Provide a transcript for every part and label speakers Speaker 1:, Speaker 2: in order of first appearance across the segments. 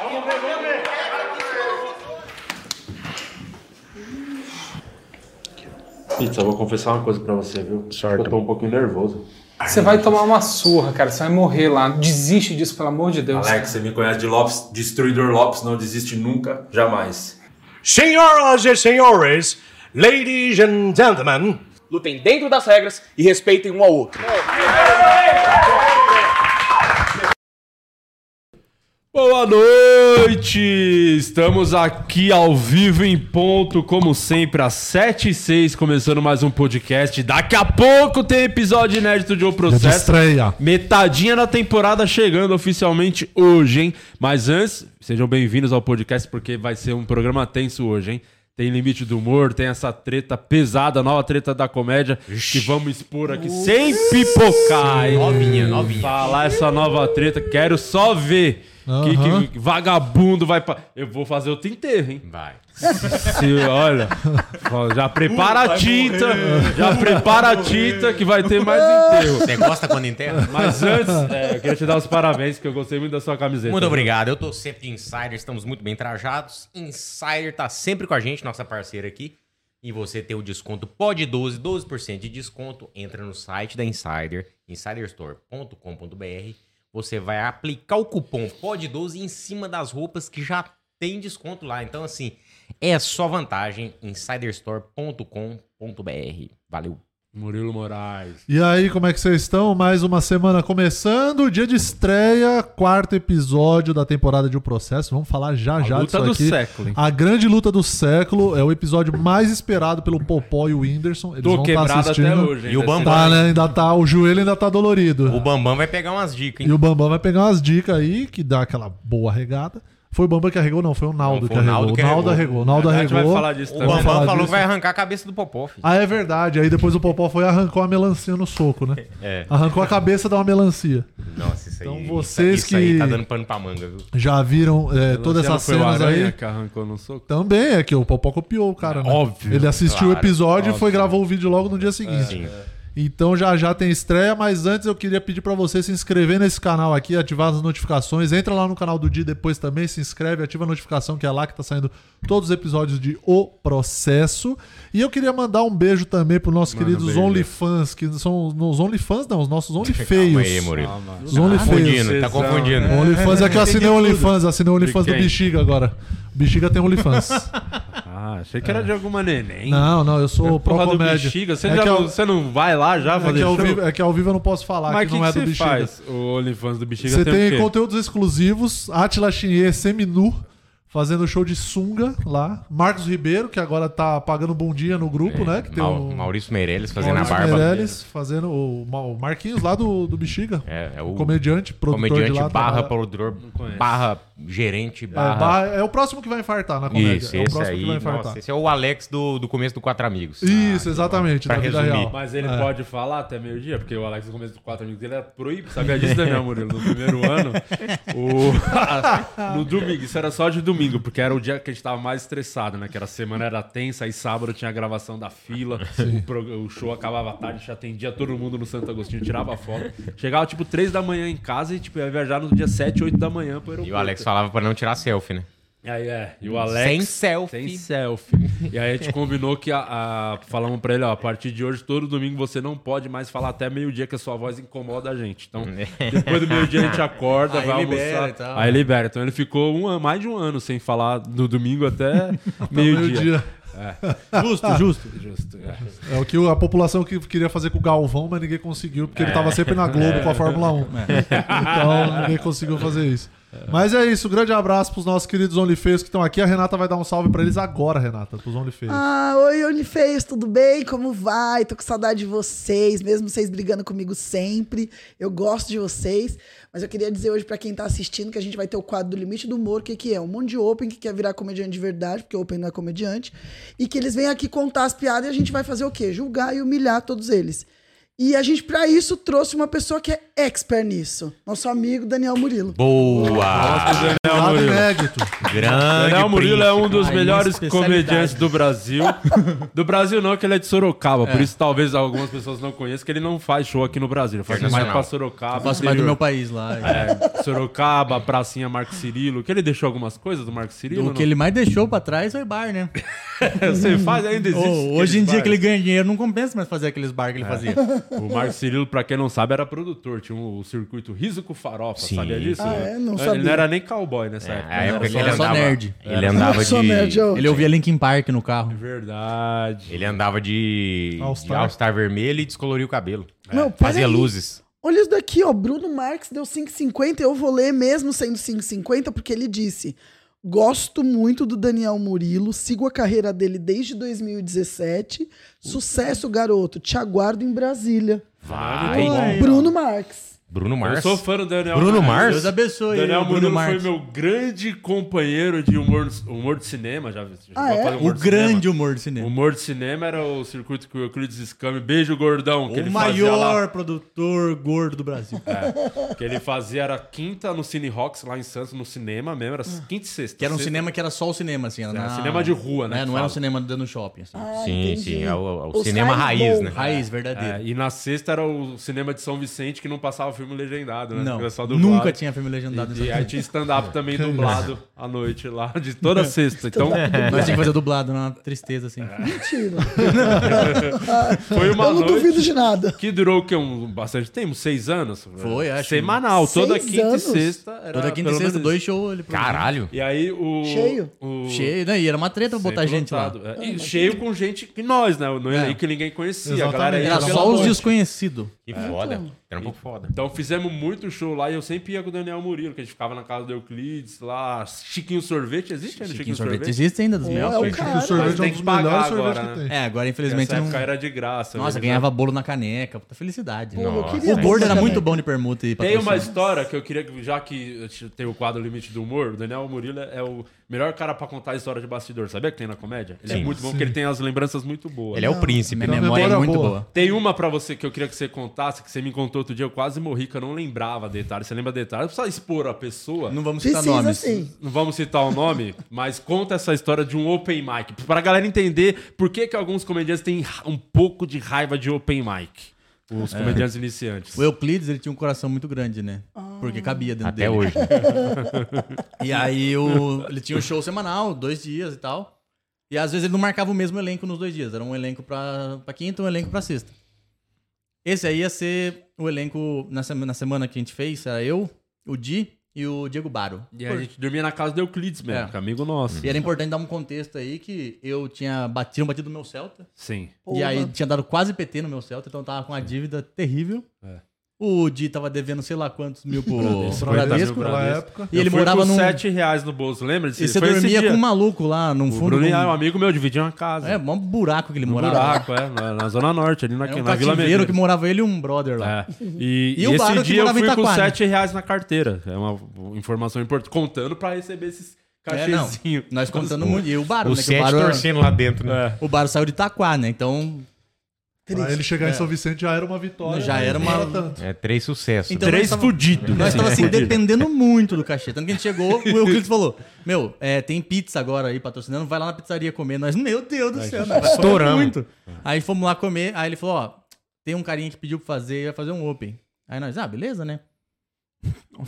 Speaker 1: Vamos ver, vamos ver.
Speaker 2: Pizza, eu vou confessar uma coisa pra você, viu?
Speaker 3: Certo.
Speaker 2: Eu tô um pouquinho nervoso.
Speaker 4: Você vai tomar uma surra, cara. Você vai morrer lá. Desiste disso, pelo amor de Deus.
Speaker 2: Alex, você me conhece de Lopes, Destruidor Lopes, não desiste nunca, jamais.
Speaker 3: Senhoras e senhores, ladies and gentlemen,
Speaker 5: Lutem dentro das regras e respeitem um ao outro.
Speaker 6: Boa noite! Estamos aqui ao vivo em ponto, como sempre, às 7 e 6, começando mais um podcast. Daqui a pouco tem episódio inédito de O
Speaker 3: de
Speaker 6: Processo.
Speaker 3: estreia.
Speaker 6: Metadinha da temporada chegando oficialmente hoje, hein? Mas antes, sejam bem-vindos ao podcast, porque vai ser um programa tenso hoje, hein? Tem limite do humor, tem essa treta pesada, a nova treta da comédia, que vamos expor aqui sem pipocar, hein? Novinha, novinha. Falar essa nova treta, quero só ver. Que, que- que vagabundo vai pra... Eu vou fazer outro enterro, hein? Vai. Se, olha, ó, já prepara a tinta, já prepara a tinta que vai ter mais enterro.
Speaker 7: Você gosta quando enterra?
Speaker 6: Mas antes, é, eu queria te dar os parabéns, que eu gostei muito da sua camiseta.
Speaker 7: Muito obrigado. Eu tô sempre de Insider, estamos muito bem trajados. Insider tá sempre com a gente, nossa parceira aqui. E você tem o desconto pode 12, 12% de desconto. Entra no site da Insider, insiderstore.com.br. Você vai aplicar o cupom pode 12 em cima das roupas que já tem desconto lá. Então assim, é só vantagem insiderstore.com.br. Valeu.
Speaker 6: Murilo Moraes.
Speaker 8: E aí, como é que vocês estão? Mais uma semana começando, dia de estreia, quarto episódio da temporada de O Processo. Vamos falar já já
Speaker 6: luta
Speaker 8: disso
Speaker 6: do
Speaker 8: aqui.
Speaker 6: século, hein?
Speaker 8: A grande luta do século é o episódio mais esperado pelo Popó e o Whindersson. Eles
Speaker 6: Tô
Speaker 8: vão estar
Speaker 6: quebrado até
Speaker 8: assistindo.
Speaker 6: hoje. hein,
Speaker 7: E o
Speaker 6: desse-
Speaker 7: Bambam.
Speaker 8: Tá, né? Ainda tá, o joelho ainda tá dolorido.
Speaker 7: O Bambam vai pegar umas dicas,
Speaker 8: E
Speaker 7: hein?
Speaker 8: o Bambam vai pegar umas dicas aí, que dá aquela boa regada. Foi o Bambam que arregou? Não, foi o Naldo
Speaker 7: Não,
Speaker 8: que
Speaker 7: foi o
Speaker 8: arregou.
Speaker 7: Naldo
Speaker 8: O
Speaker 7: que
Speaker 8: Naldo
Speaker 7: arregou.
Speaker 8: arregou. O Naldo
Speaker 6: A gente vai
Speaker 8: arregou.
Speaker 6: falar disso
Speaker 7: O
Speaker 6: também.
Speaker 8: Vamos falar
Speaker 7: Bambam falou
Speaker 8: disso.
Speaker 7: que vai arrancar a cabeça do Popó, filho.
Speaker 8: Ah, é verdade. Aí depois o Popó foi e arrancou a melancia no soco, né?
Speaker 7: É.
Speaker 8: Arrancou a cabeça da uma melancia.
Speaker 7: Nossa, isso aí.
Speaker 8: Então vocês
Speaker 7: isso, aí
Speaker 8: que-
Speaker 7: tá dando pano pra manga, viu?
Speaker 8: Já viram é,
Speaker 6: Você
Speaker 8: todas
Speaker 6: não
Speaker 8: essas
Speaker 6: foi o
Speaker 8: cenas
Speaker 6: Aranha
Speaker 8: aí?
Speaker 6: que arrancou no soco?
Speaker 8: Também é que o Popó copiou o cara, né?
Speaker 6: Óbvio,
Speaker 8: Ele assistiu o
Speaker 7: claro,
Speaker 8: episódio e foi
Speaker 6: óbvio.
Speaker 8: gravou o vídeo logo no dia seguinte.
Speaker 7: Sim.
Speaker 8: Então já já tem estreia, mas antes eu queria pedir pra você se inscrever nesse canal aqui, ativar as notificações. Entra lá no canal do Dia depois também, se inscreve, ativa a notificação que é lá que tá saindo todos os episódios de O Processo. E eu queria mandar um beijo também pros nossos
Speaker 6: Manda um
Speaker 8: queridos
Speaker 6: beijo.
Speaker 8: OnlyFans, que são os OnlyFans não, os nossos
Speaker 7: Calma
Speaker 8: OnlyFeios.
Speaker 7: aí, Murilo.
Speaker 8: Os OnlyFeios.
Speaker 7: Confundindo, tá confundindo.
Speaker 8: O OnlyFans é que eu assinei o OnlyFans, assinei o OnlyFans
Speaker 6: De
Speaker 8: do
Speaker 6: quem?
Speaker 8: Bexiga agora. O Bexiga tem OnlyFans.
Speaker 6: Ah, achei que
Speaker 8: É.
Speaker 6: era de alguma neném.
Speaker 8: não, não, eu sou
Speaker 6: É Porra do
Speaker 8: pró-comédia.
Speaker 6: bexiga. Você,
Speaker 8: É,
Speaker 6: já-
Speaker 8: que ao-
Speaker 6: você não vai lá já
Speaker 8: é,
Speaker 6: fazer
Speaker 8: que ao
Speaker 6: show?
Speaker 8: vivo- é que ao vivo eu não posso falar,
Speaker 6: Mas
Speaker 8: que
Speaker 6: que,
Speaker 8: não é
Speaker 6: que,
Speaker 8: do
Speaker 6: você
Speaker 8: Bexiga.
Speaker 6: faz? O OnlyFans do Bexiga
Speaker 8: Você
Speaker 6: tem,
Speaker 8: tem
Speaker 6: o quê?
Speaker 8: conteúdos exclusivos, Atila Chinier seminu, fazendo show de sunga lá. Marcos Ribeiro, que agora tá pagando bom dia no
Speaker 6: É,
Speaker 8: grupo, né? Que tem
Speaker 7: Mau-
Speaker 9: um
Speaker 8: o
Speaker 7: Maurício Meirelles fazendo
Speaker 8: Maurício
Speaker 7: a barba.
Speaker 8: Meirelles fazendo o Ma- o Marquinhos lá do, do Bexiga.
Speaker 7: É, é o
Speaker 8: O comediante, produtor
Speaker 7: comediante
Speaker 8: de lá.
Speaker 7: barra
Speaker 8: trabalha-
Speaker 7: produtor,
Speaker 6: conheço.
Speaker 7: barra gerente,
Speaker 8: é,
Speaker 7: barra...
Speaker 8: barra- é o próximo que vai infartar na comédia.
Speaker 7: Isso,
Speaker 8: é o
Speaker 7: esse
Speaker 8: próximo que vai
Speaker 7: aí,
Speaker 8: infartar.
Speaker 7: nossa, esse é o Alex do, do começo do Quatro Amigos. Ah,
Speaker 8: Isso, exatamente,
Speaker 7: pra
Speaker 8: na vida
Speaker 7: resumir.
Speaker 8: real.
Speaker 6: Mas ele
Speaker 8: É.
Speaker 6: pode falar até meio-dia, porque o Alex, no começo dos quatro amigos dele, era proíbe. Sabia disso, né, meu Murilo? No primeiro ano, o- no domingo, isso era só de domingo, porque era o dia que a gente tava mais estressado, né? Que era semana era tensa, aí sábado tinha a gravação da fila, o, pro- o show acabava à tarde, a gente atendia todo mundo no Santo Agostinho, tirava foto. Chegava tipo 3 da manhã em casa e tipo, ia viajar no dia 7, 8 da manhã pro aeroporto.
Speaker 7: E o Alex falava pra não tirar selfie, né?
Speaker 6: Aí é, e o Alex.
Speaker 7: Sem selfie.
Speaker 6: Sem selfie. E aí a gente combinou que a, a- falamos pra ele, ó, a partir de hoje, todo domingo você não pode mais falar até meio-dia, que a sua voz incomoda a gente. Então, depois do meio-dia a gente acorda, vai
Speaker 7: libera
Speaker 6: almoçar.
Speaker 7: e tal.
Speaker 6: Aí libera. Então ele ficou um, ano- mais de um ano sem falar no domingo até meio-dia. É.
Speaker 8: Meio-dia.
Speaker 6: justo, justo. Justo. é.
Speaker 8: É o que a população que queria fazer com o Galvão, mas ninguém conseguiu, porque ele tava sempre na Globo com a Fórmula 1.
Speaker 1: É.
Speaker 8: Então ninguém conseguiu fazer isso. Mas é isso, grande abraço pros nossos queridos OnlyFeios que estão aqui. A Renata vai dar um salve pra eles agora, Renata, pros OnlyFeios.
Speaker 9: Ah, oi, Onifeios, tudo bem? Como vai? Tô com saudade de vocês, mesmo vocês brigando comigo sempre. Eu gosto de vocês. Mas eu queria dizer hoje pra quem tá assistindo que a gente vai ter o quadro do Limite do Humor, que, que é um monte de Open que quer virar comediante de verdade, porque Open não é comediante. E que eles vêm aqui contar as piadas e a gente vai fazer o quê? Julgar e humilhar todos eles. E a gente, pra isso, trouxe uma pessoa que é expert nisso. Nosso amigo Daniel Murilo.
Speaker 7: Boa!
Speaker 6: Daniel
Speaker 8: Lado
Speaker 6: Murilo.
Speaker 8: inédito.
Speaker 7: Grande
Speaker 6: Daniel Murilo é
Speaker 7: príncipe.
Speaker 6: um dos
Speaker 1: Ah,
Speaker 6: melhores
Speaker 1: minha especialidade.
Speaker 6: comediantes do Brasil. Do Brasil não, que ele é de Sorocaba. Por isso talvez algumas pessoas não conheçam, que ele não faz show aqui no Brasil. Ele faz mais
Speaker 7: Internacional.
Speaker 6: pra Sorocaba.
Speaker 1: Faço mais do
Speaker 6: interior.
Speaker 1: meu país lá.
Speaker 6: É, Sorocaba, Pracinha Marco Cirilo. Que ele deixou algumas coisas do Marco Cirilo?
Speaker 1: O que ele mais deixou pra trás foi bar, né?
Speaker 6: não? Você faz ainda existe.
Speaker 1: Ô, hoje em dia que
Speaker 6: faz.
Speaker 1: ele ganha dinheiro, não compensa mais fazer aqueles bar que ele fazia.
Speaker 6: É. O Marco Cirilo, pra quem não sabe, era produtor. Tinha o circuito Riso com Farofa,
Speaker 7: Sim.
Speaker 6: sabia disso?
Speaker 9: Ah, é? Não
Speaker 6: ele
Speaker 9: sabia.
Speaker 6: não era nem cowboy nessa época.
Speaker 7: É, a época
Speaker 1: Só-
Speaker 7: que ele
Speaker 1: só
Speaker 7: andava,
Speaker 1: nerd.
Speaker 7: Ele andava
Speaker 9: Só
Speaker 7: de.
Speaker 9: nerd, é ó.
Speaker 1: Ele ouvia Linkin Park no carro.
Speaker 6: É Verdade.
Speaker 7: Ele andava de.
Speaker 8: All
Speaker 7: de
Speaker 8: Star.
Speaker 7: All-Star vermelho e descoloria o cabelo.
Speaker 9: Não,
Speaker 7: Fazia
Speaker 9: peraí.
Speaker 7: luzes.
Speaker 9: Olha isso daqui, ó. Bruno Marx deu 5,50. Eu vou ler mesmo sendo 5,50, porque ele disse: Gosto muito do Daniel Murilo, sigo a carreira dele desde 2017. Sucesso, garoto. Te aguardo em Brasília.
Speaker 7: Vai.
Speaker 9: Bruno Marx.
Speaker 7: Bruno
Speaker 6: Eu
Speaker 7: Mars.
Speaker 6: sou fã do Daniel
Speaker 7: Bruno
Speaker 6: Murilo.
Speaker 7: Mars?
Speaker 1: Deus abençoe.
Speaker 6: Daniel
Speaker 1: ele, Bruno
Speaker 6: Murilo foi
Speaker 1: Marques.
Speaker 6: meu grande companheiro de humor, humor de cinema, já já
Speaker 9: Ah, é?
Speaker 6: faz
Speaker 1: O
Speaker 6: de
Speaker 1: grande
Speaker 6: cinema.
Speaker 1: humor do cinema.
Speaker 6: humor de cinema era o circuito que o Euclides Scam, beijo gordão, que
Speaker 1: O
Speaker 6: ele fazia lá,
Speaker 1: maior produtor gordo do Brasil.
Speaker 6: que ele fazia era quinta no Cine Rocks lá em Santos no cinema mesmo, era quinta e sexta.
Speaker 1: Que era um
Speaker 6: Sexta-
Speaker 1: cinema que era só o cinema, assim. Era
Speaker 6: É,
Speaker 1: na-
Speaker 6: cinema de rua, né,
Speaker 1: É,
Speaker 6: que
Speaker 1: não era um
Speaker 6: fala.
Speaker 1: cinema dentro do shopping, assim.
Speaker 7: Sim,
Speaker 9: Ah, entendi.
Speaker 7: sim. É o, é o
Speaker 9: Os
Speaker 7: cinema raiz,
Speaker 9: highball.
Speaker 7: né?
Speaker 1: Raiz, verdadeira.
Speaker 6: É, e na sexta era o cinema de São Vicente que não passava filme legendado, né?
Speaker 1: Não,
Speaker 6: Era só dublado.
Speaker 1: nunca tinha filme legendado
Speaker 6: E aí
Speaker 1: nessa
Speaker 6: tinha
Speaker 9: É.
Speaker 6: stand-up também dublado à noite lá, de toda sexta. Então, É.
Speaker 1: Nós tinha que fazer dublado, uma tristeza, assim.
Speaker 9: Mentira.
Speaker 6: foi uma
Speaker 9: Eu não
Speaker 6: noite...
Speaker 9: duvido de nada.
Speaker 6: Que durou o quê? Um, bastante tempo? uns Seis anos?
Speaker 1: Foi, acho.
Speaker 6: Semanal, toda
Speaker 9: Seis
Speaker 6: quinta
Speaker 9: anos?
Speaker 6: e sexta. Era
Speaker 1: Toda quinta e
Speaker 6: pelo
Speaker 1: sexta,
Speaker 6: menos
Speaker 1: dois shows. Ele programava.
Speaker 7: Caralho.
Speaker 6: isso. E aí o.
Speaker 9: Cheio.
Speaker 6: o-
Speaker 1: Cheio, né? E era uma treta pra
Speaker 6: sempre
Speaker 1: botar gente lá.
Speaker 7: Ah,
Speaker 6: lotado. É, e cheio com gente que nós, né? No elenco que ninguém conhecia. A galera ia
Speaker 1: Era
Speaker 6: pela
Speaker 1: só os
Speaker 6: noite.
Speaker 1: desconhecidos.
Speaker 7: Que foda. Trampo foda.
Speaker 6: Então fizemos muito show lá e eu sempre ia com o Daniel Murilo, que a gente ficava na casa do Euclides, lá. Chiquinho Sorvete, existe ainda Chiquinho,
Speaker 1: Chiquinho
Speaker 6: Sorvete?
Speaker 1: Sorvete. Existe ainda dos
Speaker 9: é o
Speaker 1: melhores.
Speaker 9: cara.
Speaker 8: O sorvete é um
Speaker 6: tem
Speaker 8: dos
Speaker 6: que pagar
Speaker 8: melhores
Speaker 6: agora,
Speaker 8: sorvetes que
Speaker 6: né?
Speaker 8: tem.
Speaker 1: É, agora infelizmente
Speaker 6: Nessa
Speaker 1: não.
Speaker 6: época era de graça.
Speaker 1: Nossa,
Speaker 6: né?
Speaker 1: ganhava bolo na caneca. Puta felicidade.
Speaker 9: Pô, eu
Speaker 7: Nossa.
Speaker 9: queria
Speaker 1: O gordo era
Speaker 9: também.
Speaker 1: muito bom de permuta e
Speaker 6: Tem uma
Speaker 1: patrocínio.
Speaker 6: história que eu queria, que- já que tem o quadro Limite do Humor, o Daniel Murilo é o melhor cara pra contar a história de bastidor. Sabia que tem na comédia? Ele é
Speaker 7: Sim.
Speaker 6: muito bom, porque ele tem as lembranças muito boas.
Speaker 7: Ele é o príncipe,
Speaker 1: Minha
Speaker 7: né?
Speaker 1: memória é
Speaker 8: memória
Speaker 1: muito
Speaker 8: boa.
Speaker 1: boa.
Speaker 6: Tem uma pra você que eu queria que você contasse, que você me contou outro dia, eu quase morri, que eu não lembrava detalhe. Você lembra detalhe? Não precisa expor a pessoa.
Speaker 1: Não vamos citar
Speaker 9: Precisa
Speaker 1: nomes.
Speaker 9: sim.
Speaker 6: Não vamos citar o nome, mas conta essa história de um open mic. Pra galera entender por que, que alguns comediantes têm ra- um pouco de raiva de open mic.
Speaker 1: É.
Speaker 6: Os comediantes iniciantes.
Speaker 1: O Euclides, ele tinha um coração muito grande, né? Porque cabia dentro
Speaker 7: Até
Speaker 1: dele.
Speaker 7: hoje.
Speaker 1: E aí o, ele tinha um show semanal, dois dias e tal. E às vezes ele não marcava o mesmo elenco nos dois dias. Era um elenco pra, pra quinta e um elenco pra sexta. Esse aí ia ser o elenco na, sema- na semana que a gente fez. Era eu, o Di e o Diego Baro.
Speaker 6: E a gente dormia na casa do Euclides mesmo,
Speaker 1: É.
Speaker 6: que é
Speaker 7: Tipo,
Speaker 6: amigo nosso.
Speaker 1: E era importante dar um contexto aí que eu tinha batido, tinha batido no meu Celta.
Speaker 6: Sim.
Speaker 1: E
Speaker 9: Porra.
Speaker 1: aí tinha dado quase PT no meu Celta, então eu tava com uma dívida terrível.
Speaker 7: É.
Speaker 1: O Di tava devendo sei lá quantos mil um. pro pro Bradesco.
Speaker 6: Bradesco.
Speaker 8: Naquela época.
Speaker 1: E ele
Speaker 6: Eu fui
Speaker 1: morava
Speaker 6: com
Speaker 1: num...
Speaker 6: 7 reais no bolso, lembra disso?
Speaker 1: E você
Speaker 6: Foi esse
Speaker 1: dormia
Speaker 6: dia.
Speaker 1: com um maluco lá num
Speaker 6: O
Speaker 1: fundo.
Speaker 6: Bruno
Speaker 1: de
Speaker 6: é um
Speaker 1: um...
Speaker 6: amigo meu, dividia uma casa.
Speaker 1: É, um buraco que ele
Speaker 6: um
Speaker 1: morava. lá.
Speaker 6: buraco, é, na, na Zona Norte, ali na,
Speaker 1: Era um
Speaker 6: na Vila
Speaker 1: cativeiro
Speaker 6: Medeiros.
Speaker 1: que morava ele e um brother lá.
Speaker 6: É. E,
Speaker 1: E
Speaker 6: e
Speaker 1: o Baro
Speaker 6: esse
Speaker 1: que
Speaker 6: dia eu
Speaker 1: morava em
Speaker 6: fui com
Speaker 1: Itaquá, né?
Speaker 6: 7 reais na carteira. É uma informação importante. Contando pra receber esses
Speaker 1: É, não.
Speaker 6: cachezinhos.
Speaker 1: Nós contando muito. E o Baro,
Speaker 7: O
Speaker 1: né? Que o
Speaker 7: Sete
Speaker 1: Baro,
Speaker 7: torcendo lá dentro, né?
Speaker 6: É.
Speaker 1: o Baro saiu de Itaquá, né? Então É.
Speaker 8: Pra ele chegar em São Vicente já era uma vitória. né?
Speaker 1: já era uma...
Speaker 7: É três sucessos.
Speaker 1: Então,
Speaker 6: né? Três
Speaker 1: nós tava-
Speaker 6: fudidos.
Speaker 1: Nós tava assim,
Speaker 6: Fudido.
Speaker 1: dependendo muito do cachê. Tanto que a gente chegou, o Euclides falou: Meu, é, tem pizza agora aí patrocinando, vai lá na pizzaria comer. Nós, meu Deus do céu, nós estouramos. Muito.
Speaker 7: É.
Speaker 1: Aí fomos lá comer, aí ele falou: Ó, tem um carinha que pediu pra fazer, vai fazer um open. Aí nós, ah, beleza, né?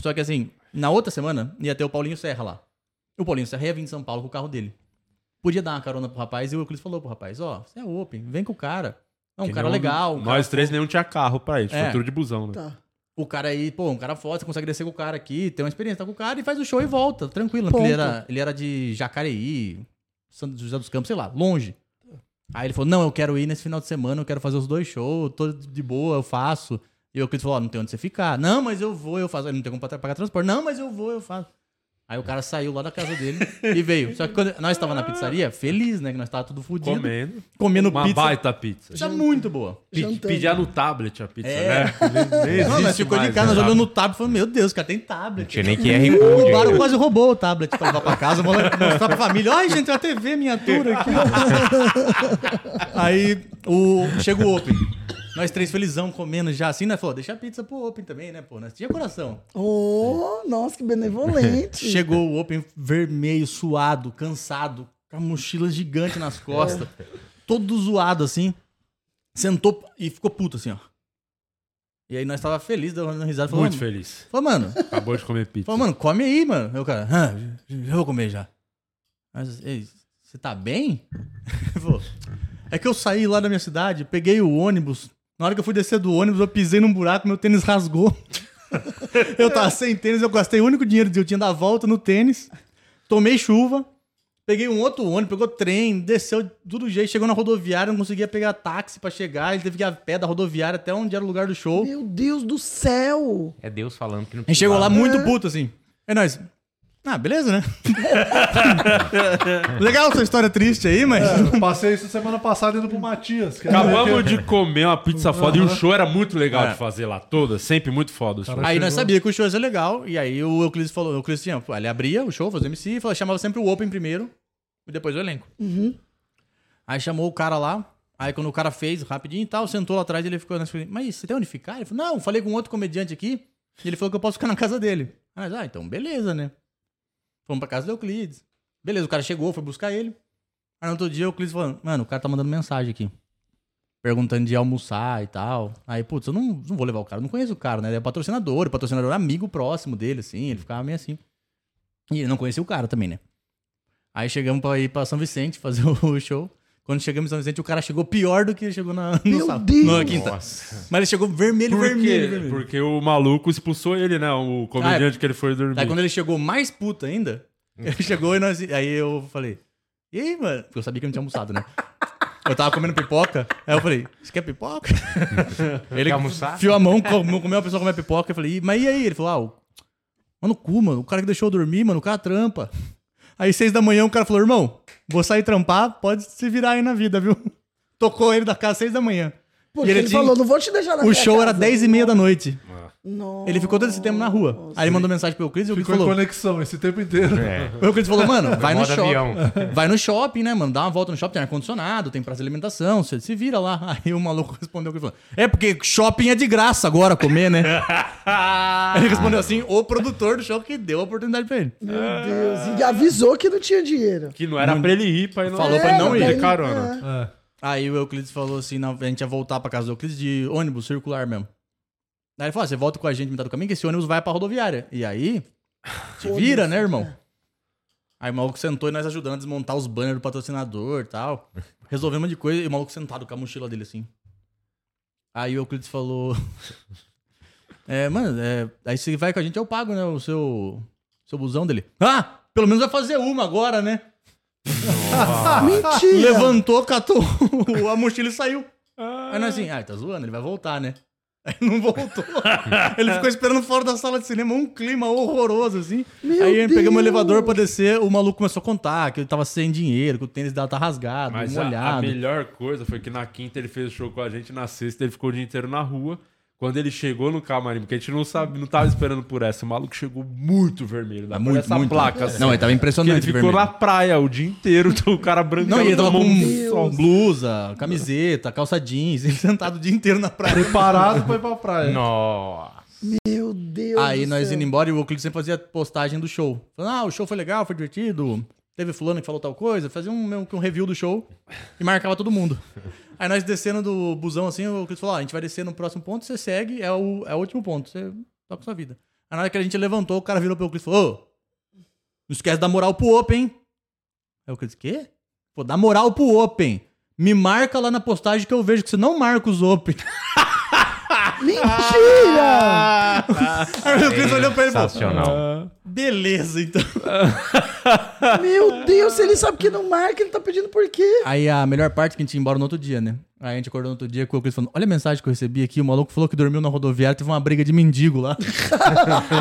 Speaker 1: Só que assim, na outra semana ia ter o Paulinho Serra lá. O Paulinho Serra ia vir de São Paulo com o carro dele. Podia dar uma carona pro rapaz e o Euclides falou pro rapaz: Ó, você é open, vem com o cara. É um
Speaker 6: Que
Speaker 1: cara
Speaker 6: não-
Speaker 1: legal. um cara
Speaker 6: Nós três nenhum tinha carro pra isso.
Speaker 1: É.
Speaker 6: Foi tudo de busão, né?
Speaker 9: Tá.
Speaker 1: o cara aí, pô, um cara foda, você consegue descer com o cara aqui, tem uma experiência, tá com o cara e faz o show e volta, tranquilo. né? Porque Ele
Speaker 9: Ponto.
Speaker 1: era, ele era de Jacareí, Santo José dos Campos, sei lá, longe. Aí ele falou, não, eu quero ir nesse final de semana, eu quero fazer os dois shows, tô de boa, eu faço. E o Cris falou, ó, não tem onde você ficar. Não, mas eu vou, eu faço. Ele não tem como pra- pagar transporte. Não, mas eu vou, eu faço. Aí o cara saiu lá da casa dele e veio. Só que quando nós tava na pizzaria, feliz, né, que nós tava tudo fudido, comendo,
Speaker 6: Comendo. uma
Speaker 1: pizza.
Speaker 6: baita pizza.
Speaker 1: Pizza muito boa.
Speaker 6: Pe-
Speaker 9: Jantando.
Speaker 6: Pedia no tablet a pizza,
Speaker 1: É.
Speaker 6: né? Nem
Speaker 1: Não, nós
Speaker 6: existe
Speaker 1: ficou de
Speaker 6: mais,
Speaker 1: casa,
Speaker 6: né?
Speaker 1: nós olhando no tablet e falando, meu Deus, cara, tem tablet.
Speaker 7: Tinha nem QR
Speaker 1: O
Speaker 7: Code.
Speaker 1: Baro
Speaker 7: ainda.
Speaker 1: quase roubou o tablet pra levar pra casa, vou mostrar pra família. Ai, gente, tem uma TV miniatura aqui. ó." Aí o... chega o Open. Nós três felizão comendo já assim, né? Falou, deixa a pizza pro Open também, né, pô? Nós tinha coração.
Speaker 9: Oh, nossa, que benevolente.
Speaker 1: Chegou o Open vermelho, suado, cansado, com a mochila gigante nas costas,
Speaker 6: É.
Speaker 1: todo zoado assim. Sentou e ficou puto assim, ó. E aí nós tava feliz, dando risada. Falou,
Speaker 6: Muito
Speaker 1: mano,
Speaker 6: feliz.
Speaker 1: Falou, mano,
Speaker 6: Acabou de comer pizza.
Speaker 1: falou, mano, come aí, mano. Aí o cara, ah, já vou comer já. Mas, ei, você tá bem? Eu falei, é que eu saí lá da minha cidade, peguei o ônibus. Na hora que eu fui descer do ônibus, eu pisei num buraco, meu tênis rasgou. eu tava sem tênis, eu gastei o único dinheiro que eu tinha da volta no tênis. Tomei chuva. Peguei um outro ônibus, pegou trem, desceu de todo jeito, chegou na rodoviária, não conseguia pegar táxi pra chegar, ele teve que ir a pé da rodoviária até onde era o lugar do show.
Speaker 9: Meu Deus do céu.
Speaker 7: É Deus falando que não
Speaker 1: A gente chegou lá
Speaker 7: precisava.
Speaker 1: muito puto, assim. É nós. Ah, beleza, né?
Speaker 8: É.
Speaker 1: Legal sua história triste aí, mas.
Speaker 8: Eu passei isso semana passada indo pro Matias. que era aquele-
Speaker 6: Acabamos de comer uma pizza foda e o show era muito legal
Speaker 1: É.
Speaker 6: de fazer lá toda, sempre muito foda o show.
Speaker 8: Cara,
Speaker 1: Aí nós
Speaker 8: chegou.
Speaker 1: sabia que o show ia ser legal. E aí o Euclides falou, o Euclides tinha, ele abria o show, fazia MC, falava, chamava sempre o Open primeiro e depois o elenco. Aí chamou o cara lá. Aí quando o cara fez rapidinho e tal, sentou lá atrás ele ficou, nós falamos, mas você tem onde ficar? Ele falou, não, falei com outro comediante aqui e ele falou que eu posso ficar na casa dele. Aí nós, ah, então beleza, né? Fomos pra casa do Euclides. Beleza, o cara chegou, foi buscar ele. Aí no outro dia o Euclides falando, mano, o cara tá mandando mensagem aqui. Perguntando de almoçar e tal. Aí, putz, eu não, não vou levar o cara, eu não conheço o cara, né? Ele é patrocinador, o patrocinador é amigo próximo dele, assim, ele ficava meio assim. E ele não conhecia o cara também, né? Aí chegamos pra ir pra São Vicente fazer o show. Quando chegamos em São Vicente, o cara chegou pior do que chegou na, no
Speaker 9: Meu
Speaker 1: sábado,
Speaker 9: Deus!
Speaker 1: na quinta. Mas ele chegou vermelho,
Speaker 6: Por
Speaker 1: vermelho,
Speaker 6: quê?
Speaker 1: vermelho. Ah,
Speaker 6: Porque o maluco expulsou ele, né? O comediante que ele foi dormir.
Speaker 1: é. Aí quando ele chegou mais puto ainda, ele chegou e nós. Aí eu falei, e aí, mano? Porque eu sabia que eu não tinha almoçado, né? Eu tava comendo pipoca, aí eu falei, você quer pipoca? ele
Speaker 7: almoçar?
Speaker 1: Fiou a mão, comeu, comeu a pessoa comer pipoca, eu falei, "E- mas e aí? Ele falou, ah, o- mano, cu, mano, o cara que deixou eu dormir, mano, o cara trampa. Aí seis da manhã o cara falou, irmão, vou sair trampar, pode se virar aí na vida, viu? Tocou ele da casa seis da manhã.
Speaker 9: Porque
Speaker 1: E
Speaker 9: ele,
Speaker 1: tinha-
Speaker 9: falou, não vou te deixar na
Speaker 1: o
Speaker 9: minha
Speaker 1: show era
Speaker 9: casa.
Speaker 1: 10 e meia da noite.
Speaker 9: Nossa.
Speaker 1: Ele ficou todo esse tempo na rua. Aí ele mandou mensagem pro Euclides e o Euclides
Speaker 8: Ficou em
Speaker 1: falou,
Speaker 8: conexão esse tempo inteiro.
Speaker 1: o Euclides falou, mano, vai no
Speaker 7: modo
Speaker 1: shopping.
Speaker 7: avião.
Speaker 1: Vai no shopping, né, mano? Dá uma volta no shopping, tem ar-condicionado, tem prazo de alimentação, você se vira lá. Aí o maluco respondeu o que ele falou. É porque shopping é de graça agora comer, né? ele respondeu assim, o produtor do show que deu a oportunidade pra ele.
Speaker 9: Meu Deus. E avisou que não tinha dinheiro.
Speaker 6: Que não era pra ele ir, pra ele não...
Speaker 1: Hum. Falou pra ele não
Speaker 9: É,
Speaker 1: ir.
Speaker 9: daí-
Speaker 6: carona.
Speaker 9: é.
Speaker 1: Aí o Euclides falou assim, não, a gente ia voltar pra casa do Euclides de ônibus circular mesmo. Aí ele falou, ah, você volta com a gente na metade do caminho, que esse ônibus vai pra rodoviária. E aí, se vira, né, irmão? Aí o maluco sentou e nós ajudando a desmontar os banners do patrocinador e tal. Resolvemos um monte de coisa e o maluco sentado com a mochila dele assim. Aí o Euclides falou... é, mano, é, aí você vai com a gente, eu pago, né, o seu, seu busão dele. Ah, pelo menos vai fazer uma agora, né?
Speaker 9: Mentira.
Speaker 1: Levantou, catou o- Tipo, a mochila e saiu. Aí nós assim, ah, tá zoando, ele vai voltar, né? Aí não voltou. ele ficou esperando fora da sala de cinema, um clima horroroso, assim.
Speaker 9: Meu
Speaker 1: aí pegamos o
Speaker 9: Deus.
Speaker 1: elevador pra descer, o maluco começou a contar que ele tava sem dinheiro, que o tênis dela tá rasgado,
Speaker 6: Mas a- a,
Speaker 1: molhado.
Speaker 6: melhor coisa foi que na quinta ele fez o show com a gente, na sexta ele ficou o dia inteiro na rua. Quando ele chegou no camarim, porque a gente não sabe, não tava esperando por essa, o maluco chegou muito vermelho, dá pra ver essa placa assim.
Speaker 1: Ah, Não, ele tava
Speaker 6: que ele
Speaker 1: impressionante.
Speaker 6: ficou
Speaker 1: vermelho.
Speaker 6: na praia o dia inteiro, o cara branco.
Speaker 1: Não, e ele tava com
Speaker 9: Deus.
Speaker 1: blusa, camiseta, calça jeans, ele sentado o dia inteiro na praia.
Speaker 8: Preparado pra ir pra praia.
Speaker 7: Nossa.
Speaker 9: é. Meu Deus.
Speaker 1: Aí
Speaker 9: do
Speaker 1: nós
Speaker 9: céu.
Speaker 1: indo embora e o Euclides sempre fazia postagem do show. Falando, ah, o show foi legal, foi divertido. Teve fulano que falou tal coisa. Fazia um, meio que um review do show e marcava todo mundo. Aí nós descendo do busão assim, o Euclides falou, ah, a gente vai descer no próximo ponto, você segue, é o, é o último ponto, você toca a sua vida. Aí na hora que a gente levantou, o cara virou pro Euclides e falou, ô, não esquece da moral pro Open, hein? Aí o Euclides, quê? Pô, dá moral pro Open. Me marca lá na postagem que eu vejo que você não marca os Open.
Speaker 9: Mentira!
Speaker 1: Aí o Euclides olhou pra ele e falou, "Ah,
Speaker 7: Sensacional.
Speaker 1: beleza, então.
Speaker 9: Meu Deus, se ele sabe que não marca, ele tá pedindo por quê?
Speaker 1: Aí a melhor parte é que a gente ia embora no outro dia, né? Aí a gente acordou no outro dia com o Euclides falando: Olha a mensagem que eu recebi aqui. O maluco falou que dormiu na rodoviária, teve uma briga de mendigo lá.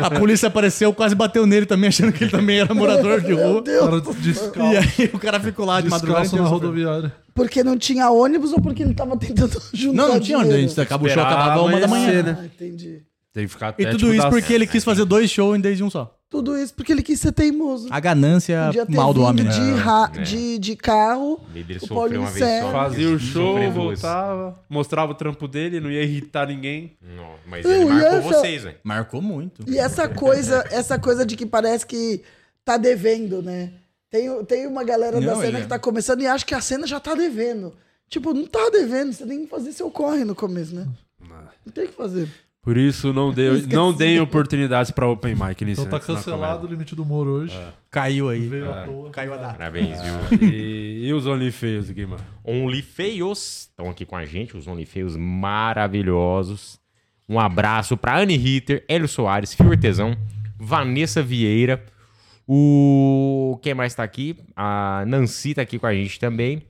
Speaker 1: a polícia apareceu, quase bateu nele também, achando que ele também era morador de
Speaker 9: Meu
Speaker 1: rua.
Speaker 9: Deus.
Speaker 8: Cara
Speaker 1: E
Speaker 8: descalço,
Speaker 1: aí o cara ficou lá de madrugada.
Speaker 8: descalço na
Speaker 1: inteira.
Speaker 8: rodoviária.
Speaker 9: Porque não tinha ônibus ou porque ele tava tentando juntar
Speaker 1: Não, não tinha onde. A gente tá acabou o show,
Speaker 6: Esperar
Speaker 1: acabava uma da manhã.
Speaker 6: amanhecer, né?
Speaker 9: Ah, entendi.
Speaker 6: Tem que ficar até,
Speaker 1: E tudo
Speaker 6: tipo,
Speaker 1: isso
Speaker 6: das-
Speaker 1: porque ele quis fazer dois shows em vez de um só.
Speaker 9: Tudo isso porque ele quis ser teimoso.
Speaker 1: A ganância
Speaker 9: Podia ter
Speaker 1: mal do homem,
Speaker 9: vindo
Speaker 1: né?
Speaker 9: de, ra-
Speaker 7: É.
Speaker 9: de, de carro.
Speaker 7: Ele
Speaker 9: O
Speaker 7: sofreu uma vez
Speaker 9: Paulinho
Speaker 7: só.
Speaker 6: Fazia o show,
Speaker 7: Sofreu duas.
Speaker 6: voltava, mostrava o trampo dele, não ia irritar ninguém.
Speaker 7: Não, mas
Speaker 9: Eu
Speaker 7: ele marcou
Speaker 9: ia-
Speaker 7: vocês, velho.
Speaker 1: Marcou muito.
Speaker 9: E essa coisa, essa coisa de que parece que tá devendo, né? Tem, tem uma galera da
Speaker 1: Não,
Speaker 9: cena
Speaker 1: é.
Speaker 9: que tá começando e acha que a cena já tá devendo. Tipo, não tá devendo, você tem que fazer seu corre no começo, né?
Speaker 7: Ah.
Speaker 9: Não tem que fazer.
Speaker 6: Por isso, não, deu, não deem oportunidades pra Open Mic né, nisso.
Speaker 8: Então tá cancelado o limite do humor hoje.
Speaker 1: Caiu aí. É.
Speaker 8: Veio à toa.
Speaker 1: Caiu a data.
Speaker 7: Parabéns, viu?
Speaker 6: E, e os Only Feios, Guima?
Speaker 7: Only Feios estão aqui com a gente, os Only Feios maravilhosos. Um abraço para Anne Ritter, Hélio Soares, Fio Artesão, Vanessa Vieira. O quem mais tá aqui? A Nancy tá aqui com a gente também.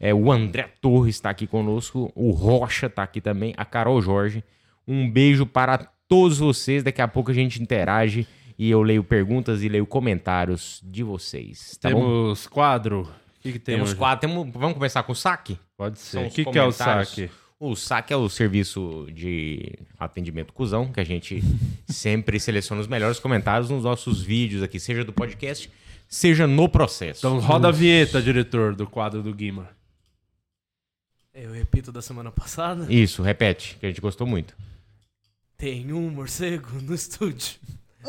Speaker 7: É, o André Torres está aqui conosco, o Rocha tá aqui também, a Carol Jorge. Um beijo para todos vocês. Daqui a pouco a gente interage e eu leio perguntas e leio comentários de vocês, tá bom?
Speaker 6: temos quadro. O que, que tem
Speaker 7: Temos
Speaker 6: hoje?
Speaker 7: quatro, temos- vamos começar com o saque?
Speaker 6: Pode
Speaker 7: São
Speaker 6: ser. O
Speaker 7: os
Speaker 6: que, que é o
Speaker 7: comentários.
Speaker 6: saque?
Speaker 7: O SAC é o serviço de atendimento cuzão, que a gente sempre seleciona os melhores comentários nos nossos vídeos aqui, seja do podcast, seja no processo.
Speaker 6: Então roda a vinheta, diretor, do quadro do Guima.
Speaker 10: Eu É repito da semana passada.
Speaker 7: Isso, repete, que a gente gostou muito.
Speaker 10: Tem um morcego no estúdio.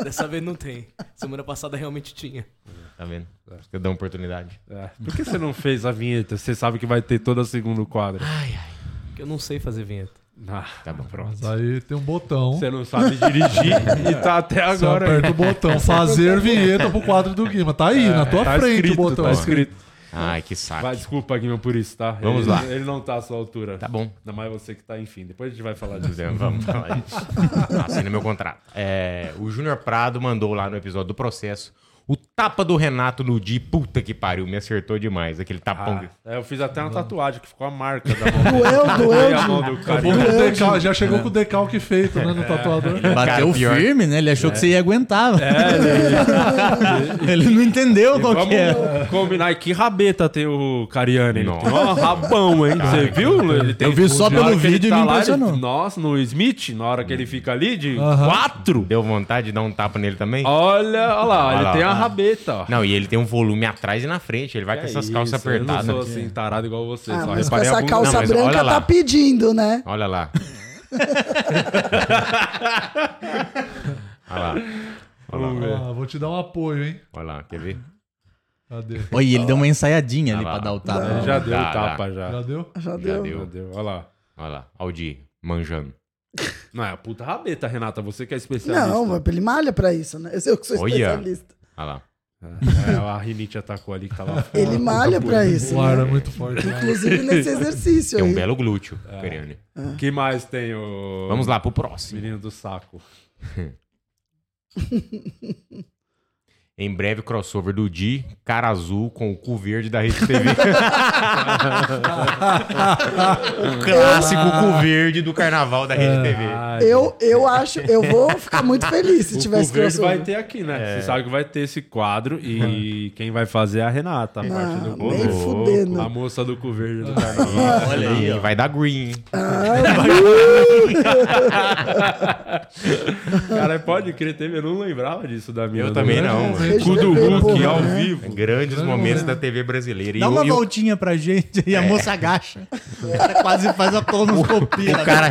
Speaker 10: Dessa vez não tem. Semana passada realmente tinha.
Speaker 7: Tá vendo? Eu dou uma oportunidade.
Speaker 6: É, Por que você não fez a vinheta? Você sabe que vai ter toda a segunda o quadro.
Speaker 10: Porque eu não sei fazer vinheta.
Speaker 6: Ah,
Speaker 7: Tá bom, pronto.
Speaker 8: Mas
Speaker 1: É.
Speaker 8: aí tem um botão.
Speaker 6: Você não sabe dirigir e tá até
Speaker 8: Você
Speaker 6: agora.
Speaker 8: aperta o botão fazer vinheta pro quadro do Guima. Tá aí, na tua
Speaker 6: tá
Speaker 8: frente
Speaker 6: escrito,
Speaker 8: o botão.
Speaker 6: Tá escrito.
Speaker 7: Ai, que saco.
Speaker 6: Vai, desculpa, Guima, por isso, tá?
Speaker 7: Vamos
Speaker 6: Ele-
Speaker 7: lá.
Speaker 6: Ele não tá à sua altura.
Speaker 7: Tá bom.
Speaker 6: Ainda mais você que tá, enfim. Depois a gente vai falar disso.
Speaker 7: É, Vamos falar disso. Assina meu contrato. É, o Júnior Prado mandou lá no episódio do processo o tapa do Renato no dia. Puta que pariu, me acertou demais. Aquele tapão.
Speaker 6: Ah, é, eu fiz até uma tatuagem que ficou a marca da mão. dele.
Speaker 9: Doeu,
Speaker 6: Dei a
Speaker 9: doeu.
Speaker 6: mão do cara.
Speaker 8: Bom, com decal- já chegou com o decalque feito, né, no tatuador.
Speaker 1: É. Bateu
Speaker 7: Cara, pior. É.
Speaker 1: firme, né? Ele achou que você ia aguentar.
Speaker 10: É,
Speaker 1: ele não entendeu qual que é.
Speaker 6: Vamos combinar. E que rabeta tem o Cariani? Ele
Speaker 7: Nossa.
Speaker 6: tem um rabão, hein? Você viu? Ele tem-
Speaker 1: Eu vi só
Speaker 6: na hora
Speaker 1: pelo
Speaker 6: que ele tá
Speaker 1: vídeo e me
Speaker 6: lá, ele-
Speaker 1: impressionou.
Speaker 6: Nossa, no Smith, na hora que ele fica ali de
Speaker 8: Aham.
Speaker 6: quatro.
Speaker 7: Deu vontade de dar um tapa nele também?
Speaker 6: Olha, olha lá,
Speaker 7: Olha
Speaker 6: ele
Speaker 7: lá,
Speaker 6: tem a
Speaker 7: olha lá.
Speaker 6: rabeta, ó.
Speaker 7: Não, e ele tem um volume atrás e na frente. Ele vai com
Speaker 6: Que é
Speaker 7: essas
Speaker 6: isso,
Speaker 7: calças apertadas.
Speaker 6: Eu não sou assim, tarado igual você.
Speaker 9: Ah,
Speaker 6: só
Speaker 9: mas com
Speaker 6: reparei a
Speaker 9: essa
Speaker 6: bunda.
Speaker 9: calça
Speaker 7: Não, mas olha
Speaker 9: branca
Speaker 7: lá.
Speaker 9: tá pedindo, né?
Speaker 7: Olha lá. olha lá. Olha lá.
Speaker 8: Ah, vou te dar um apoio, hein?
Speaker 7: Olha lá. Quer ver?
Speaker 8: Cadê?
Speaker 1: Olha, e ele deu uma ensaiadinha ali
Speaker 7: Ah,
Speaker 1: pra
Speaker 7: lá.
Speaker 1: dar o tapa.
Speaker 6: Ele já deu
Speaker 7: Dá,
Speaker 6: o tapa,
Speaker 8: Já
Speaker 6: já.
Speaker 8: deu?
Speaker 9: Já
Speaker 7: Já
Speaker 9: deu.
Speaker 6: Já
Speaker 7: deu.
Speaker 6: deu, olha lá.
Speaker 7: Olha lá. Olha o Di manjando.
Speaker 6: Não, é a puta rabeta, Renata. Você que é especialista.
Speaker 9: Não, mas ele malha pra isso, né? Eu sei que sou
Speaker 7: Olha.
Speaker 9: especialista.
Speaker 7: Olha lá.
Speaker 6: É, a rinite atacou ali que tava fora.
Speaker 9: Ele malha pra isso.
Speaker 6: um
Speaker 8: O ar
Speaker 9: Né?
Speaker 8: é muito forte. né?
Speaker 9: Inclusive nesse exercício
Speaker 7: Tem um
Speaker 9: aí.
Speaker 7: belo glúteo, Periane.
Speaker 9: É.
Speaker 6: O que mais tem o
Speaker 7: Vamos lá pro próximo.
Speaker 6: menino do saco?
Speaker 7: Em breve, crossover do Di, cara azul com o cu verde da Rede TV. o clássico cu verde do carnaval da Rede TV.
Speaker 9: Eu, eu acho, eu vou ficar muito feliz se
Speaker 6: o
Speaker 9: tivesse
Speaker 6: cu verde
Speaker 9: crossover.
Speaker 6: vai ter aqui, né?
Speaker 7: É.
Speaker 6: Você sabe que vai ter esse quadro e quem vai fazer é a Renata, a parte do
Speaker 9: Ah, nem
Speaker 6: Ô,
Speaker 9: fudendo.
Speaker 6: A moça do cu verde do carnaval.
Speaker 7: Ah, Olha aí, vai dar green. hein?
Speaker 9: Ah,
Speaker 6: Cara, pode crer, teve, eu não lembrava disso da minha.
Speaker 7: Eu também não. mano.
Speaker 9: Rede
Speaker 6: Cu do
Speaker 9: TV,
Speaker 6: Hulk
Speaker 9: porra,
Speaker 6: ao
Speaker 9: né?
Speaker 6: vivo.
Speaker 7: Grandes momentos da TV brasileira. E
Speaker 1: Dá
Speaker 7: o-
Speaker 1: uma
Speaker 7: e o-
Speaker 1: voltinha pra gente
Speaker 10: É.
Speaker 1: e a moça agacha. O cara quase faz a colonoscopia.
Speaker 7: o cara,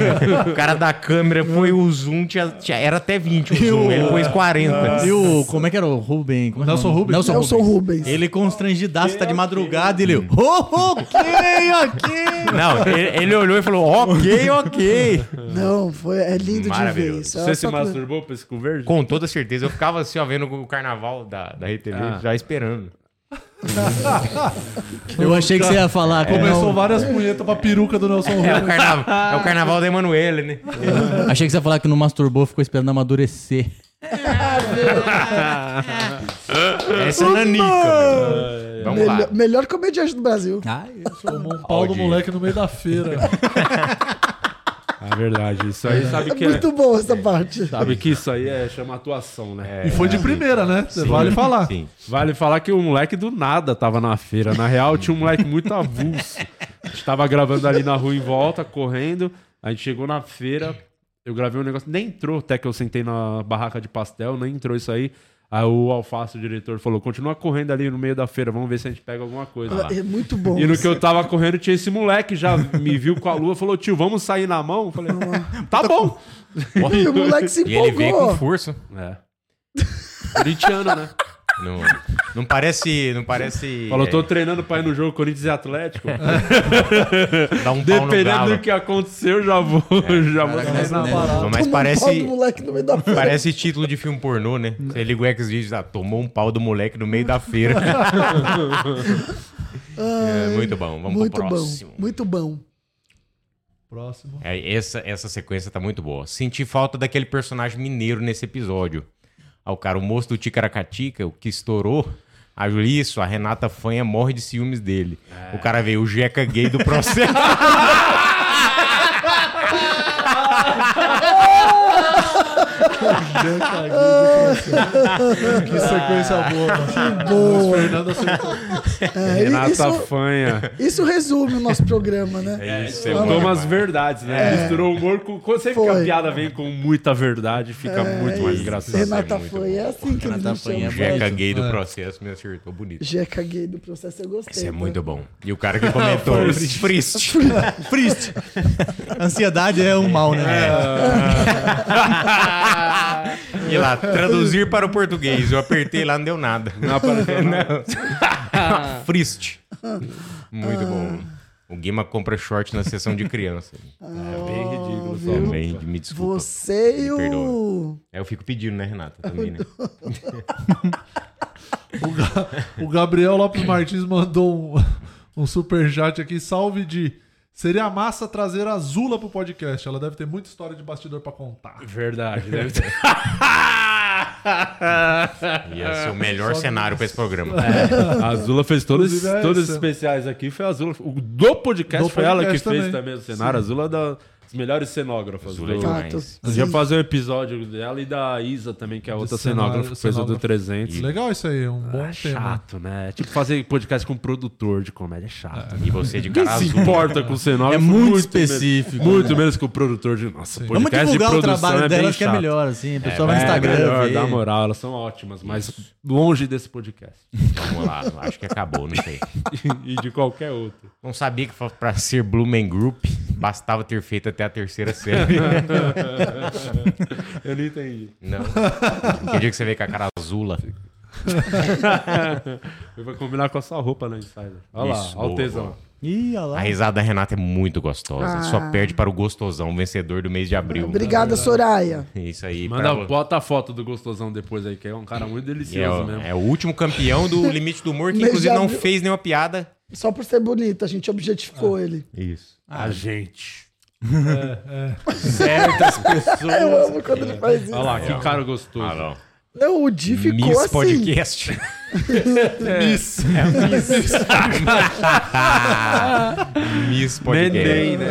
Speaker 7: o cara da câmera foi o zoom, tinha- tinha- era até 20 o zoom, ele pôs 40.
Speaker 1: E o, como é que era o Ruben? Como é que
Speaker 8: Nelson
Speaker 1: é o nome?
Speaker 8: Rubens.
Speaker 1: Nelson,
Speaker 9: Nelson Rubens.
Speaker 1: Ele constrangidaço, tá de madrugada, ele... Oh, ok, ok.
Speaker 7: Não, ele, ele olhou e falou, ok, ok.
Speaker 9: Não, foi, é lindo de ver
Speaker 7: Maravilhoso.
Speaker 9: isso.
Speaker 6: Você
Speaker 9: É
Speaker 6: se
Speaker 9: só pra-
Speaker 6: masturbou pra esse cu verde?
Speaker 7: Com toda certeza, eu ficava assim, ó, vendo o carnaval da, da RTV,
Speaker 6: Ah.
Speaker 7: já esperando.
Speaker 1: Eu achei que você ia falar. como é o-
Speaker 8: Começou várias punhetas pra peruca do Nelson
Speaker 7: É
Speaker 8: Rubens.
Speaker 7: o carnaval, é o carnaval da Emanuele, né?
Speaker 1: Achei que você ia falar que não masturbou, ficou esperando amadurecer.
Speaker 7: Essa é Nanica. meu.
Speaker 6: É,
Speaker 7: Vamos lá.
Speaker 9: Melhor, melhor comediante do Brasil.
Speaker 1: Ai,
Speaker 8: Tomou um pau do
Speaker 7: Audi.
Speaker 8: moleque no meio da feira.
Speaker 6: É verdade, isso aí sabe que é.
Speaker 9: Muito bom essa parte.
Speaker 6: Sabe que isso aí é chama atuação, né?
Speaker 8: E foi de primeira, né? vale falar.
Speaker 7: É. Sim.
Speaker 6: Vale falar que o moleque do nada tava na feira. Na real, tinha um moleque muito avulso. A gente tava gravando ali na rua em volta, correndo. A gente chegou na feira, eu gravei um negócio, nem entrou, até que eu sentei na barraca de pastel, nem entrou isso aí. Aí o Alface, o diretor, falou: continua correndo ali no meio da feira, vamos ver se a gente pega alguma coisa lá.
Speaker 9: É muito bom.
Speaker 6: E no
Speaker 9: isso.
Speaker 6: que eu tava correndo, tinha esse moleque já me viu com a lua, falou: tio, vamos sair na mão? Eu falei: tá bom.
Speaker 9: Ih, o moleque se
Speaker 7: E ele veio com
Speaker 9: empolgou.
Speaker 7: força.
Speaker 6: É.
Speaker 10: Corintiano, né?
Speaker 7: Não, não parece. Não parece.
Speaker 6: Falou: tô
Speaker 7: é,
Speaker 6: treinando pra ir no jogo Corinthians e Atlético. É.
Speaker 7: dar um pau no
Speaker 6: Dependendo
Speaker 7: galo.
Speaker 6: do que é aconteceu, já vou. já vou
Speaker 1: Caraca,
Speaker 6: sair
Speaker 1: né?
Speaker 6: na
Speaker 1: né?
Speaker 6: parada.
Speaker 7: Mas
Speaker 9: Tomou um pau do
Speaker 7: parece.
Speaker 9: moleque no meio da feira.
Speaker 7: Parece título de filme pornô, né? Você liga o X-Videos, ah, tomou um pau do moleque no meio da feira. É, muito bom, vamos
Speaker 9: muito
Speaker 7: pro
Speaker 9: bom,
Speaker 7: próximo.
Speaker 9: muito bom.
Speaker 8: Próximo.
Speaker 7: É, essa, essa sequência tá muito boa. Senti falta daquele personagem mineiro nesse episódio. Ah, o cara, o moço do Ticaracatica, o que estourou. A Juliço, a Renata Fanha morre de ciúmes dele. O cara veio, o Jeca gay do processo.
Speaker 8: Que
Speaker 6: Ah.
Speaker 8: sequência boa, mano.
Speaker 9: Boa.
Speaker 8: Luiz Fernando acertou.
Speaker 9: É,
Speaker 6: Renata
Speaker 9: isso,
Speaker 6: Fanha.
Speaker 9: isso resume o nosso programa, né?
Speaker 7: É isso, é bom
Speaker 6: Contou umas
Speaker 7: demais.
Speaker 6: verdades, né? Misturou humor com. quando- Sempre que
Speaker 9: Foi. É
Speaker 6: a piada vem com muita verdade, fica muito mais engraçado.
Speaker 9: Renata
Speaker 7: muito
Speaker 9: foi, é assim que ele
Speaker 1: Renata
Speaker 9: me
Speaker 1: Fanha
Speaker 9: chama.
Speaker 1: é
Speaker 7: Jeca
Speaker 1: bonito.
Speaker 7: gay do processo me acertou bonito.
Speaker 9: Jeca gay do processo, eu gostei.
Speaker 7: Isso é
Speaker 9: tá? Ah,
Speaker 7: muito bom. E o cara que comentou. Frist. Frist.
Speaker 1: Ansiedade é um mal, né?
Speaker 7: E lá, traduzir para o português. Eu apertei lá, não deu nada. Não apareceu nada. Frist. Muito bom. O Guima compra short na sessão de criança.
Speaker 6: É bem ridículo. só.
Speaker 7: Também, me desculpa.
Speaker 9: Você
Speaker 7: Me
Speaker 9: e o.
Speaker 7: perdoa. Aí eu fico pedindo, né, Renata? Também, né?
Speaker 8: O Gabriel Lopes Martins mandou um, um superchat aqui. Salve de. Seria massa trazer a Zula pro podcast. Ela deve ter muita história de bastidor pra contar.
Speaker 6: Verdade, deve ter.
Speaker 7: Ia ser o melhor cenário para esse programa.
Speaker 6: É. A Zula fez todos,
Speaker 8: Inclusive, é
Speaker 6: todos os
Speaker 8: essa.
Speaker 6: especiais aqui. Foi a Zula. O do podcast
Speaker 8: Do
Speaker 6: foi ela que
Speaker 8: podcast
Speaker 6: fez
Speaker 8: também.
Speaker 6: também o cenário. A Zula é da- das melhores cenógrafas.
Speaker 7: Azul é
Speaker 6: do-
Speaker 7: demais.
Speaker 9: Fato.
Speaker 6: Nós ia fazer um episódio dela e da Isa também, que é a outra
Speaker 8: cenário-
Speaker 6: cenógrafa, que fez o do
Speaker 8: cenógrafa.
Speaker 6: 300.
Speaker 8: Legal isso aí, um bom
Speaker 6: É
Speaker 8: tema.
Speaker 6: chato, né? É Tipo fazer podcast com produtor de comédia é chato.
Speaker 7: E você de
Speaker 6: Quem
Speaker 7: cara
Speaker 6: se
Speaker 7: azul.
Speaker 6: importa com o cenógrafo?
Speaker 1: É muito
Speaker 6: menos-
Speaker 1: específico, né?
Speaker 6: muito menos que o produtor de. Nossa,
Speaker 1: Vamos
Speaker 6: podcast de
Speaker 1: divulgar o
Speaker 6: produção
Speaker 1: trabalho
Speaker 6: é bem
Speaker 1: delas que é
Speaker 6: chato.
Speaker 1: melhor, assim. O pessoal vai
Speaker 6: É,
Speaker 1: no Instagram.
Speaker 6: melhor,
Speaker 1: ver.
Speaker 6: dá moral, elas são ótimas, mas longe desse podcast.
Speaker 7: Vamos lá, acho que acabou, não sei.
Speaker 6: e de qualquer outro.
Speaker 7: Não sabia que fa- pra ser Blue Man Group bastava ter feito até a terceira série.
Speaker 6: Eu não entendi.
Speaker 7: Não. Que dia que você veio com a cara azula.
Speaker 6: Vai combinar com a sua roupa na Insider. Olha
Speaker 7: Isso,
Speaker 6: lá, olha o
Speaker 7: boa,
Speaker 6: tesão.
Speaker 7: boa.
Speaker 1: Ih, olha lá.
Speaker 7: A risada da Renata é muito gostosa. Só perde para o gostosão, vencedor do mês de abril.
Speaker 9: Ah. Obrigada, Soraya.
Speaker 7: Isso aí.
Speaker 6: Manda, um
Speaker 7: pra...
Speaker 6: bota a foto do gostosão depois aí, que é um cara muito
Speaker 7: é,
Speaker 6: delicioso
Speaker 7: o,
Speaker 6: mesmo.
Speaker 7: é o último campeão do Limite do Humor, que
Speaker 9: Mês de
Speaker 7: inclusive não
Speaker 9: abril.
Speaker 7: fez nenhuma piada. Ah.
Speaker 9: Só por ser bonito, a gente objetificou ele.
Speaker 7: Isso.
Speaker 6: A Ah, gente.
Speaker 9: Eu amo quando ele faz isso.
Speaker 6: Olha lá, que cara gostoso.
Speaker 7: é Ah, não.
Speaker 9: Não, o Di ficou
Speaker 7: Miss
Speaker 9: assim.
Speaker 7: Podcast. É,
Speaker 8: Miss.
Speaker 7: Miss Podcast.
Speaker 6: Neném, né?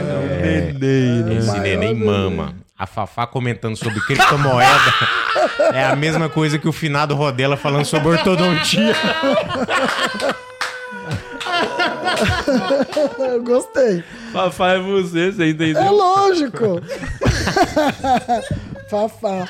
Speaker 7: É.
Speaker 6: Neném, né?
Speaker 7: Esse neném mama. A Fafá comentando sobre criptomoeda é a mesma coisa que o finado Rodela falando sobre ortodontia.
Speaker 9: Eu gostei.
Speaker 6: Papai é você, você
Speaker 9: É
Speaker 6: entendeu?
Speaker 9: lógico. Fafá.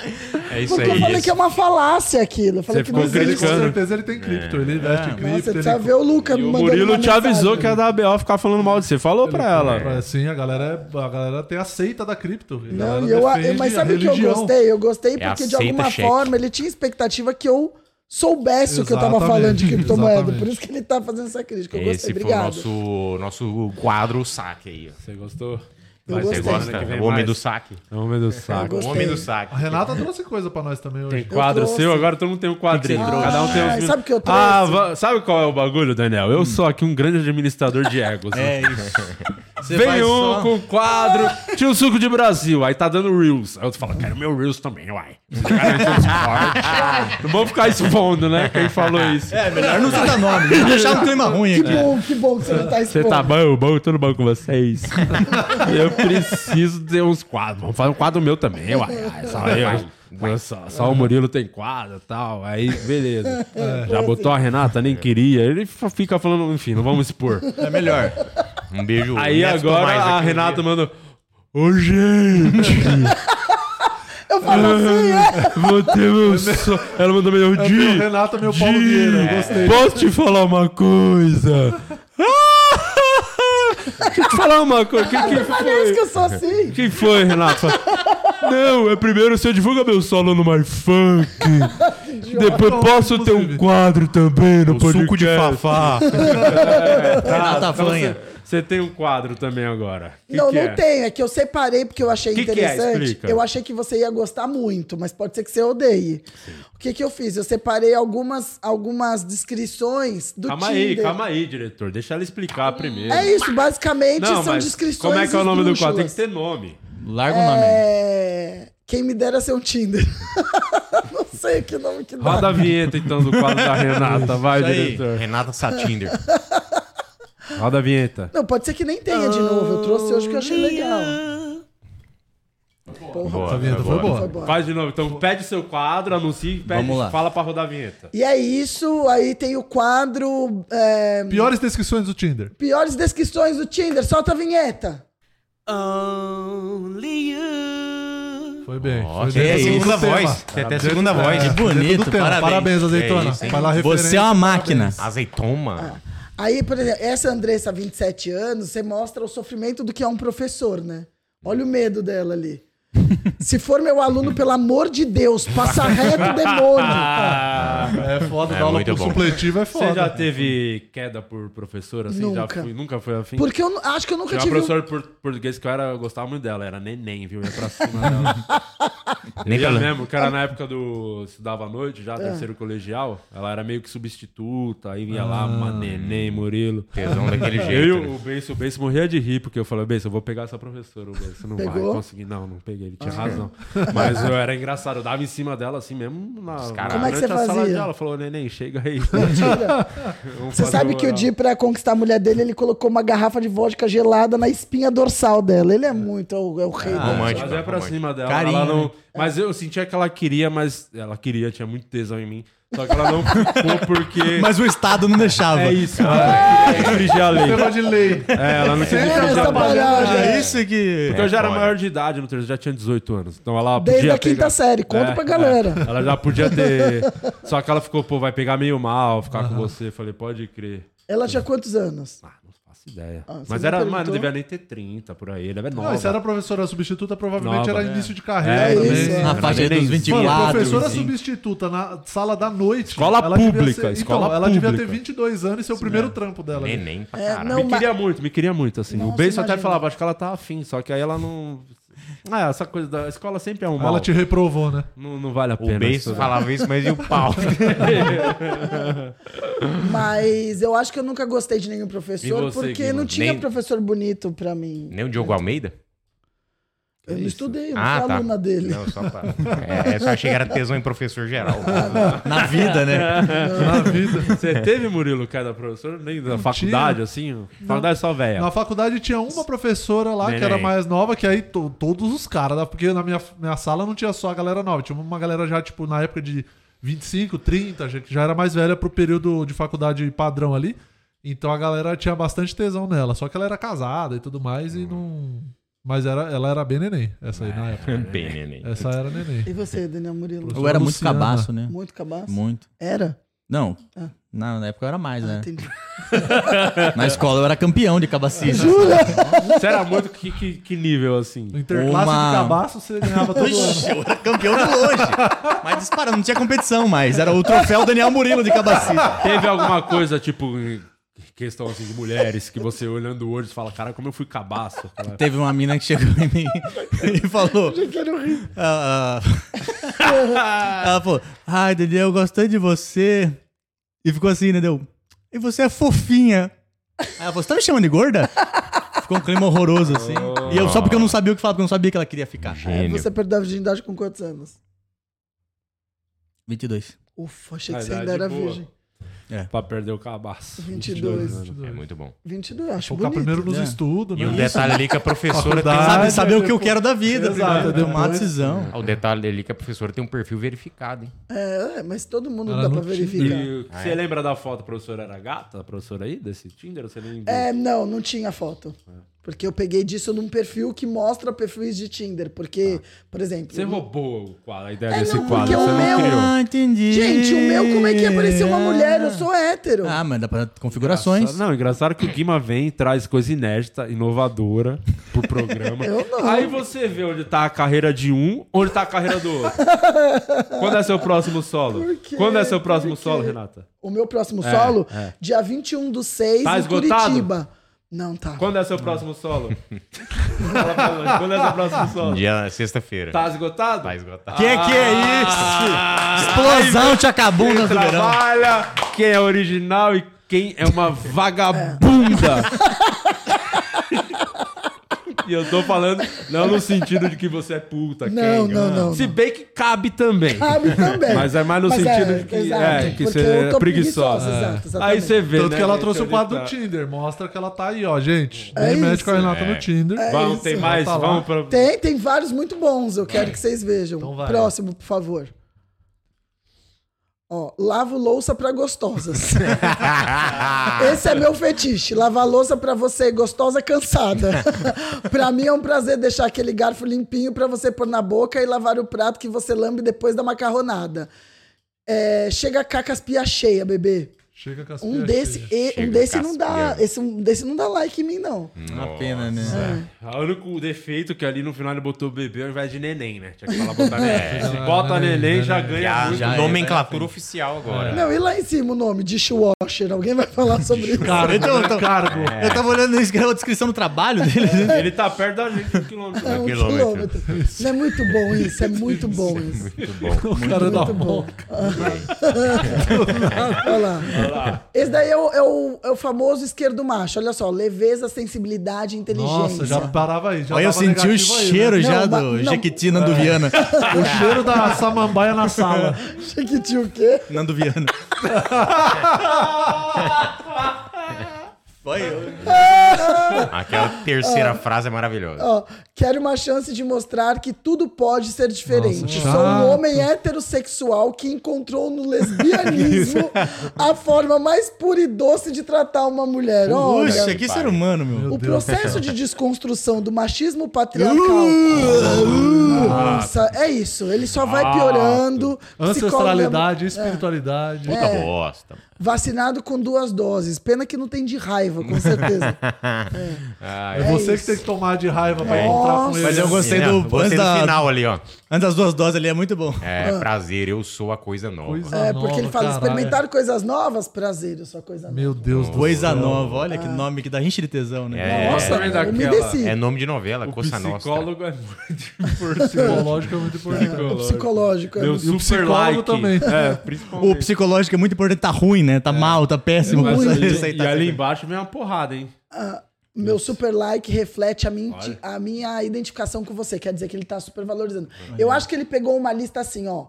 Speaker 7: É isso
Speaker 9: Porque eu
Speaker 7: aí.
Speaker 9: falei que é uma falácia aquilo. Eu falei
Speaker 6: Você
Speaker 9: que
Speaker 6: ficou
Speaker 9: não existe.
Speaker 8: Ele, com
Speaker 6: criticando.
Speaker 8: certeza ele tem cripto,
Speaker 1: É,
Speaker 8: ele investe em cripto.
Speaker 9: Nossa, você
Speaker 8: ele...
Speaker 9: precisa ver o Luca
Speaker 6: E
Speaker 9: me
Speaker 6: o
Speaker 9: mandando
Speaker 6: Murilo
Speaker 9: uma
Speaker 6: te avisou
Speaker 9: mensagem.
Speaker 6: que ia dar BO ficar falando mal de você. Falou pra
Speaker 7: É,
Speaker 6: ela.
Speaker 8: Pra- Sim, assim, a galera, é, a galera tem a seita da cripto. A
Speaker 9: Não,
Speaker 8: galera
Speaker 9: e eu, eu,
Speaker 8: defende
Speaker 9: mas
Speaker 8: a
Speaker 9: sabe o que eu
Speaker 8: religião.
Speaker 9: gostei? Eu gostei
Speaker 7: É a
Speaker 9: porque, de
Speaker 7: seita
Speaker 9: alguma
Speaker 7: cheque.
Speaker 9: forma, ele tinha expectativa que eu soubesse o que eu tava
Speaker 8: Exatamente,
Speaker 9: falando de criptomoeda.
Speaker 8: exatamente.
Speaker 9: Por isso que ele tá fazendo essa crítica.
Speaker 7: Esse
Speaker 9: Eu gostei,
Speaker 7: foi o
Speaker 9: obrigado.
Speaker 7: nosso, nosso quadro saque aí. ó.
Speaker 6: Você gostou?
Speaker 9: Eu
Speaker 6: Vai,
Speaker 9: gostei.
Speaker 7: Você gosta?
Speaker 6: Semana que vem
Speaker 7: O homem
Speaker 6: mais.
Speaker 7: do saque.
Speaker 6: É Homem do
Speaker 9: Eu
Speaker 6: saco.
Speaker 7: O
Speaker 9: gostei.
Speaker 7: homem do
Speaker 8: A
Speaker 7: saque.
Speaker 8: Renata trouxe coisa pra nós também
Speaker 6: Tem
Speaker 8: hoje.
Speaker 6: quadro
Speaker 9: trouxe.
Speaker 6: seu, agora todo mundo tem um quadrinho.
Speaker 1: Que que você
Speaker 6: Cada um tem um
Speaker 9: trouxe?
Speaker 6: filme.
Speaker 9: Sabe o que eu
Speaker 6: Ah,
Speaker 9: trouxe? Hum.
Speaker 6: va- sabe qual é o bagulho, Daniel? Eu sou aqui um grande administrador de egos.
Speaker 1: É isso. Você
Speaker 6: Vem
Speaker 1: vai
Speaker 6: um
Speaker 1: só-
Speaker 6: com quadro, tira o suco de Brasil, aí tá dando Reels. Aí eu falo, quero meu Reels também, uai. é Quero meu Discord. Não um vamos ficar expondo, né? Quem falou isso.
Speaker 1: É, melhor não citar nome. Vamos achar um clima ruim
Speaker 9: Que
Speaker 1: aqui.
Speaker 9: bom, que bom que você não tá
Speaker 6: Você
Speaker 9: expondo.
Speaker 6: tá bom, bom, tudo bom com vocês? eu preciso ter uns quadros. Vamos fazer um quadro meu também, uai. Ai, Só, eu, eu só, só o Murilo tem quadro e tal. Aí, beleza.
Speaker 9: É.
Speaker 6: Já botou a Renata, nem queria. Ele f- fica falando, enfim, não vamos expor.
Speaker 1: É melhor.
Speaker 7: Um beijo.
Speaker 6: Aí
Speaker 7: Ernesto
Speaker 8: um
Speaker 6: agora
Speaker 7: Tomás
Speaker 6: a
Speaker 7: aqui.
Speaker 6: Renata mandou. Ô, gente!
Speaker 9: Eu Eu falo assim, é.
Speaker 6: Vou ter meu sonho. Ela mandou melhor
Speaker 8: É
Speaker 6: dia.
Speaker 8: meu Renato, meu Paulo
Speaker 6: Di,
Speaker 8: Vieira, gostei.
Speaker 6: Posso te falar uma coisa? Deixa eu te falar uma coisa. Que que
Speaker 9: Parece
Speaker 6: foi?
Speaker 9: que eu sou assim.
Speaker 6: Quem foi, Renato? Fala, Não, é primeiro você divulga meu solo no My Funk. Depois posso ter um quadro também no podcast. É, tá, então
Speaker 8: Suco de fafá.
Speaker 1: Renata Fanha.
Speaker 6: Você tem um quadro também agora. Que
Speaker 9: não,
Speaker 6: que
Speaker 9: não
Speaker 6: é?
Speaker 9: tem. É que eu separei porque eu achei
Speaker 6: Que que é?
Speaker 9: interessante.
Speaker 6: Explica.
Speaker 9: eu achei que você ia gostar muito, mas pode ser que você odeie. O que, que eu fiz? Eu separei algumas, algumas descrições do
Speaker 6: Calma aí,
Speaker 9: Tinder.
Speaker 6: calma aí, diretor. Deixa ela explicar primeiro.
Speaker 9: É isso, basicamente
Speaker 6: Não,
Speaker 9: são
Speaker 6: mas
Speaker 9: descrições.
Speaker 6: como é que é o nome do quadro? Tem
Speaker 9: esdrúxulas.
Speaker 6: que ter nome.
Speaker 1: Larga o nome aí.
Speaker 9: É... Quem me dera ser um Tinder. não sei que nome que dá.
Speaker 6: Roda a vinheta, então, do quadro da Renata. Vai,
Speaker 1: Isso aí.
Speaker 6: diretor.
Speaker 7: Renata Satinder.
Speaker 6: Roda a vinheta.
Speaker 9: Não, pode ser que nem tenha de novo. Eu trouxe hoje que eu achei legal. Porra.
Speaker 8: Essa vinheta foi
Speaker 9: Foi
Speaker 8: boa.
Speaker 9: boa.
Speaker 6: né? Faz de novo. Então, pede seu quadro, anuncia, pede,
Speaker 1: Vamos lá.
Speaker 6: fala pra rodar a vinheta.
Speaker 9: E é isso. Aí tem o quadro é,
Speaker 8: Piores descrições do Tinder.
Speaker 9: Piores Descrições do Tinder. Solta a vinheta.
Speaker 10: Only you.
Speaker 8: Foi bem.
Speaker 7: Ó,
Speaker 8: foi
Speaker 7: que
Speaker 8: bem.
Speaker 7: é
Speaker 8: Segundo
Speaker 7: isso. Segunda
Speaker 8: tema.
Speaker 7: voz. Tem até segunda voz.
Speaker 8: É,
Speaker 1: Que bonito,
Speaker 8: dentro do tema.
Speaker 1: parabéns.
Speaker 8: Parabéns, azeitona.
Speaker 7: É isso, hein?
Speaker 8: Vai lá referência.
Speaker 1: Você é uma máquina.
Speaker 9: Ah.
Speaker 7: Azeitoma.
Speaker 9: Aí, por exemplo, essa Andressa, 27 anos, você mostra o sofrimento do que é um professor, né? Olha o medo dela ali. Se for meu aluno, pelo amor de Deus, passa reto, é demônio.
Speaker 6: Ah.
Speaker 8: É foda,
Speaker 7: É
Speaker 8: dar aula
Speaker 7: muito
Speaker 8: por
Speaker 7: bom.
Speaker 8: supletivo é
Speaker 6: Você já
Speaker 8: foda.
Speaker 6: teve queda por professor, assim? Já
Speaker 9: Nunca.
Speaker 6: fui, nunca foi afim?
Speaker 9: Porque eu n- acho que eu nunca
Speaker 6: Tinha uma
Speaker 9: tive. um-
Speaker 6: professora de por- português que eu, era, eu gostava muito dela, era neném, viu? Ia pra cima dela.
Speaker 7: Nem
Speaker 6: Eu
Speaker 7: pela-
Speaker 6: lembro, que era na época do. Estudava à noite, já, terceiro colegial. Ela era meio que substituta, aí vinha lá, uma neném, Murilo.
Speaker 7: Tesão daquele
Speaker 6: Eu e
Speaker 7: jeito. né?
Speaker 6: o Benço, o Benço morria de rir, porque eu falei, Benço, eu vou pegar essa professora, o Benço não vai
Speaker 9: Pegou? Ah.
Speaker 6: conseguir. Não, não peguei, ele tinha razão. Mas eu era engraçado, eu dava em cima dela assim mesmo na,
Speaker 7: caras-
Speaker 9: Como é que
Speaker 6: durante
Speaker 9: você
Speaker 6: a sala de
Speaker 9: fazia?
Speaker 6: aula. Falou, neném, chega aí. Vamos
Speaker 9: Você
Speaker 6: fazer um
Speaker 9: sabe
Speaker 6: uma
Speaker 9: que o
Speaker 6: moral.
Speaker 9: Di, pra conquistar a mulher dele, ele colocou uma garrafa de vodka gelada na espinha dorsal dela. Ele é muito, é o, é o rei. da-
Speaker 7: Romântico.
Speaker 6: Mas é pra
Speaker 7: romântico.
Speaker 6: cima dela.
Speaker 1: Carinho,
Speaker 6: ela não...
Speaker 1: né?
Speaker 6: Mas eu sentia que ela queria, mas ela queria, tinha muito tesão em mim. Só que ela não ficou porque.
Speaker 1: Mas o Estado não deixava. Ah.
Speaker 6: É isso,
Speaker 9: Ah,
Speaker 6: ela queria infringir a lei.
Speaker 8: Tema de lei.
Speaker 6: É, ela não queria
Speaker 9: Sério,
Speaker 6: infringir a
Speaker 9: essa
Speaker 6: lei.
Speaker 9: palhaça?
Speaker 1: É isso que.
Speaker 6: Porque eu já era
Speaker 7: foda.
Speaker 6: maior de idade no terceiro, já tinha 18 anos. Então ela
Speaker 9: Desde
Speaker 6: podia
Speaker 9: a quinta
Speaker 6: pegar-
Speaker 9: série, conta
Speaker 6: É,
Speaker 9: pra galera.
Speaker 6: é. Ela já podia ter. Só que ela ficou, pô, vai pegar meio mal, ficar com você. Falei, pode crer.
Speaker 9: Ela tinha quantos anos?
Speaker 6: Ah, não faço ideia.
Speaker 9: Ah, você
Speaker 6: Mas
Speaker 9: não
Speaker 6: era,
Speaker 9: perguntou?
Speaker 6: mano, devia nem ter 30 por aí. Ele era é nova.
Speaker 8: Não, e se era professora substituta, provavelmente
Speaker 6: Nova.
Speaker 8: era início de
Speaker 6: É,
Speaker 8: carreira
Speaker 9: É
Speaker 8: também.
Speaker 9: isso,
Speaker 8: né?
Speaker 9: é.
Speaker 1: Na faixa aí dos
Speaker 6: Mano,
Speaker 1: 24.
Speaker 8: Mano, professora
Speaker 1: assim.
Speaker 8: substituta na sala da noite.
Speaker 6: Escola
Speaker 8: devia
Speaker 6: pública,
Speaker 8: Então,
Speaker 6: escola
Speaker 8: ela devia ter
Speaker 6: pública.
Speaker 8: 22 anos e ser o primeiro trampo dela. né?
Speaker 7: Neném pra
Speaker 9: É,
Speaker 7: caralho.
Speaker 9: não,
Speaker 6: Me
Speaker 9: mas-
Speaker 6: queria muito, me queria muito, assim. o
Speaker 9: Nossa,
Speaker 6: Benço até
Speaker 9: imagina.
Speaker 6: falava, acho que ela tá afim, só que aí ela não. Ah, essa coisa da escola sempre é um mal.
Speaker 8: Ela te reprovou, né?
Speaker 6: Não, não vale a pena.
Speaker 7: O beijo
Speaker 6: isso. né?
Speaker 7: falava isso, mas e o pau?
Speaker 9: Mas eu acho que eu nunca gostei de nenhum professor,
Speaker 6: E você,
Speaker 9: porque
Speaker 6: Guima?
Speaker 9: não tinha
Speaker 7: Nem-
Speaker 9: professor bonito pra mim.
Speaker 7: Nem o Diogo Almeida?
Speaker 9: Eu não estudei, eu não
Speaker 7: Ah,
Speaker 9: fui
Speaker 7: tá.
Speaker 9: aluna dele.
Speaker 7: Não, só pra. É, é só achei que era tesão em professor geral.
Speaker 9: Ah,
Speaker 1: Na vida, né?
Speaker 8: Na vida.
Speaker 6: Você teve, Murilo, cara, professor? Nem da faculdade, assim? Faculdade só velha.
Speaker 8: Na faculdade tinha uma professora lá que era
Speaker 6: Neném.
Speaker 8: mais nova, que aí to- todos os caras, né? porque na minha, minha sala não tinha só a galera nova, tinha uma galera já, tipo, na época de 25, 30, já- que já era mais velha pro período de faculdade padrão ali. Então a galera tinha bastante tesão nela, só que ela era casada e tudo mais
Speaker 6: Hum.
Speaker 8: e não. Mas era, ela era bem neném, essa aí
Speaker 6: É,
Speaker 8: na época.
Speaker 7: Bem, neném.
Speaker 8: Essa era neném.
Speaker 9: E você, Daniel Murilo?
Speaker 1: Eu era muito
Speaker 8: Luciana.
Speaker 1: cabaço, né?
Speaker 9: Muito cabaço?
Speaker 1: Muito.
Speaker 9: Era?
Speaker 1: Não.
Speaker 9: Ah.
Speaker 1: Na na época eu era mais, né?
Speaker 9: Entendi.
Speaker 1: Na escola eu era campeão de cabacismo.
Speaker 6: Você era muito. Que, que, que nível, assim?
Speaker 8: No interclasse
Speaker 1: Uma-
Speaker 8: de cabaço você ganhava todo ano.
Speaker 1: Ixi, eu era campeão de longe. Mas disparando, não tinha competição mais. Era o troféu Daniel Murilo de cabacismo.
Speaker 6: Teve alguma coisa, tipo, em questão assim de mulheres, que você olhando hoje fala, cara, como eu fui cabaço? Aquela-
Speaker 1: Teve uma mina que chegou em mim e falou.
Speaker 9: um
Speaker 1: Ah, ah. ela falou: Ai, Daniel, eu gostei de você. E ficou assim, né? Deu. E você é fofinha. Aí ela falou: Você tá me chamando de gorda? Ficou um clima horroroso, assim. E eu só porque eu não sabia o que falar, porque eu não sabia que ela queria ficar.
Speaker 9: Aí
Speaker 7: Gênio.
Speaker 9: Você perdeu a virgindade com quantos anos?
Speaker 1: 22.
Speaker 9: Ufa, achei
Speaker 6: Ah,
Speaker 9: que você
Speaker 6: idade
Speaker 9: ainda era
Speaker 6: boa.
Speaker 9: virgem.
Speaker 1: É.
Speaker 6: Pra perder o cabaço.
Speaker 9: 22.
Speaker 6: anos.
Speaker 7: É muito bom.
Speaker 9: 22, acho
Speaker 8: Focar
Speaker 9: bonito.
Speaker 8: primeiro nos
Speaker 1: né?
Speaker 8: estudos,
Speaker 7: E
Speaker 8: né?
Speaker 7: um detalhe ali que a professora tem.
Speaker 8: Faculdade.
Speaker 7: um-
Speaker 1: Sabe,
Speaker 8: Ah,
Speaker 1: saber o que eu quero da vida,
Speaker 8: Exato,
Speaker 1: primeiro, tomar uma
Speaker 8: depois-
Speaker 1: decisão.
Speaker 7: Ah, O detalhe ali que a professora tem um perfil verificado, hein?
Speaker 9: É, é, mas todo mundo
Speaker 8: Ela
Speaker 9: dá
Speaker 8: não
Speaker 9: pra
Speaker 8: te-
Speaker 9: verificar.
Speaker 6: E
Speaker 7: Ah, é.
Speaker 6: você lembra da foto, a professora era gata, a professora aí, desse Tinder? Você nem.
Speaker 9: É, não, não É, tinha foto. Porque eu peguei disso num perfil que mostra perfis de Tinder. Porque, por exemplo.
Speaker 6: Tá. Você roubou o quadro, a ideia
Speaker 9: É,
Speaker 6: desse
Speaker 9: não,
Speaker 6: quadro.
Speaker 9: porque
Speaker 6: Você
Speaker 9: o
Speaker 6: não
Speaker 9: meu-
Speaker 6: criou.
Speaker 1: Ah, entendi.
Speaker 9: Gente, o meu, como é que ia aparecer uma mulher? Eu sou hétero.
Speaker 1: Ah, mas dá pra configurações.
Speaker 6: Não, engraçado que o Guima vem e traz coisa inédita, inovadora pro programa.
Speaker 9: é? Eu não.
Speaker 6: Aí você vê onde tá a carreira de um, onde tá a carreira do outro. Quando é seu próximo solo?
Speaker 9: Por quê?
Speaker 6: Quando é seu próximo
Speaker 9: Por quê?
Speaker 6: solo, Renata?
Speaker 9: O meu próximo
Speaker 6: É,
Speaker 9: solo,
Speaker 6: é.
Speaker 9: dia 21 do 6,
Speaker 6: Tá
Speaker 9: em
Speaker 6: esgotado?
Speaker 9: Curitiba. Não, tá.
Speaker 6: Quando é seu próximo solo? Fala pra longe. Quando é seu próximo solo?
Speaker 7: Um Dia sexta-feira.
Speaker 6: Tá esgotado?
Speaker 7: Tá esgotado.
Speaker 1: Que que é isso? Explosão de acabunda
Speaker 6: Ah! Quem
Speaker 1: do verão.
Speaker 6: trabalha, quem é original e quem é uma vagabunda. e eu tô falando não no sentido de que você é puta,
Speaker 9: Não,
Speaker 6: Kenga.
Speaker 9: não, não,
Speaker 6: Se
Speaker 9: não.
Speaker 6: bem que cabe também.
Speaker 9: Cabe também.
Speaker 6: Mas é mais no sentido de que, é, que
Speaker 9: porque
Speaker 6: você
Speaker 9: eu
Speaker 6: é
Speaker 9: tô
Speaker 6: preguiçosa.
Speaker 9: Exato, exatamente.
Speaker 6: Aí você vê,
Speaker 8: Tanto
Speaker 6: né,
Speaker 8: que ela
Speaker 6: gente,
Speaker 8: trouxe o
Speaker 6: onde
Speaker 8: quadro
Speaker 6: tá.
Speaker 8: do Tinder. Mostra que ela tá aí, ó, gente.
Speaker 9: É
Speaker 8: Nem mexe com a
Speaker 9: isso.
Speaker 8: Renata no Tinder.
Speaker 6: Vamos, tem
Speaker 9: isso.
Speaker 6: mais?
Speaker 8: Tá lá.
Speaker 6: Vamos pra...
Speaker 9: Tem, tem vários muito bons, eu quero que vocês vejam.
Speaker 8: Então vai.
Speaker 9: Próximo, por favor. Ó, lavo louça pra gostosas. Esse é meu fetiche. Lavar louça pra você gostosa cansada. pra mim é um prazer deixar aquele garfo limpinho pra você pôr na boca e lavar o prato que você lambe depois da macarronada. É, chega cá com as pias cheias, bebê.
Speaker 8: Chega com as
Speaker 9: Um
Speaker 8: pias
Speaker 9: desse,
Speaker 8: cheias.
Speaker 9: e- um
Speaker 7: Chega
Speaker 9: desse
Speaker 7: com
Speaker 9: não
Speaker 7: as
Speaker 9: dá,
Speaker 7: pias.
Speaker 9: esse um desse não dá like em mim não.
Speaker 1: Uma pena, né?
Speaker 7: É.
Speaker 6: O único defeito que ali no final ele botou bebê ao invés de neném, né? Tinha que falar botar neném. Se bota neném, já ganha muito.
Speaker 1: É. já é,
Speaker 7: nomenclatura oficial
Speaker 8: É.
Speaker 7: agora.
Speaker 9: Não, e lá em cima o nome dishwasher, alguém vai falar sobre isso?
Speaker 1: Cara, então,
Speaker 6: né?
Speaker 1: eu, tô- eu tava olhando isso, que era a descrição do trabalho dele. né?
Speaker 6: Ele tá perto da gente, um quilômetro.
Speaker 9: É um
Speaker 7: quilômetro.
Speaker 9: quilômetro. Não é muito bom isso, é muito bom isso.
Speaker 7: Muito bom.
Speaker 8: O cara da
Speaker 9: Muito bom. Olha lá. Esse daí é o, é o- é o famoso esquerdo macho. Olha só, leveza, sensibilidade e inteligência.
Speaker 8: Nossa, já parava aí. Já
Speaker 1: Olha, eu
Speaker 8: tava
Speaker 1: senti o
Speaker 8: negativo aí, né? É.
Speaker 1: cheiro
Speaker 9: né?
Speaker 1: já
Speaker 9: Não, mas-
Speaker 1: do
Speaker 9: não.
Speaker 1: Jequiti Nando Viana.
Speaker 8: O cheiro da samambaia na sala.
Speaker 9: Achei que tinha o quê?
Speaker 1: Nando Viana.
Speaker 7: Aquela
Speaker 1: Ah.
Speaker 9: Ah,
Speaker 7: terceira frase é maravilhosa.
Speaker 9: Ó, quero uma chance de mostrar que tudo pode ser diferente.
Speaker 8: Nossa,
Speaker 9: Sou
Speaker 8: chato.
Speaker 9: um homem heterossexual que encontrou no lesbianismo a forma mais pura e doce de tratar uma mulher. Olha,
Speaker 1: Puxa, que
Speaker 8: é
Speaker 1: ser humano,
Speaker 8: um
Speaker 1: meu.
Speaker 9: O processo de desconstrução do machismo patriarcal.
Speaker 8: Uh!
Speaker 9: Nossa, é isso. Ele só vai piorando.
Speaker 8: Ah,
Speaker 9: É.
Speaker 8: Ancestralidade, espiritualidade.
Speaker 7: Puta bosta.
Speaker 9: Psicólogo Vacinado com duas doses. Pena que não tem de raiva, com certeza.
Speaker 7: Ah,
Speaker 8: É você que
Speaker 9: isso. é-
Speaker 8: tem que tomar de raiva pra encontrar com ele.
Speaker 1: Mas eu gostei
Speaker 7: Não,
Speaker 1: do. Antes,
Speaker 7: Gostei do
Speaker 1: da-
Speaker 7: final ali, ó.
Speaker 1: antes das duas doses ali é muito bom.
Speaker 7: É, prazer, eu sou a coisa
Speaker 8: Ah.
Speaker 7: nova.
Speaker 8: Coisa
Speaker 9: É,
Speaker 8: nova,
Speaker 9: porque ele fala:
Speaker 8: caralho.
Speaker 9: experimentar coisas novas, prazer, eu sou coisa nova.
Speaker 8: Meu Deus do
Speaker 1: Coisa nova, olha que nome que dá gente de tesão, né?
Speaker 7: É,
Speaker 9: Nossa,
Speaker 6: é
Speaker 9: eu me
Speaker 6: daquela.
Speaker 9: desci.
Speaker 7: é nome de novela,
Speaker 6: O
Speaker 7: Coça Nostra.
Speaker 6: psicólogo é muito importante.
Speaker 8: Psicológico é muito importante.
Speaker 9: O psicológico. é
Speaker 6: Deu
Speaker 9: muito-
Speaker 6: super
Speaker 8: psicólogo
Speaker 6: like.
Speaker 8: também.
Speaker 6: É,
Speaker 1: O
Speaker 6: principalmente.
Speaker 1: psicológico é muito importante, tá ruim, né? Tá mal, tá péssimo.
Speaker 6: É, Mas
Speaker 1: Você
Speaker 6: ali-
Speaker 1: aceitar
Speaker 6: e ali
Speaker 1: sempre.
Speaker 6: embaixo vem uma porrada, hein?
Speaker 9: Ah, Meu super like reflete a minha, inti- a minha identificação com você. Quer dizer que ele tá super valorizando.
Speaker 6: Uhum.
Speaker 9: Eu acho que ele pegou uma lista assim, ó.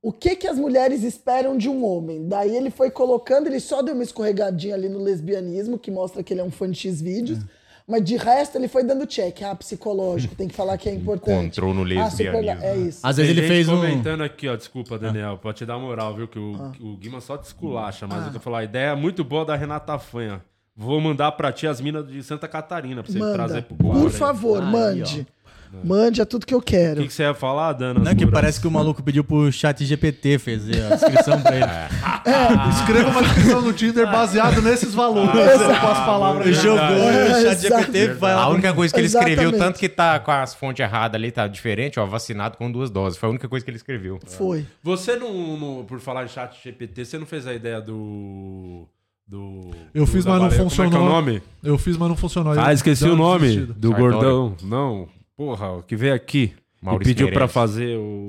Speaker 9: O que que as mulheres esperam de um homem? Daí ele foi colocando, ele só deu uma escorregadinha ali no lesbianismo, que mostra que ele é um fã de X vídeos.
Speaker 6: Uhum.
Speaker 9: Mas de resto ele foi dando check. Ah, psicológico, tem que falar que é importante.
Speaker 7: Encontrou no
Speaker 9: Ah, super like,
Speaker 7: lesbianismo.
Speaker 9: É isso.
Speaker 1: Às vezes
Speaker 6: Tem
Speaker 1: ele
Speaker 6: gente
Speaker 1: fez um. Ah.
Speaker 6: comentando aqui, ó, desculpa, Daniel, pra te dar moral, viu, que o,
Speaker 9: Ah.
Speaker 6: o Guima só desculacha, mas eu tô falando, a ideia é muito boa da Renata Fanha. Vou mandar pra ti as minas de Santa Catarina, pra você trazer
Speaker 9: Manda.
Speaker 6: pro quadro.
Speaker 9: Por
Speaker 6: aí.
Speaker 9: favor, mande. Mande é tudo que eu
Speaker 6: O
Speaker 9: quero.
Speaker 6: que, que você ia falar, Dana?
Speaker 1: Não, é que parece que o maluco pediu pro chat GPT fazer é, a descrição pra
Speaker 7: É.
Speaker 1: ele.
Speaker 8: Ah, Escreva uma descrição no
Speaker 9: Ah.
Speaker 8: Tinder baseado nesses valores. Eu com as palavras.
Speaker 1: Jogou, o
Speaker 9: É,
Speaker 1: chat GPT
Speaker 9: exato.
Speaker 1: vai
Speaker 7: A
Speaker 1: lá.
Speaker 7: única coisa que ele escreveu,
Speaker 9: Exatamente.
Speaker 7: tanto que tá com as fontes erradas ali, tá diferente, ó, vacinado com duas doses. Foi a única coisa que ele escreveu.
Speaker 9: Foi.
Speaker 6: É. Você não, não- por falar em chat GPT, você não fez a ideia do... do
Speaker 8: Eu
Speaker 6: do-
Speaker 8: fiz,
Speaker 6: da
Speaker 8: mas não
Speaker 6: baleia.
Speaker 8: funcionou.
Speaker 6: Como é que é o nome?
Speaker 8: Eu fiz, mas não funcionou.
Speaker 6: Ah,
Speaker 8: Eu
Speaker 6: esqueci
Speaker 8: já
Speaker 6: o nome
Speaker 8: desistido.
Speaker 6: do
Speaker 7: Sartori.
Speaker 6: gordão. Não, porra, o que veio aqui
Speaker 7: Maurício
Speaker 6: e pediu pra
Speaker 7: Meirelles.
Speaker 6: fazer o...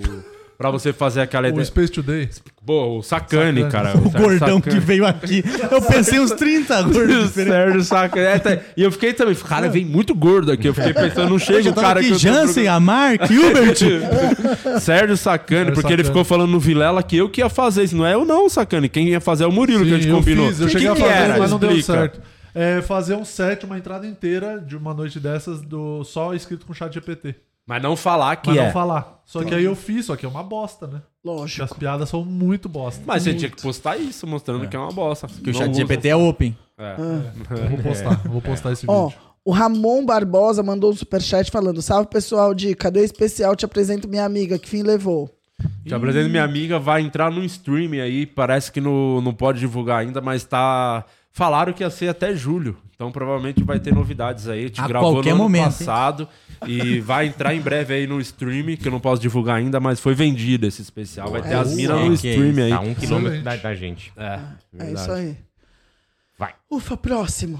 Speaker 6: Pra você fazer aquela
Speaker 8: O
Speaker 6: ideia...
Speaker 8: Space Today.
Speaker 6: Pô, o Sacani,
Speaker 8: Sacani.
Speaker 6: cara.
Speaker 1: O gordão que
Speaker 6: Sacani.
Speaker 1: veio aqui. Eu pensei uns 30
Speaker 6: O
Speaker 1: gordos diferentes.
Speaker 6: Sérgio Sacani. É, tá- E eu fiquei também,
Speaker 8: É.
Speaker 6: cara, vem muito gordo aqui. Eu fiquei pensando, não chega
Speaker 1: Eu
Speaker 6: o
Speaker 1: tava
Speaker 6: cara que
Speaker 1: aqui,
Speaker 6: eu tô
Speaker 1: Jansen, Amark, Hubert.
Speaker 6: procurando. Sérgio Sacani,
Speaker 8: Sérgio
Speaker 6: porque
Speaker 8: Sacani.
Speaker 6: ele ficou falando no Vilela que eu que ia fazer isso. Não é eu não, Sacani. Quem ia fazer é o Murilo que a gente
Speaker 8: eu
Speaker 6: combinou.
Speaker 8: fiz, eu
Speaker 6: Que
Speaker 8: cheguei a
Speaker 6: que
Speaker 8: fazer,
Speaker 6: era?
Speaker 8: mas não deu
Speaker 6: Explica.
Speaker 8: certo. É fazer um set, uma entrada inteira de uma noite dessas, do só escrito com chat GPT.
Speaker 6: Mas não falar que
Speaker 8: Mas
Speaker 6: é.
Speaker 8: não falar. Só que aí eu fiz, só que é uma bosta, né? Porque
Speaker 9: Lógico.
Speaker 8: as piadas são muito bosta.
Speaker 6: Mas você tinha que postar isso, mostrando que é uma bosta.
Speaker 1: Que o chat GPT é open.
Speaker 8: Vou postar, vou postar esse
Speaker 9: Ó,
Speaker 8: vídeo.
Speaker 9: O Ramon Barbosa mandou um superchat falando: Salve pessoal de Cadê o Especial? Te apresento minha amiga, que fim levou.
Speaker 6: Te apresento minha amiga, vai entrar num streaming aí, parece que no, não pode divulgar ainda, mas tá. Falaram que ia ser até julho. Então provavelmente vai ter novidades aí. Te
Speaker 1: A
Speaker 6: gravou
Speaker 1: qualquer
Speaker 6: no ano
Speaker 1: momento, hein?
Speaker 6: passado. E vai entrar em breve aí no stream, que eu não posso divulgar ainda, mas foi vendido esse especial. Vai ter as minas
Speaker 7: É,
Speaker 6: no
Speaker 7: que é
Speaker 6: stream
Speaker 7: isso,
Speaker 6: aí.
Speaker 7: Tá um quilômetro da, da gente.
Speaker 9: É isso aí.
Speaker 7: Vai.
Speaker 9: Ufa, próximo.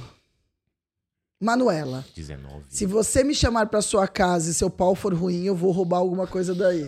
Speaker 9: Manuela,
Speaker 7: 19.
Speaker 9: se você me chamar pra sua casa e seu pau for ruim, eu vou roubar alguma coisa daí.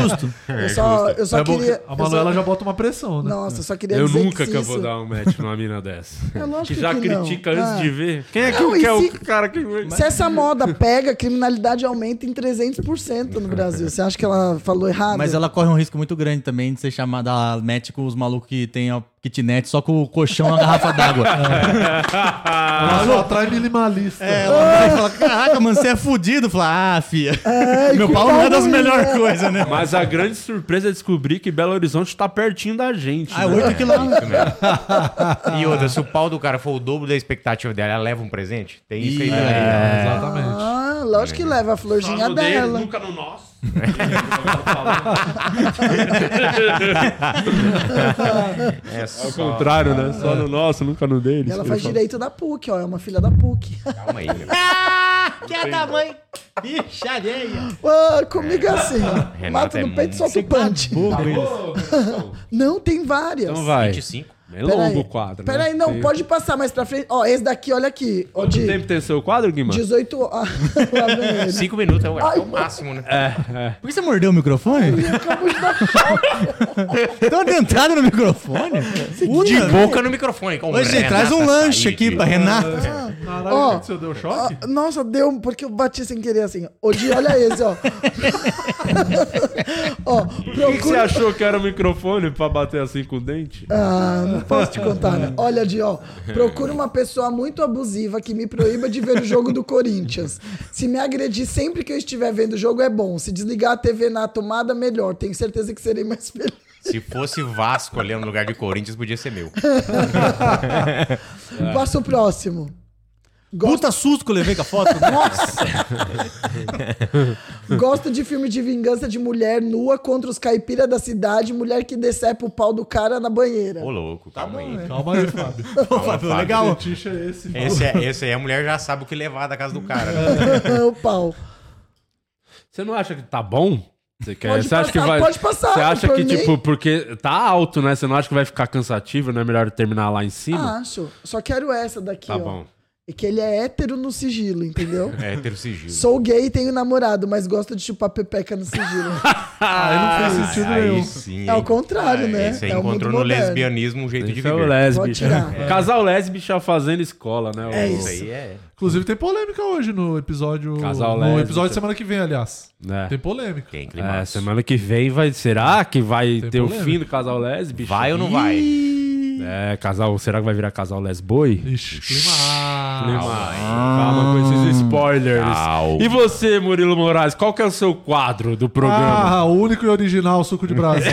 Speaker 1: Justo.
Speaker 9: Eu só, eu só
Speaker 8: É bom que
Speaker 9: queria.
Speaker 8: a
Speaker 9: eu
Speaker 8: Manuela
Speaker 9: só-
Speaker 8: já bota uma pressão, né?
Speaker 9: Nossa, eu só queria
Speaker 6: Eu
Speaker 9: dizer
Speaker 6: nunca
Speaker 9: que, se
Speaker 6: que eu vou
Speaker 9: isso-
Speaker 6: dar um match numa mina dessa.
Speaker 9: É lógico
Speaker 6: que já
Speaker 9: que não.
Speaker 6: critica antes
Speaker 9: Ah.
Speaker 6: de ver. Quem é que
Speaker 9: Não, e
Speaker 6: quer o
Speaker 9: se-
Speaker 6: cara que.
Speaker 9: Se essa moda pega, a criminalidade aumenta em 300% no Brasil. Você acha que ela falou errado?
Speaker 1: Mas ela corre um risco muito grande também de ser chamada match com os malucos que tem a kitnet só com o colchão e uma garrafa d'água.
Speaker 8: Ela só atrai minimalista.
Speaker 1: É, Ela
Speaker 9: Ah.
Speaker 1: vai e fala, caraca, mano, você é fudido. Fala, ah, fia. Meu pau não é das melhores coisas, né?
Speaker 6: Mas a grande surpresa é descobrir que Belo Horizonte tá pertinho da gente.
Speaker 1: Ah,
Speaker 6: né?
Speaker 1: 8 quilômetros.
Speaker 7: E outra, se o pau do cara for o dobro da expectativa dela, ela leva um presente? Tem isso
Speaker 6: É.
Speaker 7: aí.
Speaker 1: Ih, é,
Speaker 7: também. É.
Speaker 8: Exatamente.
Speaker 9: Ah, lógico que leva a florzinha
Speaker 6: no dele,
Speaker 9: dela.
Speaker 6: nunca no nosso.
Speaker 7: É
Speaker 6: Ao
Speaker 7: só...
Speaker 6: contrário, né? Só no nosso, nunca no Então dele.
Speaker 9: E ela faz direito da PUC, ó. É uma filha da PUC.
Speaker 7: Calma aí, meu.
Speaker 9: Ah, comigo é assim. ó.
Speaker 7: Renata
Speaker 9: Mata
Speaker 7: é
Speaker 9: no peito e solta o punch.
Speaker 8: Tá
Speaker 9: Não, tem várias.
Speaker 6: Tá Então vai.
Speaker 7: 25.
Speaker 6: É
Speaker 9: Pera
Speaker 6: longo
Speaker 9: aí.
Speaker 6: o quadro.
Speaker 9: Peraí,
Speaker 6: né?
Speaker 9: não,
Speaker 6: Tem-
Speaker 9: pode passar mais pra frente. Ó, esse daqui, olha aqui. Ó,
Speaker 6: Quanto
Speaker 9: de
Speaker 6: tempo tem seu quadro, Guimar?
Speaker 9: 18 horas. Lá vem ele.
Speaker 7: 5 minutos é o, é o máximo, né?
Speaker 6: é.
Speaker 1: Por que você mordeu o microfone?
Speaker 9: Acabou de dar choque.
Speaker 1: Deu uma dentada no microfone?
Speaker 7: De
Speaker 1: Puta.
Speaker 7: boca no microfone. com
Speaker 1: Ô, gente,
Speaker 7: Renata tá
Speaker 1: traz um lanche
Speaker 7: Said.
Speaker 1: aqui pra Renata.
Speaker 7: É.
Speaker 8: Caralho,
Speaker 9: Ó.
Speaker 8: o que você deu choque?
Speaker 9: Ah, Nossa, deu, um- porque eu bati sem querer assim. Ô, de, olha esse, ó. ó,
Speaker 6: O que que você
Speaker 9: procura.
Speaker 6: achou que era o microfone pra bater assim com o dente?
Speaker 9: Ah, não posso te contar, né? Olha, Di, ó. Procura uma pessoa muito abusiva que me proíba de ver o jogo do Corinthians. Se me agredir sempre que eu estiver vendo o jogo, é bom. Se desligar a TV na tomada, melhor. Tenho certeza que serei mais feliz.
Speaker 7: Se fosse Vasco ali no lugar de Corinthians, podia ser meu.
Speaker 9: Passa o próximo. Gosto,
Speaker 1: É. Puta susto que eu levei com a foto. Nossa.
Speaker 9: gosto de filme de vingança de mulher nua contra os caipira da cidade, mulher que decepa o pau do cara na banheira.
Speaker 7: Ô, louco, Tá né? calma
Speaker 8: Calma
Speaker 7: aí.
Speaker 8: aí, Fábio.
Speaker 1: Pô, Fábio, legal.
Speaker 8: Fetiche é esse.
Speaker 7: Esse, é, esse aí a mulher já sabe o que levar da casa do cara. né?
Speaker 9: o pau.
Speaker 6: Você não acha que tá bom? Você, quer,
Speaker 9: Pode
Speaker 6: você acha que
Speaker 9: passar,
Speaker 6: vai.
Speaker 9: pode passar,
Speaker 6: Você acha
Speaker 9: por
Speaker 6: que,
Speaker 9: mim.
Speaker 6: tipo, porque tá alto, né? Você não acha que vai ficar cansativo, não é melhor terminar lá em cima?
Speaker 9: Ah, Acho. Só quero essa daqui,
Speaker 6: tá
Speaker 9: ó.
Speaker 6: bom.
Speaker 9: É que ele é hétero no sigilo, entendeu?
Speaker 7: É hétero sigilo.
Speaker 9: Sou gay e tenho namorado, mas gosto de chupar pepeca no sigilo.
Speaker 8: Ah, aí não fez sentido
Speaker 7: Aí
Speaker 8: nenhum.
Speaker 7: sim.
Speaker 9: é
Speaker 7: hein?
Speaker 9: o contrário, né?
Speaker 7: Esse aí
Speaker 9: é o
Speaker 7: encontrou
Speaker 9: mundo
Speaker 7: no
Speaker 9: moderno.
Speaker 7: lesbianismo um jeito de
Speaker 6: Isso é o
Speaker 7: viver.
Speaker 6: lésbico.
Speaker 9: tirar.
Speaker 6: Casal lésbico fazendo escola, né?
Speaker 9: É
Speaker 6: O-
Speaker 9: isso.
Speaker 7: aí é.
Speaker 8: Inclusive tem polêmica hoje no episódio.
Speaker 6: Casal
Speaker 8: no
Speaker 6: lésbico.
Speaker 8: episódio de semana que vem, aliás.
Speaker 1: É.
Speaker 6: né?
Speaker 8: Tem polêmica.
Speaker 7: Tem clima.
Speaker 6: É, semana que vem vai. Será que vai ter o
Speaker 8: polêmica.
Speaker 6: fim do casal lésbico?
Speaker 7: Vai ou não vai?
Speaker 6: É, casal. Será que vai virar casal lesboi?
Speaker 8: Ixi, clima.
Speaker 6: Clima. Calma com
Speaker 8: Ah.
Speaker 6: esses spoilers.
Speaker 7: Calma.
Speaker 6: E você, Murilo Moraes, qual que é o seu quadro do programa?
Speaker 8: Ah, o único e original suco de Brasil.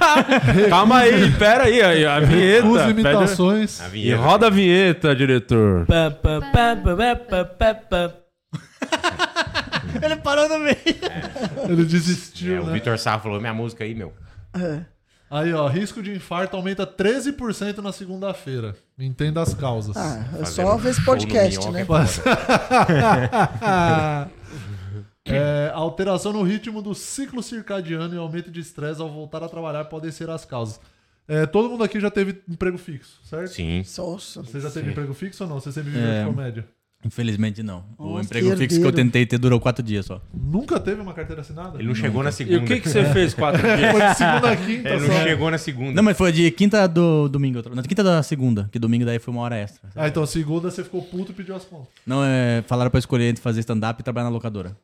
Speaker 8: Ah,
Speaker 6: Calma aí, pera aí, aí, a vinheta.
Speaker 8: Os
Speaker 6: pede-
Speaker 8: imitações.
Speaker 7: A
Speaker 6: E
Speaker 7: vinheta.
Speaker 6: roda a vinheta, diretor.
Speaker 10: Pá, pá, pá, pá, pá, pá, pá.
Speaker 1: Ele parou no meio.
Speaker 8: Ele
Speaker 7: É,
Speaker 8: desistiu,
Speaker 7: o
Speaker 8: né?
Speaker 7: Vitor Sá falou minha música aí, meu.
Speaker 9: Ah,
Speaker 8: Aí, ó, risco de infarto aumenta 13% na segunda-feira. Entenda as causas.
Speaker 9: Ah, é
Speaker 7: Fazer
Speaker 9: só
Speaker 7: um
Speaker 9: ver esse
Speaker 7: show no
Speaker 9: podcast,
Speaker 7: Minhoca
Speaker 9: né?
Speaker 7: é foda.
Speaker 8: É, alteração no ritmo do ciclo circadiano e aumento de estresse ao voltar a trabalhar podem ser as causas. É, todo mundo aqui já teve emprego fixo, certo?
Speaker 7: Sim.
Speaker 9: Sosso.
Speaker 8: Você já teve emprego fixo ou não? Você sempre viveu
Speaker 1: É.
Speaker 8: de comédia?
Speaker 1: Infelizmente não. O
Speaker 9: Nossa,
Speaker 1: emprego
Speaker 9: que
Speaker 1: fixo que eu
Speaker 9: herdeiro.
Speaker 1: tentei ter durou quatro dias só.
Speaker 8: Nunca teve uma carteira assinada?
Speaker 7: Ele não chegou na
Speaker 6: E
Speaker 7: segunda.
Speaker 6: o que, que você fez quatro dias?
Speaker 8: Foi de segunda a quinta
Speaker 7: Ele
Speaker 8: só.
Speaker 7: não chegou na segunda.
Speaker 1: Não, mas foi de quinta do domingo. eu tra- Na quinta da segunda, que domingo daí foi uma hora extra.
Speaker 8: Ah, então segunda você ficou puto e pediu as contas.
Speaker 1: Não, é, falaram pra eu escolher entre fazer stand-up e trabalhar na locadora.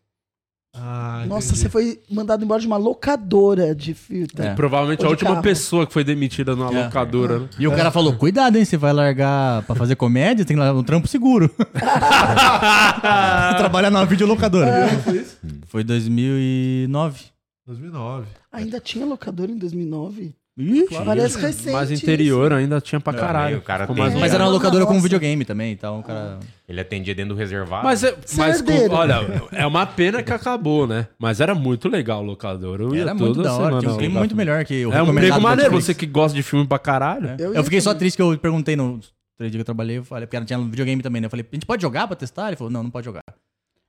Speaker 8: Ah,
Speaker 9: Nossa, você foi mandado embora de uma locadora de fita.
Speaker 1: É.
Speaker 6: Provavelmente a
Speaker 9: Ou de
Speaker 6: última
Speaker 9: carro.
Speaker 6: pessoa que foi demitida numa
Speaker 1: É.
Speaker 6: locadora. né?
Speaker 1: E o cara falou, cuidado, hein, você vai largar pra fazer comédia, tem lá um trampo seguro.
Speaker 9: tá-
Speaker 1: Trabalhar na videolocadora.
Speaker 8: Quando foi isso?
Speaker 1: Foi 2009.
Speaker 8: 2009.
Speaker 9: Ainda tinha locadora em 2009?
Speaker 6: Ixi,
Speaker 9: Parece recente
Speaker 6: Mas
Speaker 9: isso. né?
Speaker 6: interior ainda tinha pra caralho.
Speaker 7: o cara
Speaker 6: Ficou
Speaker 7: tem-
Speaker 6: mais um-
Speaker 1: Mas era uma
Speaker 9: Nossa.
Speaker 1: locadora com videogame também, então o cara.
Speaker 7: Ele atendia dentro do reservado. né?
Speaker 6: Mas, é, mas com-
Speaker 9: herdeiro.
Speaker 6: olha, é uma pena que acabou, né? Mas era muito legal o locador. Eu ia
Speaker 1: Era muito
Speaker 6: toda
Speaker 1: da hora.
Speaker 6: semana
Speaker 1: Tinha um
Speaker 6: ao
Speaker 1: clima
Speaker 6: lugar.
Speaker 1: muito melhor que o
Speaker 6: É um
Speaker 1: recomendado
Speaker 6: emprego
Speaker 1: da
Speaker 6: maneiro,
Speaker 1: Netflix.
Speaker 6: você que gosta de filme pra caralho.
Speaker 1: Eu,
Speaker 9: É. ia
Speaker 1: fiquei só
Speaker 9: também.
Speaker 1: triste que eu perguntei no três dias que eu trabalhei, eu falei, porque tinha videogame também, né? Eu falei, a gente pode jogar pra testar? Ele falou, não, não pode jogar.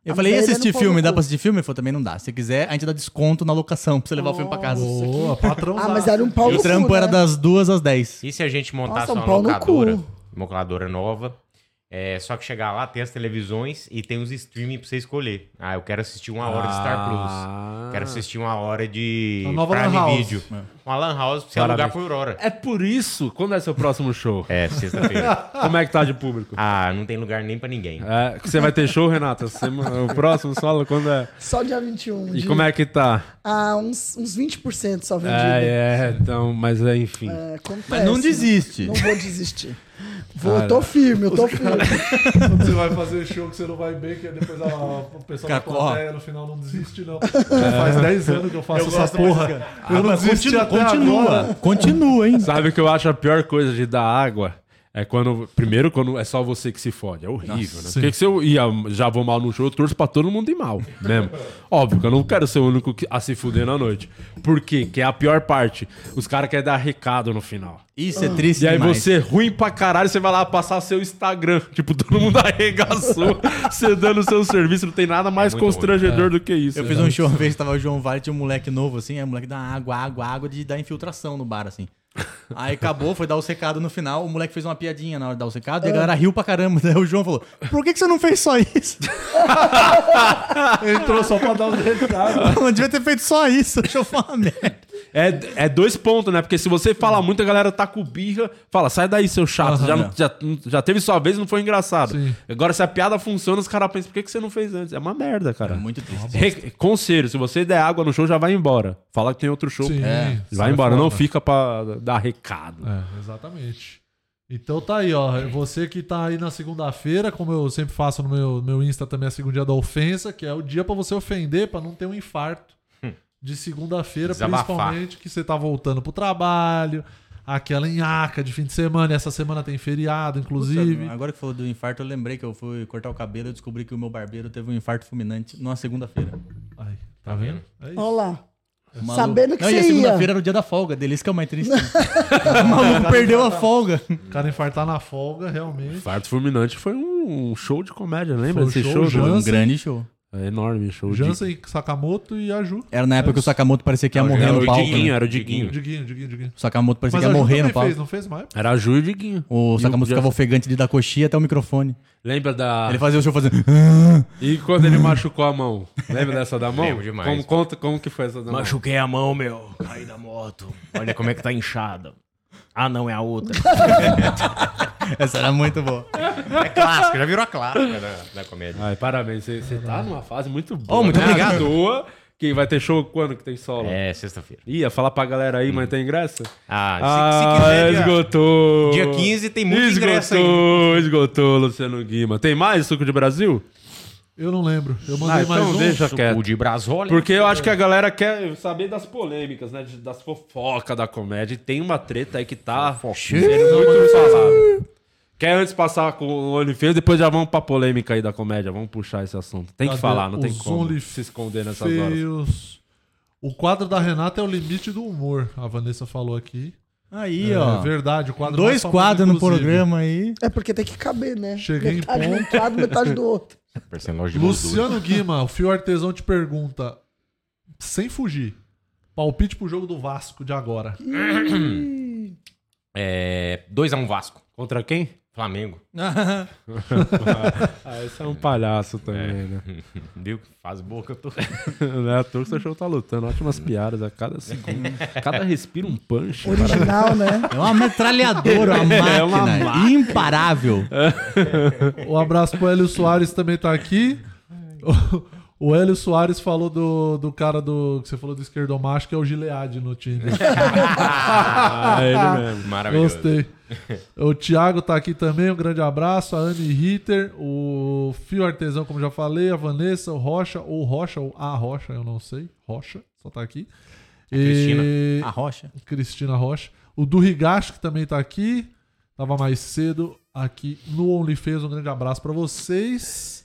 Speaker 1: Eu
Speaker 9: A
Speaker 1: falei, e
Speaker 9: velha
Speaker 1: assistir
Speaker 9: Ah, não põe
Speaker 1: filme?
Speaker 9: no
Speaker 1: Dá
Speaker 9: cu.
Speaker 1: pra assistir filme? Ele falou, também não dá. Se você quiser, a gente dá desconto na locação pra você levar o filme pra casa.
Speaker 8: Boa, patrão.
Speaker 9: Ah, mas era um pau
Speaker 1: E
Speaker 9: no
Speaker 1: o
Speaker 9: cu,
Speaker 1: trampo
Speaker 9: né?
Speaker 1: era das duas às dez.
Speaker 7: E se a gente montasse
Speaker 9: Nossa, um
Speaker 7: uma
Speaker 9: pau no
Speaker 7: locadora,
Speaker 9: cu.
Speaker 7: uma locadora nova, é, só que chegar lá, tem as televisões e tem os streaming pra você escolher. Ah, eu quero assistir uma hora de Star Plus. Quero assistir uma hora de
Speaker 8: Uma nova lan house.
Speaker 7: Video. Uma Lan House pra você
Speaker 6: É. Parabéns.
Speaker 7: alugar por hora.
Speaker 6: É por isso, quando é seu próximo show?
Speaker 7: É, sexta-feira.
Speaker 6: Como é que tá de público?
Speaker 7: ah, não tem lugar nem pra ninguém.
Speaker 6: É, que você vai ter show, Renato? Essa semana- o próximo solo quando é?
Speaker 9: Só dia 21.
Speaker 6: E
Speaker 9: de-
Speaker 6: como é que tá?
Speaker 9: Ah, uns, uns 20% só vendido.
Speaker 6: É, é, então, mas é, enfim.
Speaker 9: É, acontece.
Speaker 1: Mas não desiste.
Speaker 9: Não vou desistir. Vou, eu tô firme, eu tô firme.
Speaker 8: Você vai fazer show que você não vai bem, que depois a, o pessoal da
Speaker 1: Cara, corre.
Speaker 8: plateia no final não desiste, não. Faz 10 anos que eu faço essa porra. Eu não
Speaker 1: É. Ah, mas
Speaker 8: desisti
Speaker 1: continua,
Speaker 8: até agora.
Speaker 1: continua, continua, hein?
Speaker 6: Sabe o que eu acho a pior coisa de dar água? É quando. Primeiro, quando é só você que se fode. É horrível, né? Porque que se eu ia, já vou mal no show, eu torço pra todo mundo ir mal. Mesmo. Óbvio que eu não quero ser o único que- a se fuder na noite. Por quê? Que é a pior parte. Os caras querem dar recado no final.
Speaker 1: Isso é triste
Speaker 6: E aí
Speaker 1: demais.
Speaker 6: você, ruim pra caralho, você vai lá passar seu Instagram. Tipo, todo mundo arregaçou. você dando seu serviço, não tem nada mais
Speaker 1: É
Speaker 7: muito
Speaker 6: constrangedor do que isso. É.
Speaker 1: Eu fiz um show uma vez, tava o João Vale, tinha um moleque novo, assim, aí o moleque dá água, água, água, de dar infiltração no bar, assim. Aí acabou, foi dar o secado no final, o moleque fez uma piadinha na hora de dar o secado, e a galera riu pra caramba. Daí o João falou, por que, que você não fez só isso?
Speaker 8: Entrou só pra dar um recado.
Speaker 1: Não devia ter feito só isso, deixa eu falar uma merda.
Speaker 6: É, é dois pontos, né? Porque se você fala muito, a galera tá com birra, fala, sai daí, seu chato. já, não- já, já teve sua vez e não foi engraçado. Agora, se a piada funciona, os caras pensam, por que, que você não fez antes? É uma merda, cara.
Speaker 1: Muito triste.
Speaker 6: Re- Conselho, se você der água no show, já vai embora. Fala que tem outro show.
Speaker 8: Sim.
Speaker 1: É,
Speaker 6: Vai embora, não fica pra dar recado.
Speaker 8: É, exatamente. Então tá aí, ó. Você que tá aí na segunda-feira, como eu sempre faço no meu, meu Insta também, a segunda dia da ofensa, que é o dia pra você ofender, pra não ter um infarto
Speaker 6: Hum.
Speaker 8: de segunda-feira,
Speaker 7: Desabafar.
Speaker 8: principalmente que você tá voltando pro trabalho, aquela enhaca de fim de semana, essa semana tem feriado, inclusive.
Speaker 1: Agora que falou do infarto, eu lembrei que eu fui cortar o cabelo e descobri que o meu barbeiro teve um infarto fulminante numa segunda-feira.
Speaker 8: Aí, tá vendo? É isso.
Speaker 9: Olha lá.
Speaker 1: Maluco.
Speaker 9: Sabendo que
Speaker 1: Não, e
Speaker 9: você
Speaker 1: a
Speaker 9: ia.
Speaker 1: segunda-feira era o dia da folga dele, isso que é o mais triste. o maluco perdeu a folga.
Speaker 8: O cara infartar na folga, realmente.
Speaker 6: Farto Fulminante foi um, um show de comédia,
Speaker 8: Foi
Speaker 6: lembra
Speaker 8: um
Speaker 6: desse
Speaker 8: show, Jansen.
Speaker 6: show?
Speaker 1: Foi um grande show.
Speaker 6: É enorme show. de-
Speaker 8: Jansen, Sakamoto e a Ju. É
Speaker 1: Era na época que o Sakamoto parecia que ia morrer
Speaker 6: Era
Speaker 1: no
Speaker 6: é o
Speaker 1: palco.
Speaker 6: Diguinho,
Speaker 1: né?
Speaker 6: era o Diguinho.
Speaker 8: Diguinho, Diguinho, Diguinho.
Speaker 1: O Sakamoto parecia
Speaker 8: Mas
Speaker 1: que
Speaker 8: a
Speaker 1: ia
Speaker 8: Ju
Speaker 1: morrer no
Speaker 8: também
Speaker 1: palco.
Speaker 8: fez, não fez mais?
Speaker 6: Era a Ju e o Diguinho.
Speaker 1: O Sakamoto
Speaker 6: E o
Speaker 1: ficava
Speaker 6: Jeff-
Speaker 1: ofegante de dar coxinha até o microfone.
Speaker 6: Lembra da.
Speaker 1: Ele fazia "Ah", o show fazendo.
Speaker 6: E quando ele machucou a mão? Lembra dessa da mão?
Speaker 7: Lembro demais.
Speaker 6: Como, conta como que foi essa da mão.
Speaker 10: Machuquei a mão, meu. Caí da moto. Olha como é que tá inchada. Ah, não, é a outra.
Speaker 1: Essa era muito boa.
Speaker 7: É clássico, já virou a clássica da, da comédia.
Speaker 6: Ai, parabéns, você você tá numa fase muito boa.
Speaker 7: Oh, muito
Speaker 6: né?
Speaker 7: obrigado.
Speaker 6: À toa, que vai ter show quando que tem solo?
Speaker 7: É, sexta-feira.
Speaker 6: Ih, ia falar pra galera aí, mas tem ingresso?
Speaker 7: Ah,
Speaker 6: Ah,
Speaker 7: se, se quiser, dia-
Speaker 6: esgotou.
Speaker 7: dia 15 tem muito
Speaker 6: esgotou,
Speaker 7: ingresso
Speaker 6: Esgotou, Luciano Guima. Tem mais Suco de Brasil?
Speaker 8: Eu não lembro. Eu mandei
Speaker 6: Ah,
Speaker 8: mais
Speaker 6: então
Speaker 8: um.
Speaker 6: deixa quieto.
Speaker 7: o de Brasólio.
Speaker 6: Porque eu acho que a galera quer saber das polêmicas, né? de- Das fofocas da comédia. E tem uma treta aí que tá sendo muito falada. Quer antes passar com o OnlyFans, depois já vamos pra polêmica aí da comédia. Vamos puxar esse assunto. Tem que
Speaker 8: Cadê
Speaker 6: falar, não tem
Speaker 8: os
Speaker 6: como
Speaker 8: Only
Speaker 6: se esconder nessas horas.
Speaker 8: Feios. O quadro da Renata é o limite do humor, a Vanessa falou aqui.
Speaker 1: Aí,
Speaker 8: é
Speaker 1: ó.
Speaker 8: verdade, o quadro mais
Speaker 1: Dois
Speaker 8: famoso,
Speaker 1: quadros no
Speaker 8: inclusive.
Speaker 1: um programa aí.
Speaker 9: É porque tem que caber, né?
Speaker 8: Cheguei em
Speaker 9: metade de
Speaker 8: ponto.
Speaker 9: um lado, metade do outro.
Speaker 7: Personagem de Luciano...
Speaker 8: Luciano Guima, o Fio Artesão te pergunta, sem fugir, palpite pro jogo do Vasco de agora.
Speaker 7: É, 2x1 Vasco.
Speaker 6: Contra quem?
Speaker 7: Flamengo.
Speaker 6: Ah, esse é um palhaço também, né?
Speaker 7: Viu? Faz boca, eu tô...
Speaker 6: Não é à toa que seu show tá lutando. Ótimas piadas a cada segundo. Cada respiro um punch.
Speaker 9: Original, né?
Speaker 1: É uma metralhadora, uma máquina.
Speaker 6: É uma
Speaker 1: Imparável.
Speaker 8: O Um abraço pro Hélio Soares também tá aqui. O, o Hélio Soares falou do, do cara do que você falou do esquerdomacho, que é o Gilead no Tinder.
Speaker 6: Ah, é ele mesmo.
Speaker 7: Maravilhoso.
Speaker 8: Gostei. O Thiago tá aqui também, um grande abraço. A Anne Ritter, o Fio Artesão, como já falei, a Vanessa, o Rocha, ou Rocha, ou a Rocha, eu não sei. Rocha, só tá aqui.
Speaker 7: Cristina.
Speaker 8: E-
Speaker 1: A rocha.
Speaker 8: Cristina Rocha. O do Rigacho, que também tá aqui. Tava mais cedo aqui no OnlyFans. Um grande abraço pra vocês.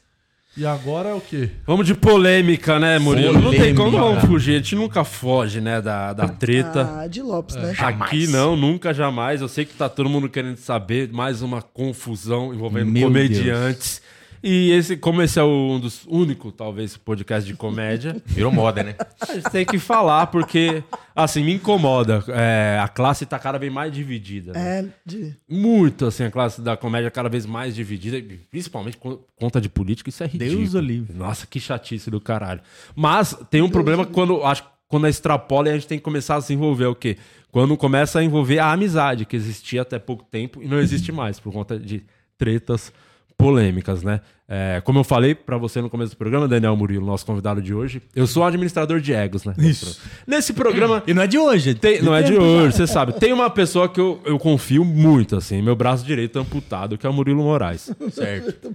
Speaker 8: E agora é o quê?
Speaker 6: Vamos de polêmica, né, Murilo? Não tem
Speaker 1: Polêmica.
Speaker 6: como vamos fugir. A gente nunca foge, né, da, da treta.
Speaker 9: Ah, de Lopes, né?
Speaker 6: Aqui não, nunca, jamais. Eu sei que tá todo mundo querendo saber. Mais uma confusão envolvendo
Speaker 1: Meu
Speaker 6: comediantes. E esse, como esse é um dos únicos, talvez, podcast de comédia,
Speaker 7: Virou moda, né?
Speaker 6: a gente tem que falar, porque, assim, me incomoda. É, a classe tá cada vez mais dividida. né?
Speaker 9: É, de...
Speaker 6: Muito, assim, a classe da comédia cada vez mais dividida, e principalmente por conta de política, isso é ridículo.
Speaker 1: Deus o livre.
Speaker 6: Nossa, que chatice do caralho. Mas tem um problema quando, acho, que quando extrapola e a gente tem que começar a se envolver, é o quê? Quando começa a envolver a amizade, que existia até pouco tempo e não existe mais, por conta de tretas polêmicas, né? É, como eu falei pra você no começo do programa, Daniel Murilo, nosso convidado de hoje, eu sou administrador de egos, né? Isso. Nesse programa,
Speaker 1: E não é de hoje.
Speaker 6: tem- não é de hoje, você sabe. Tem uma pessoa que eu, eu confio muito, assim, meu braço direito amputado, que é o Murilo Moraes.
Speaker 1: Certo.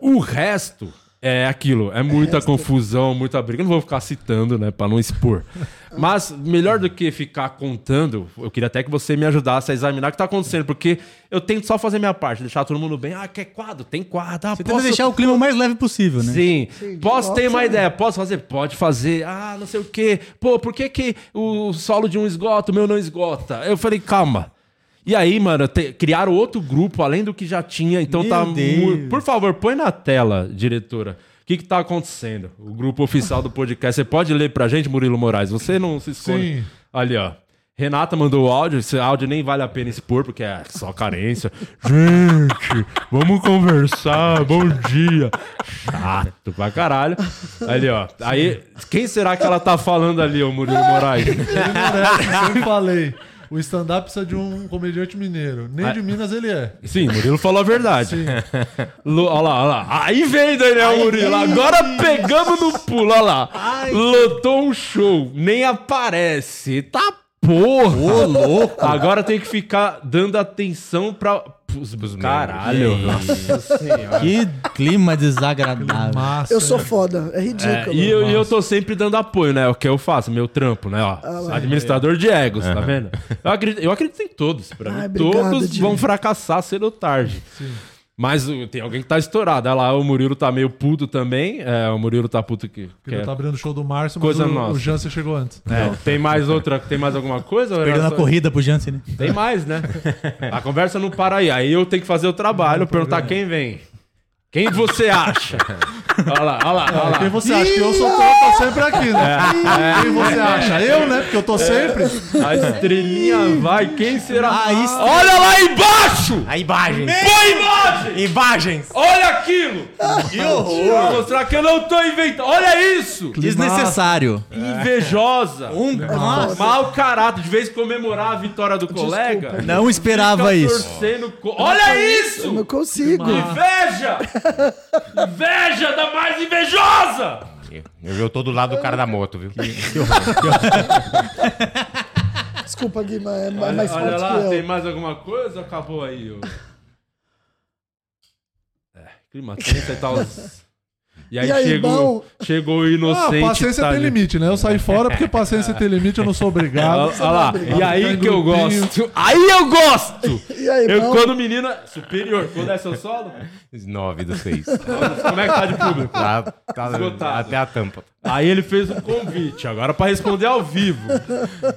Speaker 6: O resto é aquilo, é muita confusão, muita briga. Eu não vou ficar citando, né, Pra não expor. Mas melhor do que ficar contando, eu queria até que você me ajudasse a examinar o que tá acontecendo, porque eu tento só fazer minha parte, deixar todo mundo bem. Ah, quer quadro? Tem quadro. Ah,
Speaker 1: Você tenta deixar o clima o mais leve possível, né?
Speaker 6: Sim.
Speaker 9: Sim,
Speaker 6: posso ter
Speaker 9: nossa.
Speaker 6: uma ideia, posso fazer? Pode fazer. Ah, não sei o quê. Pô, por que, que o solo de um esgota, o meu não esgota? Eu falei, calma. E aí, mano, te- criaram outro grupo, além do que já tinha. Então
Speaker 1: Meu
Speaker 6: tá
Speaker 1: Deus.
Speaker 6: muito. Por favor, põe na tela, diretora. O que, que tá acontecendo? O grupo oficial do podcast. Você pode ler pra gente, Murilo Moraes? Você não se esconde.
Speaker 8: Sim.
Speaker 6: Ali, ó. Renata mandou o áudio. Esse áudio nem vale a pena expor, porque é só carência. Gente, vamos conversar. Bom dia. Chato pra caralho. Ali, ó. Aí, quem será que ela tá falando ali, ô Murilo Moraes?
Speaker 8: Ele merece, eu sempre falei. O stand-up precisa de um comediante mineiro.
Speaker 1: Ah.
Speaker 8: Nem de Minas ele é.
Speaker 6: Sim, Murilo falou a verdade. Lu, olha lá, olha lá. Aí vem, Daniel Murilo. Agora pegamos no pulo, olha lá. Lotou um show, nem aparece. Tá porra. louco. Agora tem que ficar dando atenção pra... Pros, caralho. Nossa senhora.
Speaker 1: Que clima desagradável.
Speaker 8: Massa.
Speaker 9: Eu sou foda, é ridículo.
Speaker 6: E eu, e eu tô sempre dando apoio, né? O que eu faço, meu trampo, né?
Speaker 9: Ah,
Speaker 6: Ó, administrador de egos,
Speaker 8: É.
Speaker 6: tá vendo? Eu acredito, eu acredito em todos, pra mim.
Speaker 9: Ai, obrigado,
Speaker 6: todos
Speaker 9: Didi.
Speaker 6: vão fracassar cedo ou tarde. Mas uh, tem alguém que tá estourado. Olha lá, o Murilo tá meio puto também. É, o Murilo tá puto que. que
Speaker 8: Porque
Speaker 6: é-
Speaker 8: tá abrindo o show do Márcio, mas
Speaker 6: Coisa
Speaker 8: o,
Speaker 6: nossa.
Speaker 8: o Jansen chegou antes.
Speaker 6: É, tem mais outra, tem mais alguma coisa? ou era
Speaker 1: Perdendo a
Speaker 6: só-
Speaker 1: corrida pro Jansen, né?
Speaker 6: Tem mais, né? A conversa não para aí. Aí eu tenho que fazer o trabalho, perguntar quem vem. Quem você acha? Olha lá, olha lá, olha lá.
Speaker 8: É,
Speaker 6: É,
Speaker 8: Quem você acha? que eu sou foda, tá sempre aqui, né? Quem você acha? Eu, né? Porque eu tô sempre.
Speaker 6: A estrelinha vai, quem será?
Speaker 1: A estre-
Speaker 6: Olha lá embaixo!
Speaker 7: A imagem.
Speaker 6: Põe imagem!
Speaker 7: Imagens!
Speaker 6: Olha aquilo! Que horror! Vou mostrar que eu não tô inventando. Olha isso!
Speaker 1: Desnecessário.
Speaker 6: Invejosa! Um mau caráter, de vez em comemorar a vitória do colega.
Speaker 1: Não esperava
Speaker 6: fica
Speaker 1: isso.
Speaker 6: torcendo co- Olha
Speaker 9: Eu não
Speaker 6: isso!
Speaker 9: consigo.
Speaker 6: Inveja! Inveja da mais invejosa!
Speaker 7: Eu, eu tô do lado do cara da moto, viu?
Speaker 9: Desculpa, Gui, mas é mais mais
Speaker 6: Olha
Speaker 9: forte
Speaker 6: lá,
Speaker 9: que
Speaker 6: tem
Speaker 9: eu.
Speaker 6: mais alguma coisa? Acabou aí. ô. É, clima tenso e tal. E aí,
Speaker 9: E aí,
Speaker 6: chegou,
Speaker 9: bom?
Speaker 6: chegou o
Speaker 8: Ah,
Speaker 6: inocente.
Speaker 8: paciência
Speaker 6: tá
Speaker 8: tem
Speaker 6: ali.
Speaker 8: limite, né? Eu saí fora porque paciência tem limite, eu não sou obrigado.
Speaker 6: Olha olha lá, e aí que eu
Speaker 8: Grupinho.
Speaker 6: gosto. Aí eu gosto!
Speaker 9: E aí,
Speaker 6: Eu,
Speaker 9: bom?
Speaker 6: quando menina. Superior, quando é seu solo?
Speaker 7: 9 do 6.
Speaker 6: Como é que tá de público?
Speaker 7: Tá, tá
Speaker 6: Esgotado.
Speaker 7: até a tampa.
Speaker 6: Aí ele fez um convite, agora pra responder ao vivo.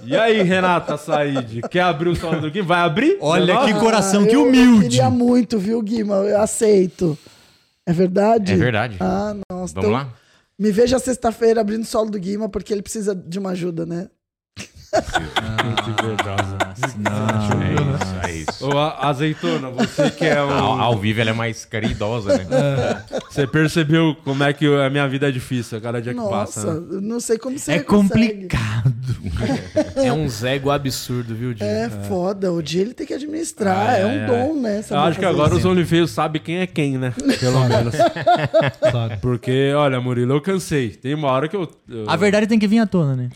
Speaker 6: E aí, Renata Said, quer abrir o solo do Gui? Vai abrir? é
Speaker 1: Olha que
Speaker 6: Menor?
Speaker 1: coração, que
Speaker 9: eu
Speaker 1: humilde.
Speaker 9: queria muito, viu, Guima? Eu aceito. É verdade?
Speaker 7: É verdade.
Speaker 9: Ah, nossa.
Speaker 7: Vamos
Speaker 9: então,
Speaker 7: lá?
Speaker 9: Me veja sexta-feira abrindo solo do Guima, porque ele precisa de uma ajuda, né?
Speaker 7: Ah, É isso, é isso.
Speaker 6: Ô, a- azeitona, você que é um.
Speaker 7: Ao, ao vivo ela é mais caridosa, né?
Speaker 6: Você percebeu como é que eu- a minha vida é difícil a cada dia que
Speaker 9: Nossa,
Speaker 6: passa. Né?
Speaker 9: eu não sei como você
Speaker 1: É
Speaker 9: consegue.
Speaker 1: complicado.
Speaker 10: É um zego absurdo, viu, Di?
Speaker 9: É
Speaker 6: né?
Speaker 9: foda, o dia ele tem que administrar, é um dom, né?
Speaker 6: Ah, Eu
Speaker 9: saber
Speaker 6: acho que
Speaker 9: fazer
Speaker 6: agora
Speaker 9: isso.
Speaker 6: os OnlyFans sabem quem é quem, né? Pelo menos. Porque, olha, Murilo, eu cansei. Tem uma hora que eu. eu- É.
Speaker 1: A verdade tem que vir à tona, né?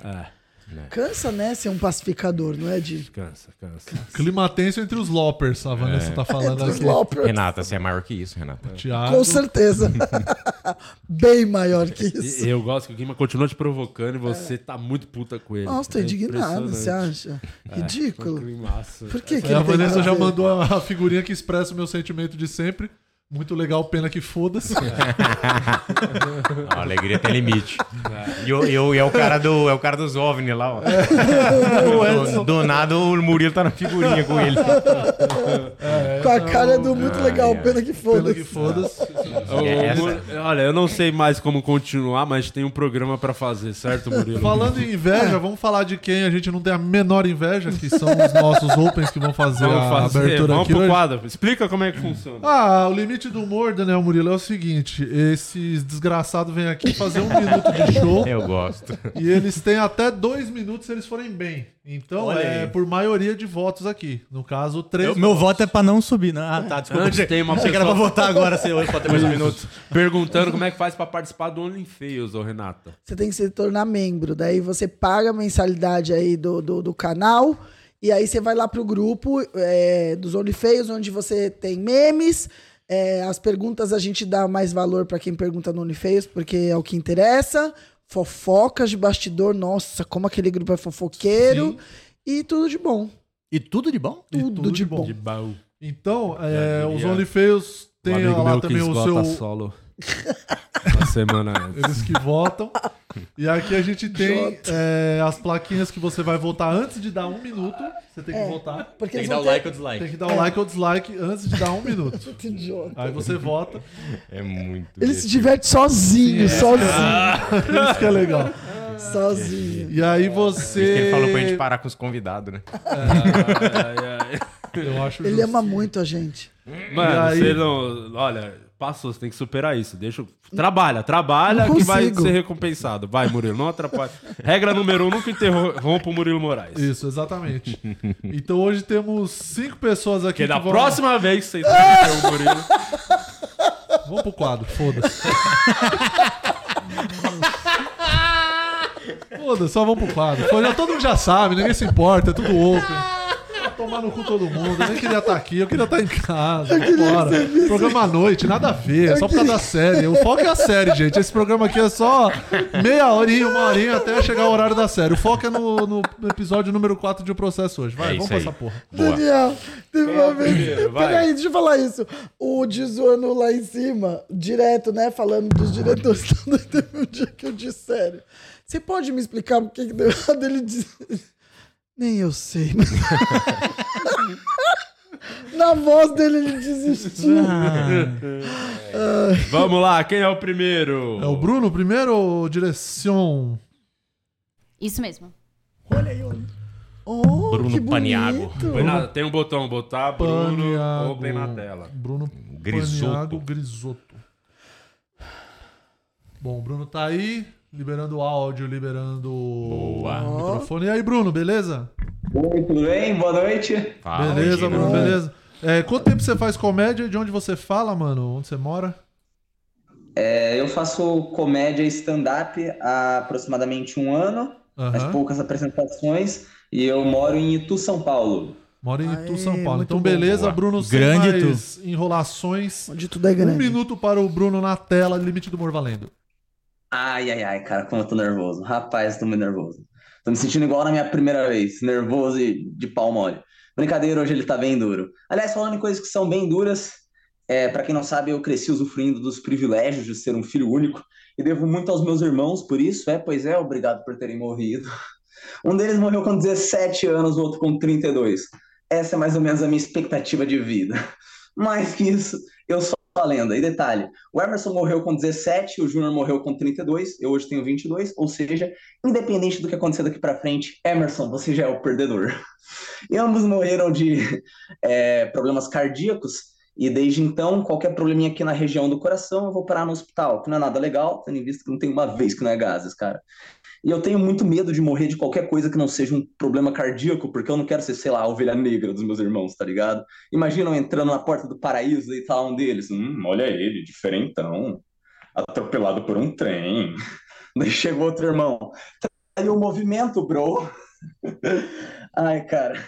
Speaker 9: Cansa, né, ser um pacificador, não é, Di?
Speaker 6: Cansa, cansa.
Speaker 8: Clima tenso entre os loppers, a Vanessa
Speaker 6: É.
Speaker 8: tá falando
Speaker 9: Dos
Speaker 8: aqui.
Speaker 9: Lopers.
Speaker 7: Renata, você é maior que isso, Renata.
Speaker 8: Thiago.
Speaker 9: Com certeza. Bem maior que
Speaker 6: E
Speaker 9: isso.
Speaker 6: Eu gosto que o Guima continua te provocando e você tá muito puta com ele. É
Speaker 9: Nossa, tô indignado, você acha?
Speaker 6: um Ridículo.
Speaker 9: Ridículo. Por que, que
Speaker 8: Aí é a
Speaker 9: ele tem nada
Speaker 8: Vanessa já
Speaker 9: ver?
Speaker 8: mandou a a figurinha que expressa o meu sentimento de sempre. Muito legal, pena que foda-se.
Speaker 7: A alegria tem limite. E, o- e o- e é, o cara do, é o cara dos OVNI lá, ó. Do, do nada o Murilo tá na figurinha com ele.
Speaker 9: Com a cara do muito legal, pena que
Speaker 8: pena que
Speaker 9: foda-se.
Speaker 8: foda-se.
Speaker 6: Ô,
Speaker 7: Essa-
Speaker 6: Mur- Olha, eu não sei mais como continuar, mas tem um programa pra fazer, certo, Murilo?
Speaker 8: Falando em
Speaker 9: É.
Speaker 8: inveja, vamos falar de quem a gente não tem a menor inveja, que são os nossos Opens que vão fazer
Speaker 6: vamos
Speaker 8: a
Speaker 6: fazer,
Speaker 8: abertura
Speaker 6: vamos
Speaker 8: aqui
Speaker 6: pro
Speaker 8: hoje.
Speaker 6: quadro. Explica como é que funciona.
Speaker 8: Ah, o limite do humor, Daniel Murilo, é o seguinte: esses desgraçados vêm aqui fazer um minuto de show
Speaker 7: Eu gosto.
Speaker 8: e eles têm até dois minutos se eles forem bem. Então
Speaker 7: Olha
Speaker 8: é
Speaker 7: aí.
Speaker 8: por maioria de votos aqui. No caso, três.
Speaker 1: Eu- meu voto é pra não subir, né? Ah, tá, desculpa.
Speaker 6: Antes tem uma
Speaker 1: Achei que era pra
Speaker 6: pessoa-
Speaker 1: votar agora,
Speaker 6: assim,
Speaker 1: se hoje pode ter mais um minuto.
Speaker 6: Perguntando como é que faz pra participar do OnlyFans, ô Renata.
Speaker 9: Você tem que se tornar membro. Daí você paga a mensalidade aí do, do, do canal. E aí você vai lá pro grupo é, dos OnlyFeios, onde você tem memes. é, as perguntas a gente dá mais valor pra quem pergunta no OnlyFeios, porque é o que interessa. Fofocas de bastidor, nossa, como aquele grupo é fofoqueiro. E tudo de bom.
Speaker 1: E tudo de bom?
Speaker 9: Tudo, é de bom.
Speaker 6: baú.
Speaker 8: Então, é,
Speaker 6: diria
Speaker 8: os OnlyFeios
Speaker 6: Um
Speaker 8: têm
Speaker 6: amigo
Speaker 8: lá
Speaker 6: meu que
Speaker 8: também o
Speaker 6: esgota
Speaker 8: seu.
Speaker 6: solo na semana antes.
Speaker 8: Eles que votam. E aqui a gente tem é, as plaquinhas que você vai votar antes de dar um minuto. Você tem que votar.
Speaker 9: Porque
Speaker 1: Tem que
Speaker 9: eles
Speaker 1: dar o
Speaker 9: vão ter...
Speaker 1: like ou dislike.
Speaker 8: Tem que dar o like ou dislike antes de dar um minuto.
Speaker 9: Que idiota.
Speaker 8: Aí você vota.
Speaker 7: É muito. É.
Speaker 9: Ele se diverte sozinho, sozinho.
Speaker 8: Isso que é legal.
Speaker 9: Sozinho.
Speaker 8: E aí você.
Speaker 7: Ele falou pra gente parar com os convidados, né?
Speaker 8: é, Eu acho
Speaker 9: Ele
Speaker 8: justo.
Speaker 9: ama muito a gente.
Speaker 6: Mano,
Speaker 8: E aí?
Speaker 6: você não. Olha, passou, você tem que superar isso. Deixa. eu- Trabalha, trabalha
Speaker 9: Não
Speaker 6: que vai
Speaker 9: consigo.
Speaker 6: ser recompensado. Vai, Murilo, não atrapalha. Regra número um: nunca interrompa o Murilo Moraes.
Speaker 8: Isso, exatamente. Então hoje temos cinco pessoas aqui.
Speaker 6: Porque da
Speaker 8: vão-
Speaker 6: próxima vez que você interromper o Murilo.
Speaker 8: Vamos pro quadro, foda-se. Foda-se, só vamos pro quadro. Pô, já, todo mundo já sabe, ninguém se importa, é tudo open. Vai Tomar no cu todo mundo. Eu nem queria tá estar aqui, eu queria estar em casa. Bora. Programa à noite, nada a ver, é só por causa da série. O foco é a série, gente. Esse programa aqui é só meia horinha, uma horinha até chegar o horário da série. O foco é no, no episódio número 4 de O Processo hoje. Vai,
Speaker 7: É
Speaker 8: vamos
Speaker 7: isso
Speaker 8: pra
Speaker 7: aí.
Speaker 8: essa porra.
Speaker 7: Boa.
Speaker 9: Daniel, teve uma vez.
Speaker 6: é primeiro? Vai.
Speaker 9: Peraí, deixa eu falar isso. O Dizuano lá em cima, direto, né? Falando dos diretores. teve um dia que eu disse sério. Você pode me explicar por que que deu errado? Ele disse. Nem eu sei. mas-" Na voz dele, ele desistiu.
Speaker 6: Ah. Vamos lá, quem é o primeiro?
Speaker 8: É o Bruno primeiro ou direção?
Speaker 11: Isso mesmo.
Speaker 9: Oh,
Speaker 7: Bruno
Speaker 9: que bonito.
Speaker 7: Paniago.
Speaker 6: Põe na- tem um botão, botar Bruno
Speaker 8: Paniago.
Speaker 6: open na tela.
Speaker 8: Bruno
Speaker 7: Grisoto.
Speaker 8: Paniago Grisoto. Bom, o Bruno tá aí, liberando o áudio, liberando o microfone. E aí, Bruno, beleza?
Speaker 2: Oi, tudo bem? Boa noite.
Speaker 7: Fala,
Speaker 8: beleza,
Speaker 7: Gino.
Speaker 8: Bruno, beleza. É, quanto tempo você faz comédia? De onde você fala, mano? Onde você mora?
Speaker 2: É, eu faço comédia e stand-up há aproximadamente um ano, mas
Speaker 8: Aham.
Speaker 2: poucas apresentações, e eu moro em Itu, São Paulo.
Speaker 8: Mora em Itu,
Speaker 9: Aê,
Speaker 8: São Paulo.
Speaker 9: muito
Speaker 8: Então,
Speaker 9: bom.
Speaker 8: beleza,
Speaker 7: Boa.
Speaker 8: Bruno, sem
Speaker 1: Grande
Speaker 8: mais enrolações.
Speaker 9: Onde tudo é
Speaker 8: Um
Speaker 9: grande.
Speaker 8: minuto para o Bruno na tela, limite do humor valendo.
Speaker 2: Ai, ai, ai, cara, como eu tô nervoso. Rapaz, tô muito nervoso. Tô me sentindo igual na minha primeira vez, nervoso e de pau mole. Brincadeira, hoje ele tá bem duro. Aliás, falando em coisas que são bem duras, é, para quem não sabe, eu cresci usufruindo dos privilégios de ser um filho único e devo muito aos meus irmãos por isso. É, pois é, obrigado por terem morrido. Um deles morreu com 17 anos, o outro com 32. Essa é mais ou menos a minha expectativa de vida. Mais que isso, eu sou a lenda. E detalhe, o Emerson morreu com 17, o Júnior morreu com 32, eu hoje tenho 22, ou seja, independente do que acontecer daqui pra frente, Emerson, você já é o perdedor. E ambos morreram de é, problemas cardíacos, e desde então, qualquer probleminha aqui na região do coração, eu vou parar no hospital, que não é nada legal, tendo em vista que não tem uma vez que não é gases, cara. E eu tenho muito medo de morrer de qualquer coisa que não seja um problema cardíaco, porque eu não quero ser, sei lá, a ovelha negra dos meus irmãos, tá ligado? Imaginam entrando na porta do paraíso e tá lá um deles. Hum, olha ele, diferentão. Atropelado por um trem. Daí chegou outro irmão. aí o movimento, bro. Ai, cara,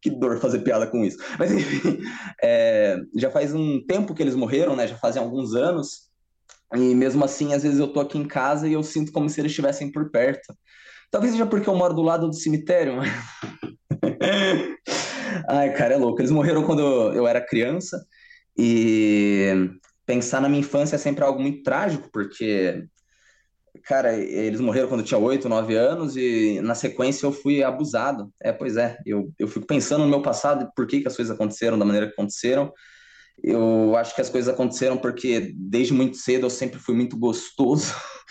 Speaker 2: que dor fazer piada com isso. Mas enfim, é, já faz um tempo que eles morreram, né? Já fazem alguns anos. E mesmo assim, às vezes eu tô aqui em casa e eu sinto como se eles estivessem por perto. Talvez seja porque eu moro do lado do cemitério, mas. Ai, cara, é louco. Eles morreram quando eu era criança. E pensar na minha infância é sempre algo muito trágico, porque cara, eles morreram quando eu tinha 8, 9 anos e na sequência eu fui abusado. É, pois é, eu, eu fico pensando no meu passado e por que, que as coisas aconteceram da maneira que aconteceram. Eu acho que as coisas aconteceram porque desde muito cedo eu sempre fui muito gostoso.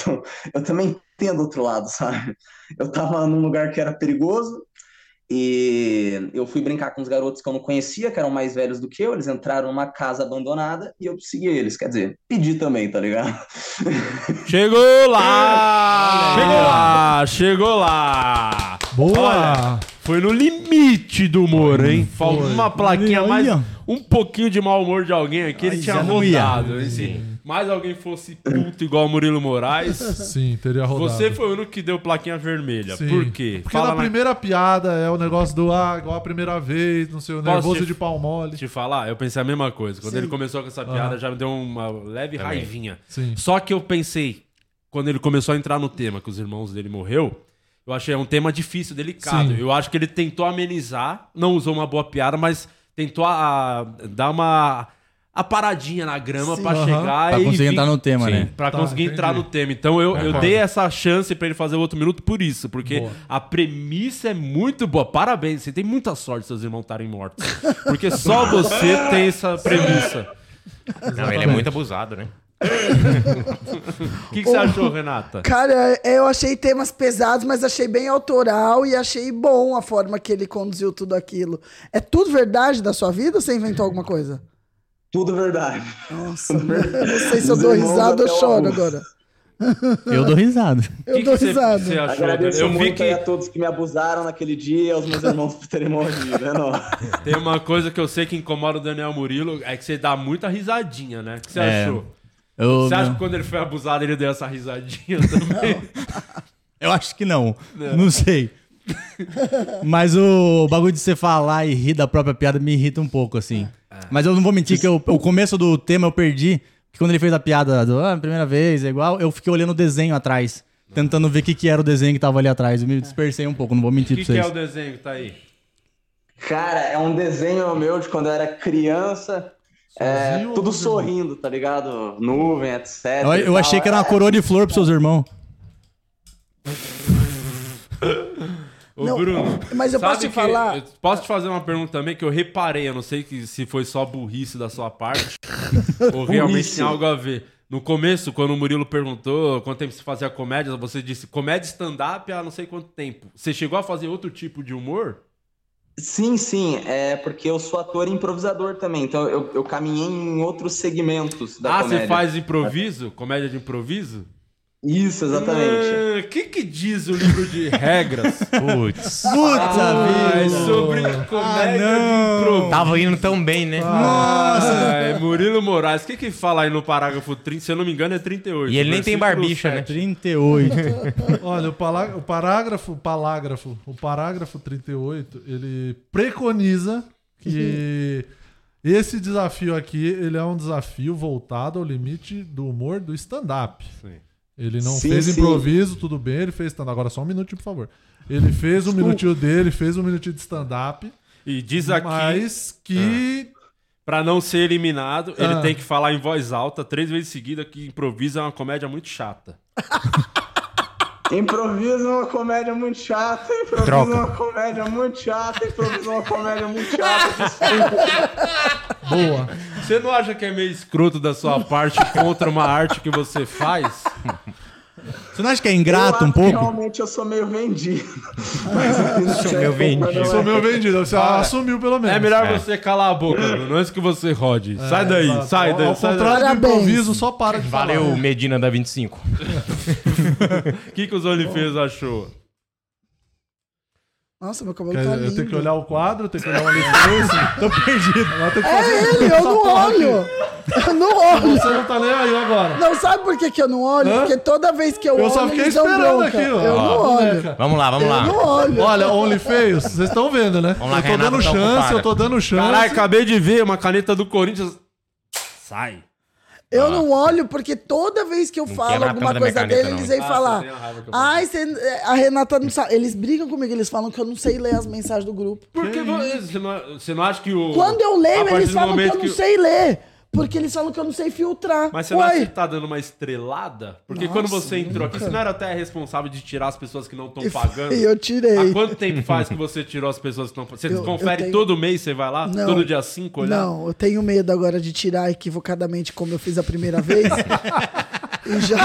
Speaker 2: Então, eu também entendo outro lado, sabe? Eu tava num lugar que era perigoso e eu fui brincar com os garotos que eu não conhecia, que eram mais velhos do que eu. Eles entraram numa casa abandonada e eu segui eles. Quer dizer, pedi também, tá ligado?
Speaker 6: Chegou lá! Chegou lá! Chegou lá!
Speaker 8: Boa!
Speaker 6: Olha, foi no limite do humor, hein? Faltou uma plaquinha
Speaker 8: Olha.
Speaker 6: mais. Um pouquinho de mau humor de alguém aqui, ele
Speaker 8: Ai,
Speaker 6: tinha
Speaker 8: já não ia.
Speaker 6: rodado. E Se mais alguém fosse puto igual o Murilo Moraes.
Speaker 8: Sim, teria rodado.
Speaker 6: Você foi o único que deu plaquinha vermelha.
Speaker 8: Sim.
Speaker 6: Por quê?
Speaker 8: Porque na primeira piada é o negócio do ah, igual a primeira vez, não sei, o nervoso de pau mole.
Speaker 6: Te falar, eu pensei a mesma coisa. Quando
Speaker 8: Sim.
Speaker 6: ele começou com essa
Speaker 8: Aham.
Speaker 6: piada, já me deu uma leve
Speaker 8: Também.
Speaker 6: raivinha.
Speaker 8: Sim.
Speaker 6: Só que eu pensei, quando ele começou a entrar no tema que os irmãos dele morreu, eu achei um tema difícil, delicado.
Speaker 8: Sim.
Speaker 6: Eu acho que ele tentou amenizar, não usou uma boa piada, mas tentou a- a- dar uma a paradinha na grama
Speaker 1: Sim.
Speaker 6: pra
Speaker 1: Aham.
Speaker 6: chegar
Speaker 1: Pra
Speaker 6: e
Speaker 1: conseguir
Speaker 6: vir-
Speaker 1: entrar no tema, né?
Speaker 6: Pra
Speaker 1: Tá,
Speaker 6: conseguir
Speaker 1: entendi.
Speaker 6: entrar no tema. Então eu, eu
Speaker 1: Concordo.
Speaker 6: dei essa chance pra ele fazer o outro minuto por isso, porque
Speaker 1: Boa.
Speaker 6: a premissa é muito boa. Parabéns, você tem muita sorte seus irmãos estarem mortos, porque só você tem essa premissa.
Speaker 7: Não, ele é muito abusado, né?
Speaker 6: O que, que você achou, Renata?
Speaker 9: Cara, é, eu achei temas pesados, mas achei bem autoral e achei bom a forma que ele conduziu tudo aquilo. É tudo verdade da sua vida ou você inventou alguma coisa?
Speaker 2: Tudo verdade.
Speaker 9: Nossa, eu não sei se eu dou risada ou choro agora.
Speaker 1: Eu dou risada.
Speaker 9: Eu dou risada.
Speaker 2: Agradeço
Speaker 6: Eu vi
Speaker 2: muito
Speaker 6: que-
Speaker 2: aí a todos que me abusaram naquele dia e aos meus irmãos por terem morrido, né, não?
Speaker 6: Tem uma coisa que eu sei que incomoda o Daniel Murilo, é que você dá muita risadinha, né? O que você
Speaker 1: É.
Speaker 6: achou?
Speaker 1: Eu-
Speaker 6: você acha
Speaker 1: não.
Speaker 6: que quando ele foi abusado ele deu essa risadinha também?
Speaker 1: Eu acho que não.
Speaker 6: Não.
Speaker 1: Não, sei. Mas o bagulho de você falar e rir da própria piada me irrita um pouco, assim. Mas eu não vou mentir que eu- o começo do tema eu perdi. Porque quando ele fez a piada do ah, primeira vez, é igual, eu fiquei olhando o desenho atrás. Tentando ver o que, que era o desenho que tava ali atrás. Eu me dispersei um pouco, não vou
Speaker 6: O
Speaker 1: mentir
Speaker 6: que,
Speaker 1: pra
Speaker 6: que é
Speaker 1: vocês.
Speaker 6: o desenho que tá aí?
Speaker 2: Cara, é um desenho meu de quando eu era criança. É, tudo sorrindo, tá ligado? Nuvem, etc.
Speaker 1: Eu,
Speaker 2: e
Speaker 1: eu
Speaker 2: tal.
Speaker 1: achei que era uma
Speaker 2: É,
Speaker 1: coroa de flor pros seus irmãos.
Speaker 6: Ô,
Speaker 9: Não,
Speaker 6: Bruno.
Speaker 9: mas eu
Speaker 6: sabe
Speaker 9: posso te
Speaker 6: que-
Speaker 9: falar-
Speaker 6: eu posso te fazer uma pergunta também que eu reparei, eu não sei que- se foi só burrice da sua parte ou realmente
Speaker 7: Burrice.
Speaker 6: tem algo a ver. No começo, quando o Murilo perguntou quanto tempo você fazia comédia, você disse comédia stand-up há não sei quanto tempo. Você chegou a fazer outro tipo de humor?
Speaker 2: Sim, sim, é porque eu sou ator e improvisador também, então eu, eu caminhei em outros segmentos da
Speaker 6: ah,
Speaker 2: comédia.
Speaker 6: você faz improviso? Comédia de improviso?
Speaker 2: Isso, exatamente.
Speaker 6: O Ah, que, que diz o livro Hum, de regras?
Speaker 7: Putz.
Speaker 6: Ah, é sobre comédia de improviso.
Speaker 7: Tava indo tão bem, né?
Speaker 6: Nossa! Murilo Moraes, o que que fala aí no parágrafo 30? Se eu não me engano, é 38.
Speaker 7: E ele nem tem
Speaker 6: versículo
Speaker 7: barbicha, né?
Speaker 1: 38.
Speaker 8: Olha, o, palá- o parágrafo, o parágrafo, o parágrafo 38, ele preconiza que esse desafio aqui, ele é um desafio voltado ao limite do humor do stand-up. Ele não
Speaker 3: Sim,
Speaker 8: fez
Speaker 3: sim.
Speaker 8: improviso, tudo bem, ele fez stand-up. Agora só um minutinho, por favor. Ele fez um minutinho dele, fez um minutinho de stand-up.
Speaker 6: E diz aqui. Ah.
Speaker 8: Mas que.
Speaker 6: Pra não ser eliminado, ele
Speaker 8: Ah.
Speaker 6: tem que falar em voz alta três vezes seguida que improvisa é uma comédia muito chata.
Speaker 2: Improvisa é uma comédia muito chata, improvisa
Speaker 6: Troca.
Speaker 2: uma comédia muito chata, improvisa uma comédia muito chata.
Speaker 8: Boa.
Speaker 6: Você não acha que é meio escroto da sua parte contra uma arte que você faz?
Speaker 1: Você não acha que é
Speaker 2: Eu
Speaker 1: ingrato
Speaker 2: acho
Speaker 1: um
Speaker 2: que
Speaker 1: pouco?
Speaker 2: Realmente eu sou meio vendido. Mas eu fiz um certo problema.
Speaker 8: Sou meu vendido, você
Speaker 6: Para.
Speaker 8: assumiu pelo menos.
Speaker 6: É melhor
Speaker 8: É.
Speaker 6: você calar a boca, Bruno, antes que você rode. sai daí,
Speaker 8: exato.
Speaker 6: sai daí.
Speaker 8: Ao
Speaker 6: sai
Speaker 8: contrário do
Speaker 6: daí.
Speaker 8: improviso, só para de falar.
Speaker 7: Valeu, Medina da 25.
Speaker 6: O que, que os OnlyFans achou?
Speaker 9: Nossa, meu cabelo
Speaker 8: Quer
Speaker 9: tá
Speaker 8: dizer,
Speaker 9: lindo.
Speaker 8: eu tenho que olhar o quadro, eu tenho que olhar o alicerce. Tô perdido. Agora eu tenho que
Speaker 9: É
Speaker 8: fazer
Speaker 9: ele, eu
Speaker 8: essa
Speaker 9: não
Speaker 8: porra aqui.
Speaker 9: olho. Eu não olho.
Speaker 8: Você não tá nem aí agora.
Speaker 9: Não, sabe por que, que eu não olho?
Speaker 8: Hã?
Speaker 9: Porque toda vez que eu, olho,
Speaker 8: Eu só fiquei
Speaker 9: eles dão
Speaker 8: esperando
Speaker 9: bronca.
Speaker 8: aqui, ó.
Speaker 9: Eu não
Speaker 8: Ó,
Speaker 9: olho.
Speaker 8: boneca.
Speaker 7: Vamos lá, vamos lá.
Speaker 9: Eu não olho.
Speaker 8: Olha, Only Feios, vocês estão vendo, né?
Speaker 7: Vamos lá,
Speaker 8: eu tô
Speaker 7: Renato,
Speaker 8: dando
Speaker 7: tá
Speaker 8: chance,
Speaker 7: ocupado.
Speaker 8: eu tô dando chance.
Speaker 6: Caralho, acabei de ver uma caneta do Corinthians. Sai.
Speaker 9: Eu não olho porque toda vez que eu falo
Speaker 6: quebra a
Speaker 9: alguma
Speaker 6: tampa da minha
Speaker 9: coisa
Speaker 6: caneta,
Speaker 9: dele,
Speaker 6: não,
Speaker 9: eles
Speaker 6: hein?
Speaker 9: vêm
Speaker 6: Ah,
Speaker 9: falar.
Speaker 6: você tem uma raiva que eu vou.
Speaker 9: Ai, cê- a Renata não sabe. Eles brigam comigo, eles falam que eu não sei ler as mensagens do grupo.
Speaker 6: Porque você não, você não acha que o.
Speaker 9: Quando eu
Speaker 6: a
Speaker 9: leio,
Speaker 6: partir
Speaker 9: eles
Speaker 6: do
Speaker 9: falam que eu
Speaker 6: momento
Speaker 9: não sei ler. Porque eles falam que eu não sei filtrar.
Speaker 6: Mas você não acha
Speaker 9: Uai,
Speaker 6: que tá dando uma estrelada? Porque
Speaker 9: Nossa,
Speaker 6: quando você entrou aqui,
Speaker 9: nunca.
Speaker 6: você não era até responsável de tirar as pessoas que não estão
Speaker 9: E foi-
Speaker 6: pagando?
Speaker 9: e eu tirei.
Speaker 6: Há quanto tempo faz que você tirou as pessoas que estão pagando? Você
Speaker 9: Eu- eu
Speaker 6: confere
Speaker 9: tenho-
Speaker 6: todo mês, você vai lá?
Speaker 9: Não.
Speaker 6: Todo dia 5 olhar?
Speaker 9: não, eu tenho medo agora de tirar equivocadamente como eu fiz a primeira vez. e já.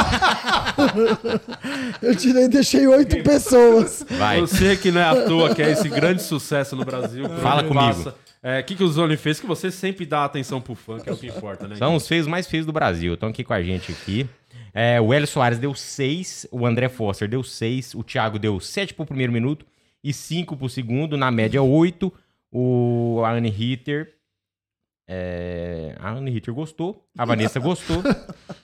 Speaker 9: eu tirei e deixei oito pessoas.
Speaker 6: Você que não é à toa, que é esse grande sucesso no Brasil. por
Speaker 7: Fala
Speaker 6: onde
Speaker 7: comigo.
Speaker 6: passa. É, o que, que o Zone fez? Que você sempre dá atenção pro fã, que é o que importa, né?
Speaker 7: São os feios mais feios do Brasil. Estão aqui com a gente aqui. É, o Hélio Soares deu 6, o André Foster deu 6, o Thiago deu 7 pro primeiro minuto e 5 pro segundo, na média 8. O a Anne Ritter. é, a Anne Ritter gostou, a Vanessa gostou,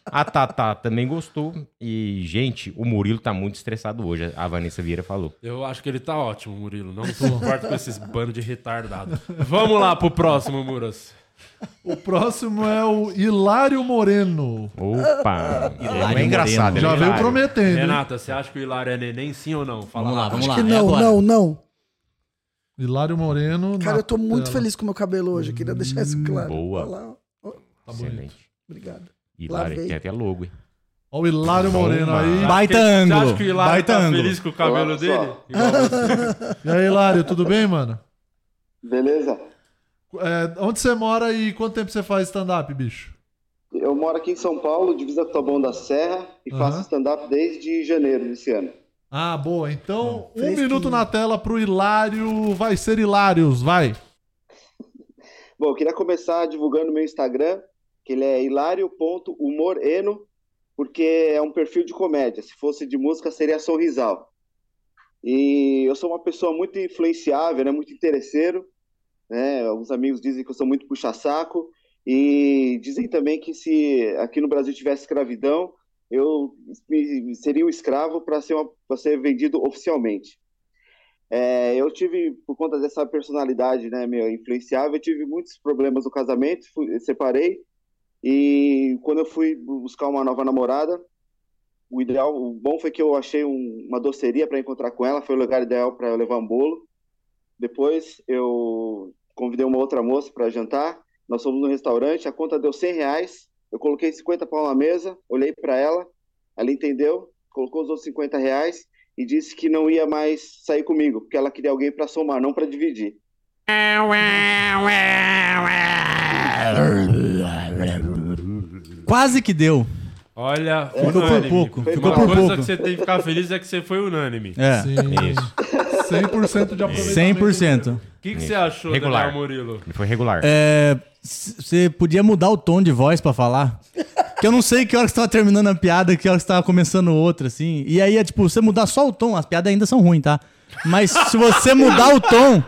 Speaker 7: a Tata também gostou. E, gente, o Murilo tá muito estressado hoje, a Vanessa Vieira falou.
Speaker 6: Eu acho que ele tá ótimo, Murilo. Não suporto com esses bando de retardado. Vamos lá pro próximo, Muras.
Speaker 8: O próximo é o Hilário Moreno.
Speaker 6: Opa!
Speaker 1: É
Speaker 8: Hilário Moreno. Já veio prometendo, hein?
Speaker 6: Renata, você acha que o Hilário é neném, sim ou não? Fala
Speaker 1: Vamos lá, É vamos
Speaker 9: Acho que não, não, não.
Speaker 8: Hilário Moreno.
Speaker 9: Cara,
Speaker 8: na
Speaker 9: eu tô muito
Speaker 8: tela.
Speaker 9: feliz com o meu cabelo hoje. Eu queria deixar isso claro.
Speaker 7: boa.
Speaker 9: Olha lá, ó.
Speaker 8: Tá bonito.
Speaker 9: Obrigado.
Speaker 7: E
Speaker 9: Lavei.
Speaker 7: Lari, tem até logo, hein?
Speaker 8: Olha o Hilário Moreno aí.
Speaker 1: Baita
Speaker 6: Você
Speaker 1: ângulo,
Speaker 6: acha que o Hilário
Speaker 1: baita
Speaker 6: tá
Speaker 1: ângulo.
Speaker 6: feliz com o cabelo
Speaker 12: Olá,
Speaker 6: dele?
Speaker 12: pessoal.
Speaker 6: Igual você.
Speaker 8: E aí, Hilário, tudo bem, mano?
Speaker 12: Beleza?
Speaker 8: É, onde você mora e quanto tempo você faz stand-up, bicho?
Speaker 12: Eu moro aqui em São Paulo, divisa com Taboão da Serra, e
Speaker 8: Aham.
Speaker 12: faço stand-up desde janeiro desse ano.
Speaker 8: Ah, boa. Então, um minuto na tela pro Hilário. Vai ser Hilários, vai.
Speaker 12: Bom, eu queria começar divulgando meu Instagram, que ele é hilario.humoreno, porque é um perfil de comédia. Se fosse de música, seria sorrisal. E eu sou uma pessoa muito influenciável, né? muito interesseiro. Né? Alguns amigos dizem que eu sou muito puxa-saco. E dizem também que se aqui no Brasil tivesse escravidão, eu me- seria um escravo para ser, uma- pra ser vendido oficialmente. É, eu tive, por conta dessa personalidade, né, meu, influenciável, eu tive muitos problemas no casamento, fui, separei, e quando eu fui buscar uma nova namorada, o ideal, o bom foi que eu achei um- uma doceria para encontrar com ela, foi o lugar ideal para eu levar um bolo. Depois eu convidei uma outra moça para jantar, nós fomos no restaurante, a conta deu 100 reais, eu coloquei 50 pau na mesa, olhei para ela, ela entendeu, colocou os outros 50 reais e disse que não ia mais sair comigo, porque ela queria alguém para somar, não para dividir.
Speaker 1: Quase que deu.
Speaker 6: Olha,
Speaker 1: Ficou por
Speaker 6: unânime.
Speaker 1: pouco,
Speaker 6: Porque
Speaker 1: ficou
Speaker 6: uma
Speaker 1: por
Speaker 6: coisa
Speaker 1: pouco.
Speaker 6: que você tem que ficar feliz é que você foi unânime.
Speaker 1: É. Sim.
Speaker 6: Isso.
Speaker 8: 100% de aproveitamento.
Speaker 1: 100%.
Speaker 6: O que, que você achou,
Speaker 7: Regular.
Speaker 6: Daniel Murilo?
Speaker 7: Ele foi regular.
Speaker 1: É, c- Você podia mudar o tom de voz pra falar. Que eu não sei que hora que você tava terminando a piada, que hora que você tava começando outra, assim. E aí é tipo, você mudar só o tom, as piadas ainda são ruins, tá? Mas se você mudar o tom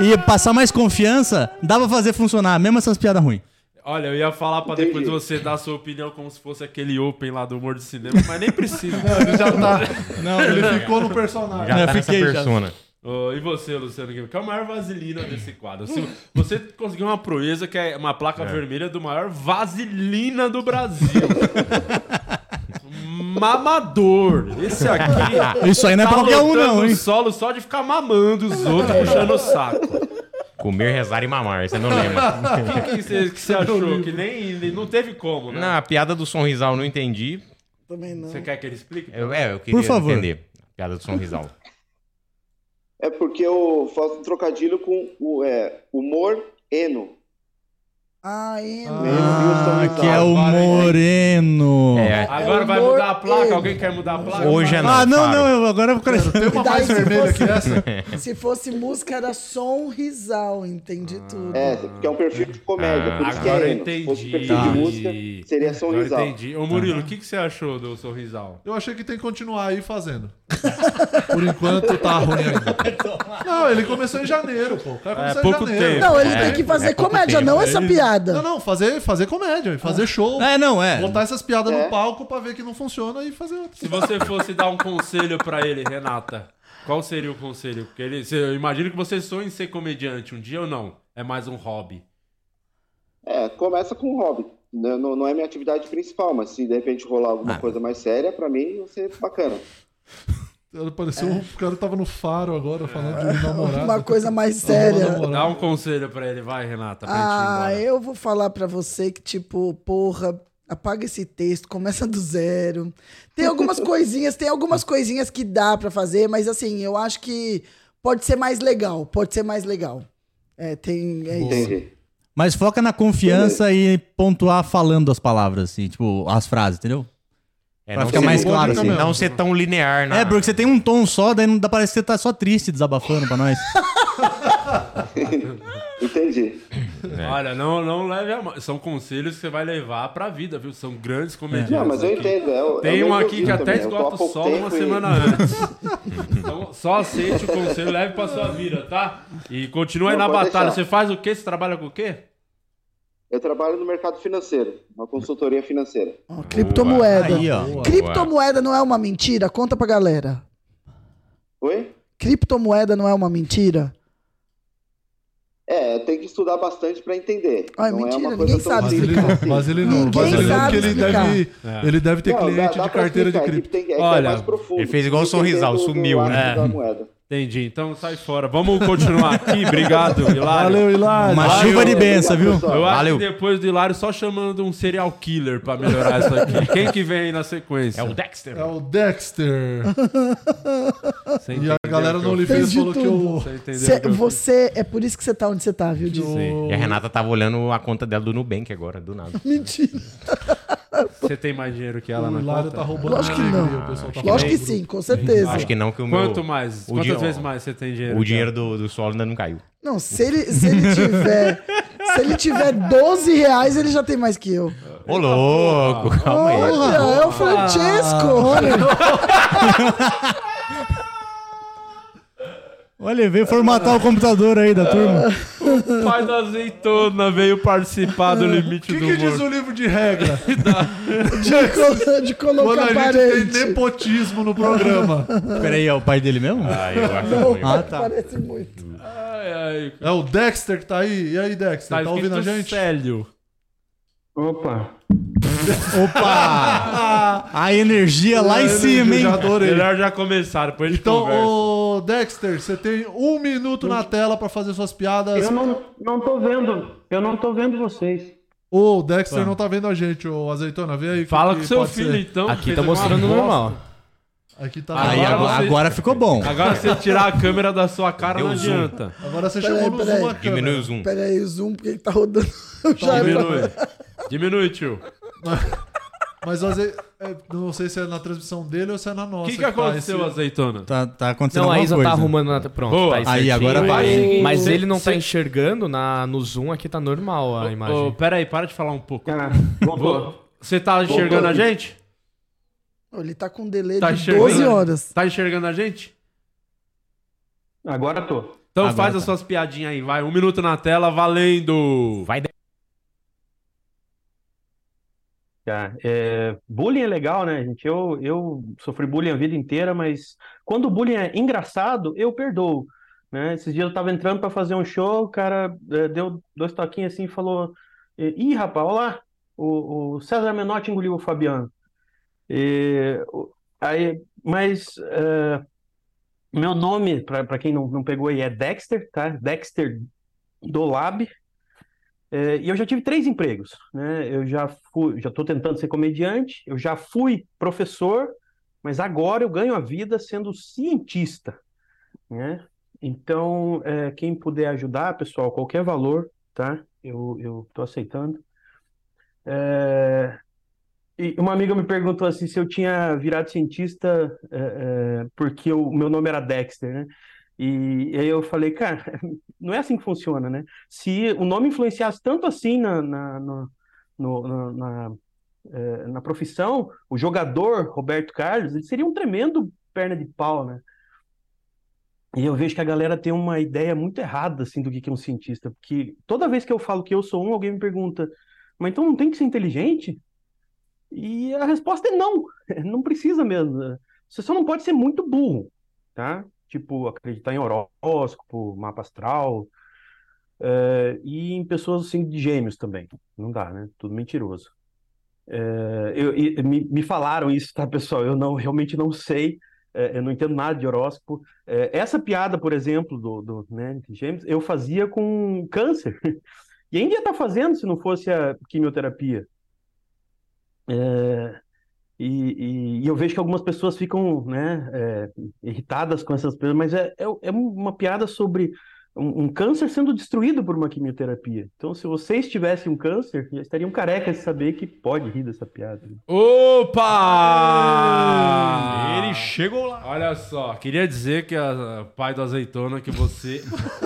Speaker 1: e passar mais confiança, dá pra fazer funcionar, mesmo essas piadas ruins.
Speaker 6: Olha, eu ia falar pra depois você dar a sua opinião como se fosse aquele open lá do humor de cinema, mas nem precisa.
Speaker 8: Não, ele já tá- Não, ele ficou no personagem. Já tá nessa persona.
Speaker 6: Ô, e você, Luciano Guilherme? Que é o maior vaselina desse quadro. Se você conseguiu uma proeza que é uma placa vermelha do maior vaselina do Brasil. Mamador. Esse aqui. tá
Speaker 1: Isso aí não é pra qualquer um,
Speaker 6: lotando
Speaker 1: não, hein?
Speaker 6: o solo só de ficar mamando os outros, puxando o saco.
Speaker 7: Comer, rezar e mamar, você não lembra.
Speaker 6: O que que você que você achou? Que nem. Não teve como, né?
Speaker 7: Não, a piada do sonrisal eu não entendi.
Speaker 9: Também não.
Speaker 6: Você quer que ele explique?
Speaker 7: Eu, é, eu queria
Speaker 1: favor.
Speaker 7: entender. A piada do sonrisal.
Speaker 12: É porque eu faço um trocadilho com o é, humor eno.
Speaker 9: Ah, Eno.
Speaker 1: Ah, que é o Moreno.
Speaker 6: É. Agora vai mudar a placa? Alguém quer mudar a placa?
Speaker 1: Hoje é não, Ah, não, não, eu- agora eu quero. Tem
Speaker 9: E daí, se fosse-
Speaker 1: essa.
Speaker 9: Se fosse música, era sonrisal, entendi tudo.
Speaker 12: É, porque é um perfil de comédia, por isso que
Speaker 6: Ah. agora
Speaker 12: é
Speaker 6: eu
Speaker 12: Eno. Se fosse
Speaker 6: entendi.
Speaker 12: perfil de música, seria um Sorrisal.
Speaker 6: Agora eu entendi. Ô Murilo, o que, que você achou do Sorrisal?
Speaker 8: Eu achei que tem que continuar aí fazendo. Por enquanto tá ruim ainda. Não, ele começou em janeiro, pô. Tá O cara
Speaker 6: É,
Speaker 8: começou
Speaker 6: pouco
Speaker 8: em janeiro.
Speaker 6: tempo. Não, ele É, tem que
Speaker 9: fazer é pouco comédia, tempo. não essa piada.
Speaker 8: Não, não, fazer, fazer comédia, fazer show.
Speaker 1: É, não, é.
Speaker 8: Botar essas piadas
Speaker 6: É.
Speaker 8: no palco pra ver que não funciona e fazer outro.
Speaker 6: Se você fosse dar um conselho pra ele, Renata, qual seria o conselho? Porque ele, você- eu imagino que você sonha em ser comediante um dia ou não? É mais um hobby.
Speaker 12: É, começa com o hobby. Não, não- não é minha atividade principal, mas se de repente rolar alguma
Speaker 6: Ah.
Speaker 12: coisa mais séria, pra mim vai ser bacana.
Speaker 8: Ela pareceu um cara que tava no faro agora falando de namorado.
Speaker 9: Uma coisa mais séria.
Speaker 6: Dá um conselho pra ele, vai, Renata. Pra
Speaker 9: Ah,
Speaker 6: Tá gente ir embora.
Speaker 9: eu vou falar pra você que, tipo, porra, apaga esse texto, começa do zero. Tem algumas coisinhas, tem algumas coisinhas que dá pra fazer, mas assim, eu acho que pode ser mais legal, pode ser mais legal. É, tem. É isso.
Speaker 1: Mas foca na confiança e pontuar falando as palavras, assim, tipo, as frases, entendeu?
Speaker 7: É,
Speaker 1: pra
Speaker 7: não
Speaker 1: ficar
Speaker 7: ser-
Speaker 1: mais claro. Assim.
Speaker 7: Não ser tão linear, né?
Speaker 1: É, porque você tem um tom só, daí não dá, parece que você tá só triste desabafando pra nós.
Speaker 12: Entendi.
Speaker 6: Olha, não, não leve a mão. São conselhos que você vai levar pra vida, viu? São grandes comediantes.
Speaker 12: Não, mas eu
Speaker 6: aqui.
Speaker 12: entendo, é o- é
Speaker 6: Tem
Speaker 12: o
Speaker 6: um
Speaker 12: meu
Speaker 6: aqui
Speaker 12: perfil
Speaker 6: que até
Speaker 12: também, eu tô há
Speaker 6: esgota o
Speaker 12: pouco
Speaker 6: solo uma
Speaker 12: tempo e-
Speaker 6: semana antes. Então, só aceite o conselho, leve pra sua vida, tá? E continua aí
Speaker 12: Não,
Speaker 6: na
Speaker 12: pode
Speaker 6: batalha.
Speaker 12: deixar.
Speaker 6: Você faz o quê? Você trabalha com o quê?
Speaker 12: Eu trabalho no mercado financeiro, uma consultoria financeira.
Speaker 9: Criptomoeda.
Speaker 12: Aí, ó.
Speaker 9: Criptomoeda não é uma mentira? Conta pra galera.
Speaker 12: Oi?
Speaker 9: Criptomoeda não é uma mentira?
Speaker 12: É, tem que estudar bastante pra entender.
Speaker 9: Ah, é
Speaker 12: não é
Speaker 9: mentira,
Speaker 12: uma coisa
Speaker 9: ninguém
Speaker 12: tão
Speaker 9: sabe
Speaker 12: simples
Speaker 8: explicar.
Speaker 12: assim.
Speaker 8: Mas ele não, Ninguém mas ele não, sabe porque ele explicar. deve- É. ele deve ter cliente de
Speaker 12: pra
Speaker 8: carteira de
Speaker 12: explicar,
Speaker 8: cripto.
Speaker 12: é que tem- é que é
Speaker 6: Olha,
Speaker 12: mais profundo,
Speaker 6: ele fez igual o
Speaker 12: tem que entender
Speaker 6: Sorrisal,
Speaker 12: do- do
Speaker 6: sumiu,
Speaker 12: lado
Speaker 6: né?
Speaker 12: da
Speaker 6: É.
Speaker 12: moeda.
Speaker 6: Entendi, então sai fora. Vamos continuar aqui. Obrigado, Hilário.
Speaker 8: Valeu, Hilário.
Speaker 1: Uma
Speaker 6: Valeu.
Speaker 1: chuva de benção, viu?
Speaker 6: Eu acho
Speaker 1: Valeu.
Speaker 6: que depois do Hilário só chamando um serial killer pra melhorar isso aqui. Quem que vem aí na sequência? É o Dexter.
Speaker 8: É o Dexter. e
Speaker 6: entendeu
Speaker 8: a galera
Speaker 6: o que
Speaker 8: no
Speaker 6: eu
Speaker 8: OnlyFans
Speaker 7: fiz.
Speaker 8: falou que eu...
Speaker 7: Você entendeu
Speaker 9: Cê-
Speaker 7: o que eu fiz.
Speaker 9: você, é por isso que você tá onde você tá, viu, Di?
Speaker 7: E a Renata tava olhando a conta dela do Nubank agora, do nada.
Speaker 9: Mentira.
Speaker 6: Você tem mais dinheiro que ela
Speaker 8: O
Speaker 6: na
Speaker 8: Hilário
Speaker 6: conta?
Speaker 8: tá roubando Lógico que dinheiro, não. o pessoal tá
Speaker 9: Lógico que sim, com certeza.
Speaker 7: Acho que não, que o meu...
Speaker 6: Quanto mais?
Speaker 7: o
Speaker 6: Quantas
Speaker 7: dinhe-
Speaker 6: vezes mais você tem dinheiro?
Speaker 7: O dinheiro do, do solo ainda não caiu.
Speaker 9: Não, se ele, se ele tiver. se ele tiver 12 reais, ele já tem mais que eu.
Speaker 7: Ô, louco! Calma aí.
Speaker 9: Olha, é o Francesco,
Speaker 1: Ah.
Speaker 9: olha.
Speaker 1: Olha, veio formatar o computador aí da turma.
Speaker 6: O pai da azeitona veio participar do limite do
Speaker 8: O que
Speaker 6: humor.
Speaker 8: diz o livro de regra?
Speaker 9: De, colo- de
Speaker 8: Quando
Speaker 9: colocar
Speaker 8: a gente
Speaker 9: parente.
Speaker 8: tem nepotismo no programa.
Speaker 1: Peraí, é o pai dele mesmo?
Speaker 7: Ah, eu acho
Speaker 8: Não,
Speaker 7: ruim.
Speaker 1: Ah, tá.
Speaker 9: Parece muito.
Speaker 8: É o Dexter que tá aí. E aí, Dexter, tá, ouvindo a gente?
Speaker 6: Célio.
Speaker 13: Opa.
Speaker 1: Opa! A energia lá em
Speaker 8: Eu
Speaker 1: cima, hein?
Speaker 8: já adorei.
Speaker 6: Melhor já começar, depois a gente conversa.
Speaker 8: Então, ô, Dexter, você tem um minuto na tela pra fazer suas piadas.
Speaker 13: Eu não, não tô vendo. Eu não tô vendo vocês.
Speaker 8: Ô, o Dexter não tá vendo a gente, ô Azeitona. Vê aí.
Speaker 6: Fala
Speaker 8: que
Speaker 6: com seu
Speaker 8: pode
Speaker 6: filho,
Speaker 8: ser.
Speaker 6: então. Aqui fez tá alguma mostrando bosta. normal.
Speaker 8: Aqui tá
Speaker 1: Aí,
Speaker 8: normal.
Speaker 1: agora, agora ficou bom.
Speaker 6: Agora você tirar a câmera da sua cara não
Speaker 1: Deu zoom.
Speaker 6: adianta.
Speaker 8: Agora você
Speaker 9: Peraí,
Speaker 8: chamou no
Speaker 9: peraí.
Speaker 8: Zoom a câmera.
Speaker 7: o zoom.
Speaker 9: Pera aí, o zoom, porque ele tá rodando. Já
Speaker 6: Diminui. Diminui, tio.
Speaker 8: Mas o Azei... é, não sei se é na transmissão dele ou se é na nossa.
Speaker 6: O que, que
Speaker 8: tá
Speaker 6: aconteceu,
Speaker 8: esse-
Speaker 6: azeitona?
Speaker 1: Tá, tá acontecendo
Speaker 10: Não, a
Speaker 1: alguma
Speaker 10: Isa
Speaker 1: coisa.
Speaker 10: tá arrumando na. Pronto,
Speaker 1: Boa.
Speaker 10: tá
Speaker 1: Aí,
Speaker 10: certinho.
Speaker 1: agora vai.
Speaker 10: Mas ele não tá
Speaker 6: Cê-
Speaker 10: enxergando na, no zoom aqui, tá normal a imagem.
Speaker 6: Ô, pera aí, para de falar um pouco.
Speaker 10: voltou.
Speaker 6: Você tá enxergando a gente?
Speaker 9: Ele tá com um delay
Speaker 6: Tá
Speaker 9: de
Speaker 6: enxergando?
Speaker 9: 12 horas.
Speaker 6: Tá enxergando a gente?
Speaker 13: Agora tô.
Speaker 6: Então
Speaker 13: Agora
Speaker 6: faz
Speaker 13: tá.
Speaker 6: as suas piadinhas aí, vai. Um minuto na tela, valendo.
Speaker 7: Vai.
Speaker 13: Tá. É, bullying é legal, né, gente? Eu, eu sofri bullying a vida inteira, mas quando o bullying é engraçado, eu perdoo, né? Esses dias eu tava entrando pra fazer um show, o cara é, deu dois toquinhos assim e falou: Ih, rapaz, olha lá, o, o César Menotti engoliu o Fabiano. E, o- aí, mas é, meu nome, pra pra quem não, não pegou aí, é Dexter, tá? Dexter do Lab. É, e eu já tive três empregos, né? Eu já fui, já estou tentando ser comediante, eu já fui professor, mas agora eu ganho a vida sendo cientista, né? Então, é, quem puder ajudar, pessoal, qualquer valor, tá? eu, eu tô aceitando. É, e uma amiga me perguntou assim se eu tinha virado cientista é, é, porque o meu nome era Dexter, né? E, aí eu falei, cara, não é assim que funciona, né? Se o nome influenciasse tanto assim na, na, no- no- na, na, eh, na profissão, o jogador Roberto Carlos, ele seria um tremendo perna de pau, né? E eu vejo que a galera tem uma ideia muito errada assim do que que é um cientista, porque toda vez que eu falo que eu sou um, alguém me pergunta, mas então não tem que ser inteligente? E a resposta é não, não precisa mesmo. Você só não pode ser muito burro, tá? Tipo, acreditar em horóscopo, mapa astral, eh, e em pessoas assim de gêmeos também. Não dá, né? Tudo mentiroso. Eh, eu, e- me, me falaram isso, tá, pessoal? Eu não realmente não sei, eh, eu não entendo nada de horóscopo. Eh, essa piada, por exemplo, do, do né, de gêmeos, eu fazia com câncer. E ainda ia estar fazendo se não fosse a quimioterapia. É, e, e- e eu vejo que algumas pessoas ficam, né, é, irritadas com essas coisas, mas é, é, é uma piada sobre um, um câncer sendo destruído por uma quimioterapia. Então, se vocês tivessem um câncer, já estariam carecas de saber que pode rir dessa piada. né?
Speaker 6: Opa!
Speaker 13: Ele
Speaker 6: chegou lá. Olha só, queria dizer que a, a pai do azeitona que você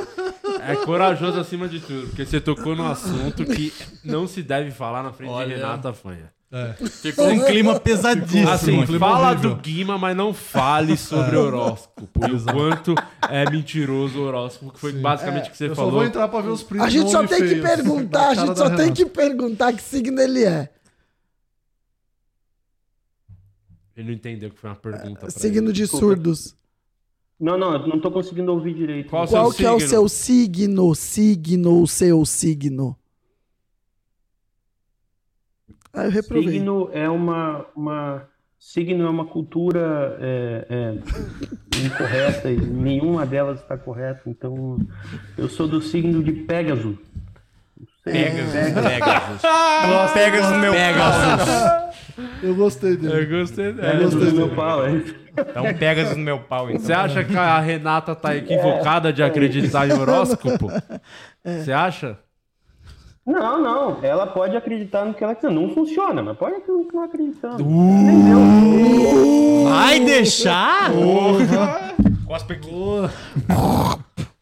Speaker 6: é corajoso acima de tudo, porque você tocou num assunto que não se deve falar na frente
Speaker 1: Olha.
Speaker 6: de Renata Fanha.
Speaker 1: É. Ficou um clima pesadíssimo.
Speaker 6: Assim,
Speaker 1: Um clima
Speaker 6: fala
Speaker 1: horrível.
Speaker 6: do Guima, mas não fale sobre
Speaker 1: É.
Speaker 6: horóscopo. E o
Speaker 1: Exato.
Speaker 6: quanto é mentiroso o horóscopo, que foi basicamente o que você
Speaker 8: É, eu só
Speaker 6: falou.
Speaker 8: vou entrar pra ver os
Speaker 9: A gente só tem que perguntar, a gente só tem que perguntar que signo ele é.
Speaker 6: Ele não entendeu que foi uma pergunta. pra
Speaker 9: Signo
Speaker 6: ele.
Speaker 9: de
Speaker 6: Desculpa.
Speaker 9: surdos.
Speaker 13: Não, não, eu não tô conseguindo ouvir direito.
Speaker 6: Qual o
Speaker 9: Qual que é o seu signo? Signo, o seu signo. Ah, eu reprovei.
Speaker 13: Signo é uma, uma signo é uma cultura é, é, incorreta e nenhuma delas está correta. Então eu sou do signo de Pégaso.
Speaker 6: É,
Speaker 8: Pegasus.
Speaker 9: É.
Speaker 13: Pegasus.
Speaker 8: Nossa,
Speaker 13: É, Pegasus, meu
Speaker 8: Pegasus. Eu gostei dele.
Speaker 6: Eu gostei dele.
Speaker 13: Pegasus no meu pau, é.
Speaker 7: Então Pegasus no meu pau, então.
Speaker 6: Você acha que a Renata
Speaker 9: É.
Speaker 6: tá equivocada de acreditar em horóscopo?
Speaker 9: É.
Speaker 6: Você acha?
Speaker 13: Não, não. Ela pode acreditar no que ela quiser. Não funciona, mas pode continuar acreditando.
Speaker 1: Vai deixar?
Speaker 7: Cospe aqui.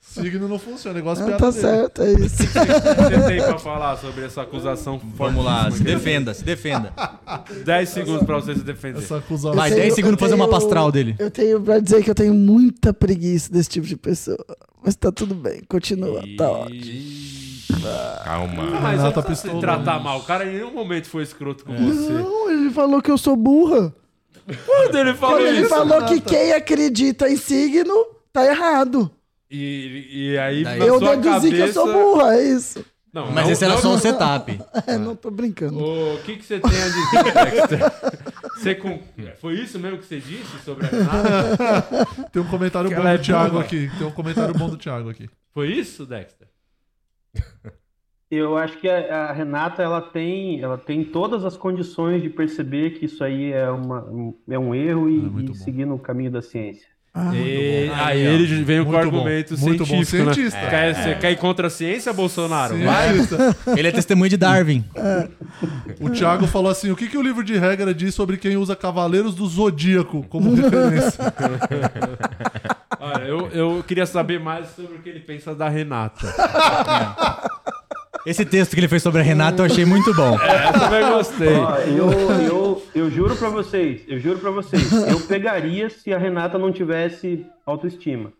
Speaker 8: Signo não funciona, é igual as
Speaker 9: Não,
Speaker 8: piadas
Speaker 9: tá
Speaker 8: dele.
Speaker 9: certo, é isso.
Speaker 6: O que você tem pra falar sobre essa acusação?
Speaker 1: Vamos lá, se
Speaker 6: fortíssima que-
Speaker 1: defenda, se defenda.
Speaker 6: 10 segundos pra você se defender. Essa
Speaker 8: acusação.
Speaker 1: Vai,
Speaker 9: Eu
Speaker 1: 10
Speaker 9: tenho-
Speaker 1: segundos pra
Speaker 9: eu
Speaker 1: fazer uma
Speaker 9: tenho-
Speaker 1: pastral dele.
Speaker 9: Eu tenho pra dizer que eu tenho muita preguiça desse tipo de pessoa. Mas tá tudo bem, continua, tá ótimo.
Speaker 7: Calma.
Speaker 6: Mas não
Speaker 9: Renata
Speaker 6: precisa se
Speaker 9: pistola.
Speaker 6: tratar mal. O cara em nenhum momento foi escroto
Speaker 9: É.
Speaker 6: com você.
Speaker 9: Não, ele falou que eu sou burra.
Speaker 6: Quando ele falou
Speaker 9: Quando ele
Speaker 6: isso,
Speaker 1: Ah,
Speaker 9: falou que
Speaker 1: tá.
Speaker 6: Renata?
Speaker 9: quem acredita em signo tá errado.
Speaker 6: E, e aí, É, na
Speaker 9: eu
Speaker 6: sua
Speaker 9: deduzi que eu sou
Speaker 6: cabeça-
Speaker 9: burra, é isso.
Speaker 6: Não,
Speaker 1: Mas
Speaker 6: não-
Speaker 1: esse era
Speaker 6: não-
Speaker 1: só um setup.
Speaker 9: É, não tô brincando.
Speaker 6: O que, que você tem a dizer, Dexter? Você con- Foi isso mesmo que você disse sobre a Renata?
Speaker 8: Tem um comentário
Speaker 6: Que
Speaker 8: bom
Speaker 6: ela é
Speaker 8: do Thiago
Speaker 6: burra.
Speaker 8: aqui. Tem um comentário bom do Thiago aqui.
Speaker 6: Foi isso, Dexter?
Speaker 13: Eu acho que a, a Renata ela tem, ela tem todas as condições de perceber que isso aí é, uma, um- é um erro e,
Speaker 6: Ah,
Speaker 13: e seguir no caminho da ciência.
Speaker 6: E- Ah, aí ele veio com o argumento científico, né?
Speaker 13: É.
Speaker 6: Quer, você quer ir contra a ciência, Bolsonaro? Vai.
Speaker 1: Ele é testemunha de Darwin.
Speaker 8: O Thiago falou assim: o que, que o livro de regra diz sobre quem usa Cavaleiros do Zodíaco como referência?
Speaker 6: Olha, eu, eu queria saber mais sobre o que ele pensa da Renata.
Speaker 1: Esse texto que ele fez sobre a Renata eu achei muito bom.
Speaker 6: É, eu também gostei.
Speaker 13: Ó, eu, eu, eu juro pra vocês, eu juro pra vocês, eu pegaria se a Renata não tivesse autoestima.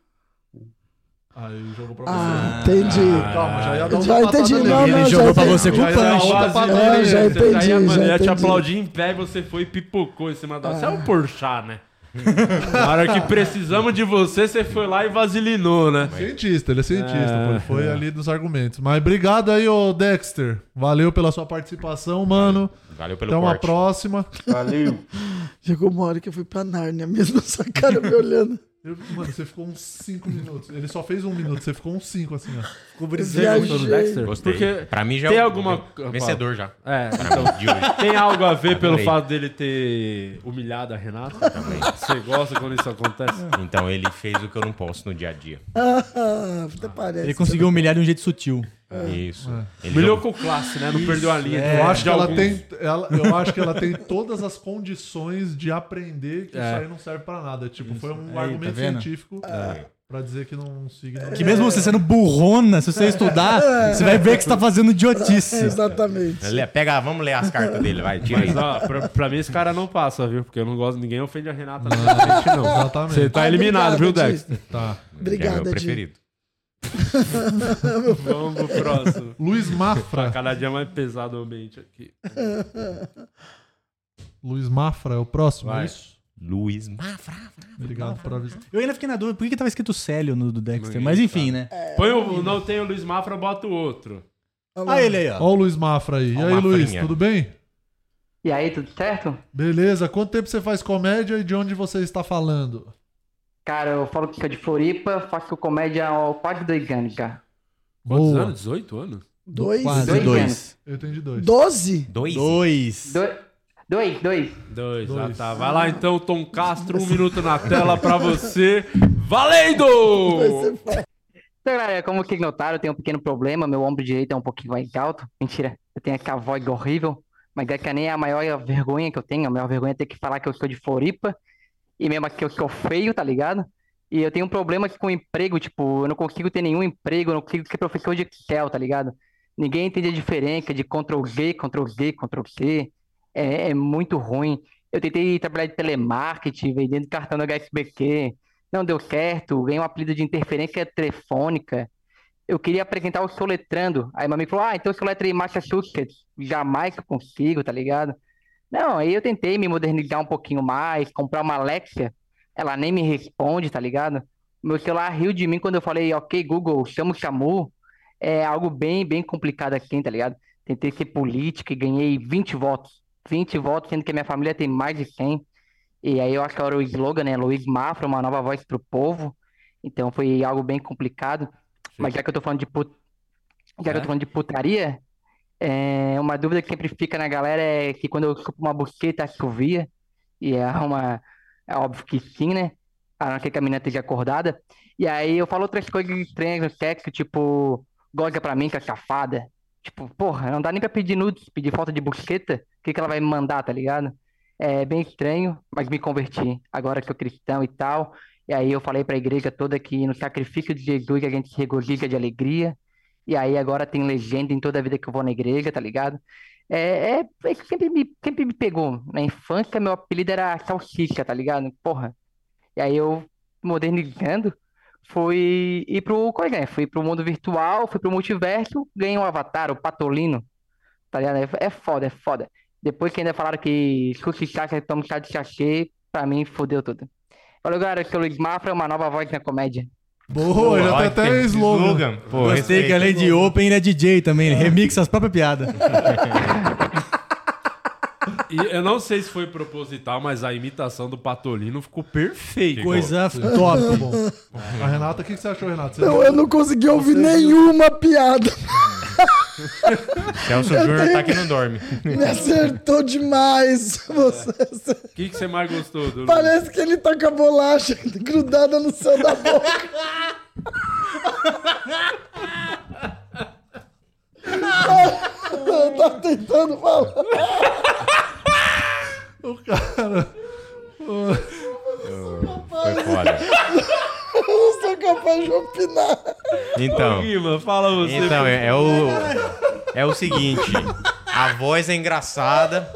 Speaker 8: Aí jogou pra
Speaker 9: Ah, entendi.
Speaker 8: Calma, já ia dar
Speaker 9: Eu
Speaker 8: uma
Speaker 9: já
Speaker 8: patada
Speaker 9: entendi,
Speaker 8: nele.
Speaker 9: não,
Speaker 8: Ele
Speaker 9: não,
Speaker 8: jogou
Speaker 9: já
Speaker 8: pra
Speaker 9: entendi.
Speaker 8: você com
Speaker 9: Já ia dar uma
Speaker 8: punch.
Speaker 9: patada
Speaker 8: É,
Speaker 9: nele.
Speaker 8: já
Speaker 9: já
Speaker 8: entendi,
Speaker 9: entendi,
Speaker 6: Tá Aí a
Speaker 9: já
Speaker 6: mulher te
Speaker 9: entendi.
Speaker 6: aplaudiu em pé e você foi e pipocou em cima da. Você é um porchá, né? Na hora que precisamos de você, você foi lá e vasilinou, né?
Speaker 8: Cientista, ele é cientista,
Speaker 6: É,
Speaker 8: pô, ele foi
Speaker 6: é.
Speaker 8: ali nos argumentos. Mas obrigado aí, ô Dexter. Valeu pela sua participação, mano. Então,
Speaker 7: Valeu pelo
Speaker 8: Até uma
Speaker 7: corte.
Speaker 8: próxima.
Speaker 13: Valeu.
Speaker 9: Chegou uma hora que eu fui pra Nárnia mesmo, sua cara me olhando.
Speaker 8: Mano, você ficou uns 5 minutos. Ele só fez um minuto, você ficou uns 5 assim, ó. Ficou
Speaker 6: Você gostou do Dexter?
Speaker 7: Gostei.
Speaker 6: Porque
Speaker 7: Pra mim já
Speaker 6: tem
Speaker 7: é o
Speaker 6: alguma
Speaker 7: vencedor já.
Speaker 6: É,
Speaker 7: Pra
Speaker 6: então,
Speaker 7: mim, Tá de hoje.
Speaker 6: tem algo a ver pelo
Speaker 7: Adorei.
Speaker 6: fato dele ter humilhado a Renata?
Speaker 7: Tá
Speaker 6: Também. Você gosta quando isso acontece?
Speaker 7: Então ele fez o que eu não posso no dia a dia.
Speaker 9: Ah, até parece. né?
Speaker 1: Ele conseguiu humilhar de um jeito sutil.
Speaker 8: É.
Speaker 7: Isso.
Speaker 8: É.
Speaker 7: Ele
Speaker 6: Melhor
Speaker 7: jogou-
Speaker 6: com classe, né? Não perdeu a linha.
Speaker 8: Eu É, acho,
Speaker 6: De
Speaker 8: que ela
Speaker 6: alguns.
Speaker 8: tem, ela- eu acho que ela tem todas as condições de aprender que
Speaker 6: É.
Speaker 8: isso aí não serve pra nada. Tipo, foi um
Speaker 1: É
Speaker 6: Isso. Aí,
Speaker 8: argumento
Speaker 6: tá vendo?
Speaker 8: científico
Speaker 6: É.
Speaker 8: pra dizer que não siga.
Speaker 1: Que mesmo você sendo burrona, se você estudar,
Speaker 8: É.
Speaker 1: você vai ver que você tá fazendo idiotice.
Speaker 9: É, Exatamente.
Speaker 7: Lê- Pega, vamos ler as cartas dele, vai. Tira aí.
Speaker 6: Mas, ó, pra, pra mim esse cara não passa, viu? Porque eu não gosto, ninguém ofende a Renata não. não.
Speaker 8: Exatamente.
Speaker 6: Você tá
Speaker 8: Ah,
Speaker 6: eliminado,
Speaker 8: obrigado,
Speaker 6: viu,
Speaker 8: Di.
Speaker 6: Dexter?
Speaker 8: Tá.
Speaker 9: Obrigada,
Speaker 6: Que é meu
Speaker 9: Di.
Speaker 6: preferido. Vamos pro próximo.
Speaker 8: Luiz Mafra.
Speaker 6: Tá cada dia mais pesado o ambiente aqui.
Speaker 8: Luiz Mafra é o próximo,
Speaker 6: Vai.
Speaker 8: é isso?
Speaker 7: Luiz Mafra.
Speaker 8: Obrigado por avisar.
Speaker 1: Eu ainda fiquei na dúvida por que, que tava escrito Célio no do Dexter,
Speaker 6: Ninguém
Speaker 1: mas enfim, né?
Speaker 6: Põe o, não tem o Luiz Mafra, bota o outro.
Speaker 1: Ah, ele aí, ó.
Speaker 8: É, Olha o Luiz Mafra aí.
Speaker 6: Ó
Speaker 8: E
Speaker 6: o
Speaker 8: aí, Luiz,
Speaker 6: Mafrinha.
Speaker 8: tudo bem?
Speaker 14: E aí, tudo certo?
Speaker 8: Beleza. Quanto tempo você faz comédia e de onde você está falando?
Speaker 14: Cara, eu falo que é de Floripa, faço comédia é há quase dois anos já.
Speaker 6: Quantos
Speaker 8: Boa.
Speaker 6: anos? 18 anos?
Speaker 9: Dois?
Speaker 8: Quase
Speaker 14: Dois
Speaker 8: dois.
Speaker 14: anos.
Speaker 8: Eu entendi dois.
Speaker 9: Doze?
Speaker 7: Dois.
Speaker 1: Dois.
Speaker 14: Dois, dois.
Speaker 6: Dois,
Speaker 14: Dois.
Speaker 6: ah tá. Vai lá então, Tom Castro, um minuto na tela pra você. Valendo!
Speaker 14: Então, galera, como vocês notaram, eu tenho um pequeno problema. Meu ombro direito é um pouquinho mais alto. Mentira, eu tenho aquela voz horrível. Mas é que nem é a maior vergonha que eu tenho. A maior vergonha é ter que falar que eu sou de Floripa. E mesmo assim, eu sou feio, tá ligado? E eu tenho um problema com emprego. Tipo, eu não consigo ter nenhum emprego. Eu não consigo ser professor de Excel, tá ligado? Ninguém entende a diferença de Ctrl Z, Ctrl Z, Ctrl C. É, é muito ruim. Eu tentei trabalhar de telemarketing, vendendo cartão da HSBQ. Não deu certo, ganhei um apelido de interferência telefônica. Eu queria apresentar o soletrando. Aí meu amigo falou: Ah, então soletra em Massachusetts. Jamais que eu consigo, tá ligado? Não, aí eu tentei me modernizar um pouquinho mais, comprar uma Alexa. Ela nem me responde, tá ligado? Meu celular riu de mim quando eu falei: Ok, Google, chama o Chamu. É algo bem, bem complicado assim, tá ligado? Tentei ser político e ganhei 20 votos. 20 votos, sendo que a minha família tem mais de 100. E aí eu acho que era o slogan, né? Luiz Mafra, uma nova voz pro povo. Então foi algo bem complicado. Mas já que eu tô falando de put... já que eu tô falando de putaria, é, uma dúvida que sempre fica na galera é que quando eu chupo uma buceta, chovia. E é uma. É óbvio que sim, né? A não ser que a menina esteja acordada. E aí eu falo outras coisas estranhas no sexo, tipo, goza pra mim, que é safada. Tipo, porra, não dá nem pra pedir nudes, pedir foto de buceta. O que que ela vai me mandar, tá ligado? É bem estranho, mas me converti. Agora sou cristão e tal. E aí eu falei pra igreja toda que no sacrifício de Jesus a gente se regozija de alegria. E aí agora tem legenda em toda a vida que eu vou na igreja, tá ligado? É, é, é que sempre me, sempre me pegou. Na infância, meu apelido era Salsicha, tá ligado? Porra. E aí eu, modernizando, fui ir pro, como é que é? Fui pro mundo virtual, fui pro multiverso, ganhei um avatar, o Patolino. Tá ligado? É- É foda, é foda. Depois que ainda falaram que sushi chacha toma chá de sachê, pra mim fodeu tudo. Valeu, galera. Eu sou o Luiz Mafra, é uma nova voz na comédia.
Speaker 8: Boa,
Speaker 9: tá
Speaker 8: já tem até slogan.
Speaker 7: Pô,
Speaker 1: tá Gostei que
Speaker 7: respeito.
Speaker 1: além de Open, ele é DJ também. Ele remixa as próprias piadas.
Speaker 6: E eu não sei se foi proposital, mas a imitação do Patolino ficou perfeita. É.
Speaker 1: Coisa
Speaker 6: Ficou.
Speaker 1: top.
Speaker 8: Tá bom. A Renata, o que que você achou, Renata? Você
Speaker 9: Não, eu não consegui ouvir nenhuma piada.
Speaker 1: é
Speaker 7: Celso
Speaker 9: Eu
Speaker 7: Júnior
Speaker 9: tenho-
Speaker 7: tá aqui não dorme.
Speaker 9: Me
Speaker 8: é
Speaker 9: acertou demais. Você...
Speaker 6: O que, que você mais gostou do
Speaker 9: Parece que ele tá com a bolacha grudada no céu da boca. Eu tava tentando falar.
Speaker 8: O cara.
Speaker 7: Foi foda.
Speaker 9: Eu não sou capaz de opinar.
Speaker 7: Então.
Speaker 6: Ô, Guima, fala você.
Speaker 7: Então, é, é o. É o seguinte. A voz é engraçada,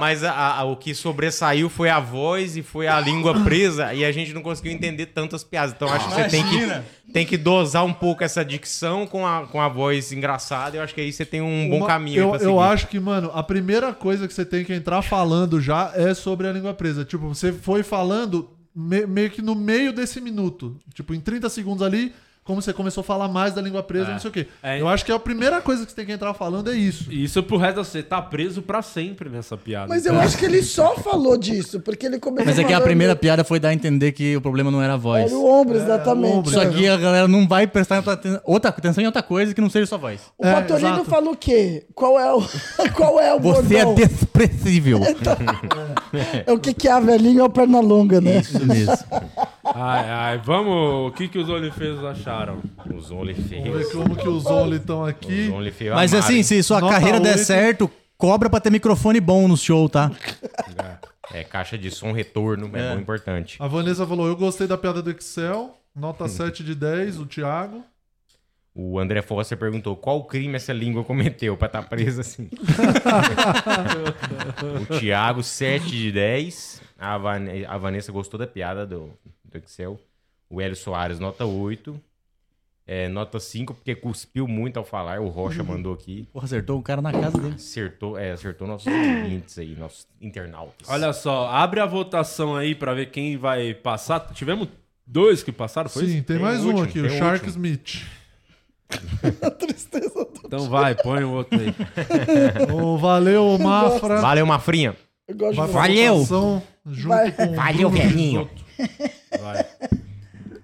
Speaker 7: mas a- a- o que sobressaiu foi a voz e foi a língua presa, e a gente não conseguiu entender tantas piadas. Então, acho que você tem
Speaker 1: Imagina.
Speaker 7: que, tem que dosar um pouco essa dicção com a, com a voz engraçada. Eu acho que aí você tem um bom
Speaker 8: Uma-
Speaker 7: caminho.
Speaker 8: Eu,
Speaker 7: aí pra
Speaker 8: eu
Speaker 7: seguir.
Speaker 8: acho que, mano, a primeira coisa que você tem que entrar falando já é sobre a língua presa. Tipo, você foi falando me- meio que no meio desse minuto. Tipo, em 30 segundos ali, como você começou a falar mais da língua presa,
Speaker 6: É.
Speaker 8: não sei o quê.
Speaker 6: É.
Speaker 8: Eu acho que a primeira coisa que você tem que entrar falando é isso.
Speaker 6: E Isso pro resto da você tá preso pra sempre nessa piada.
Speaker 9: Mas eu acho que ele só falou disso, porque ele começou
Speaker 1: Mas é que a
Speaker 9: falando-
Speaker 1: primeira piada foi dar a entender que o problema não era a voz.
Speaker 9: Era o ombro, né? exatamente.
Speaker 1: Só que a galera não vai prestar outra- outra atenção em outra coisa que não seja sua voz.
Speaker 9: O
Speaker 8: É,
Speaker 9: Patolino
Speaker 1: exato.
Speaker 9: fala o quê? Qual é o, qual é o
Speaker 1: Você é
Speaker 9: bordão?
Speaker 1: desprezível.
Speaker 9: Então, É o que, que é a velhinha ou perna longa, né?
Speaker 1: Isso mesmo.
Speaker 6: Ai, ai, vamos. O que, que os OnlyFans acharam?
Speaker 7: Os OnlyFans.
Speaker 8: Vamos ver né? como que os Only estão aqui.
Speaker 1: Mas assim, se sua
Speaker 8: um.
Speaker 1: carreira der certo, cobra pra ter microfone bom no show, tá?
Speaker 7: É, caixa de som, retorno, é,
Speaker 8: É.
Speaker 7: bom, importante.
Speaker 8: A Vanessa falou: Eu gostei da piada do Excel. Nota 7 de 10, o Thiago.
Speaker 7: O André Foster perguntou qual crime essa língua cometeu pra estar presa assim. o Thiago, 7 de 10. A, Van- a Vanessa gostou da piada do, do Excel. O Hélio Soares, nota 8. É, nota 5, porque cuspiu muito ao falar. O Rocha mandou aqui.
Speaker 1: Uhum. Porra, acertou o cara na casa dele.
Speaker 7: Acertou, é, acertou nossos ouvintes aí, nossos internautas.
Speaker 6: Olha só, abre a votação aí pra ver quem vai passar. Tivemos dois que passaram, Ah, foi
Speaker 8: Sim,
Speaker 6: isso?
Speaker 8: tem mais um
Speaker 6: último,
Speaker 8: aqui,
Speaker 6: tem
Speaker 8: o Shark
Speaker 6: último.
Speaker 8: Smith.
Speaker 6: Então vai, põe o outro aí.
Speaker 8: Ô, valeu, Mafra.
Speaker 7: Valeu, Mafrinha.
Speaker 9: Eu gosto
Speaker 8: Vai
Speaker 9: de
Speaker 8: pra
Speaker 9: Valeu.
Speaker 8: votação Junto
Speaker 9: Vai-
Speaker 8: com o Bruno
Speaker 9: Valeu, Guerrinho.
Speaker 8: Bisotto.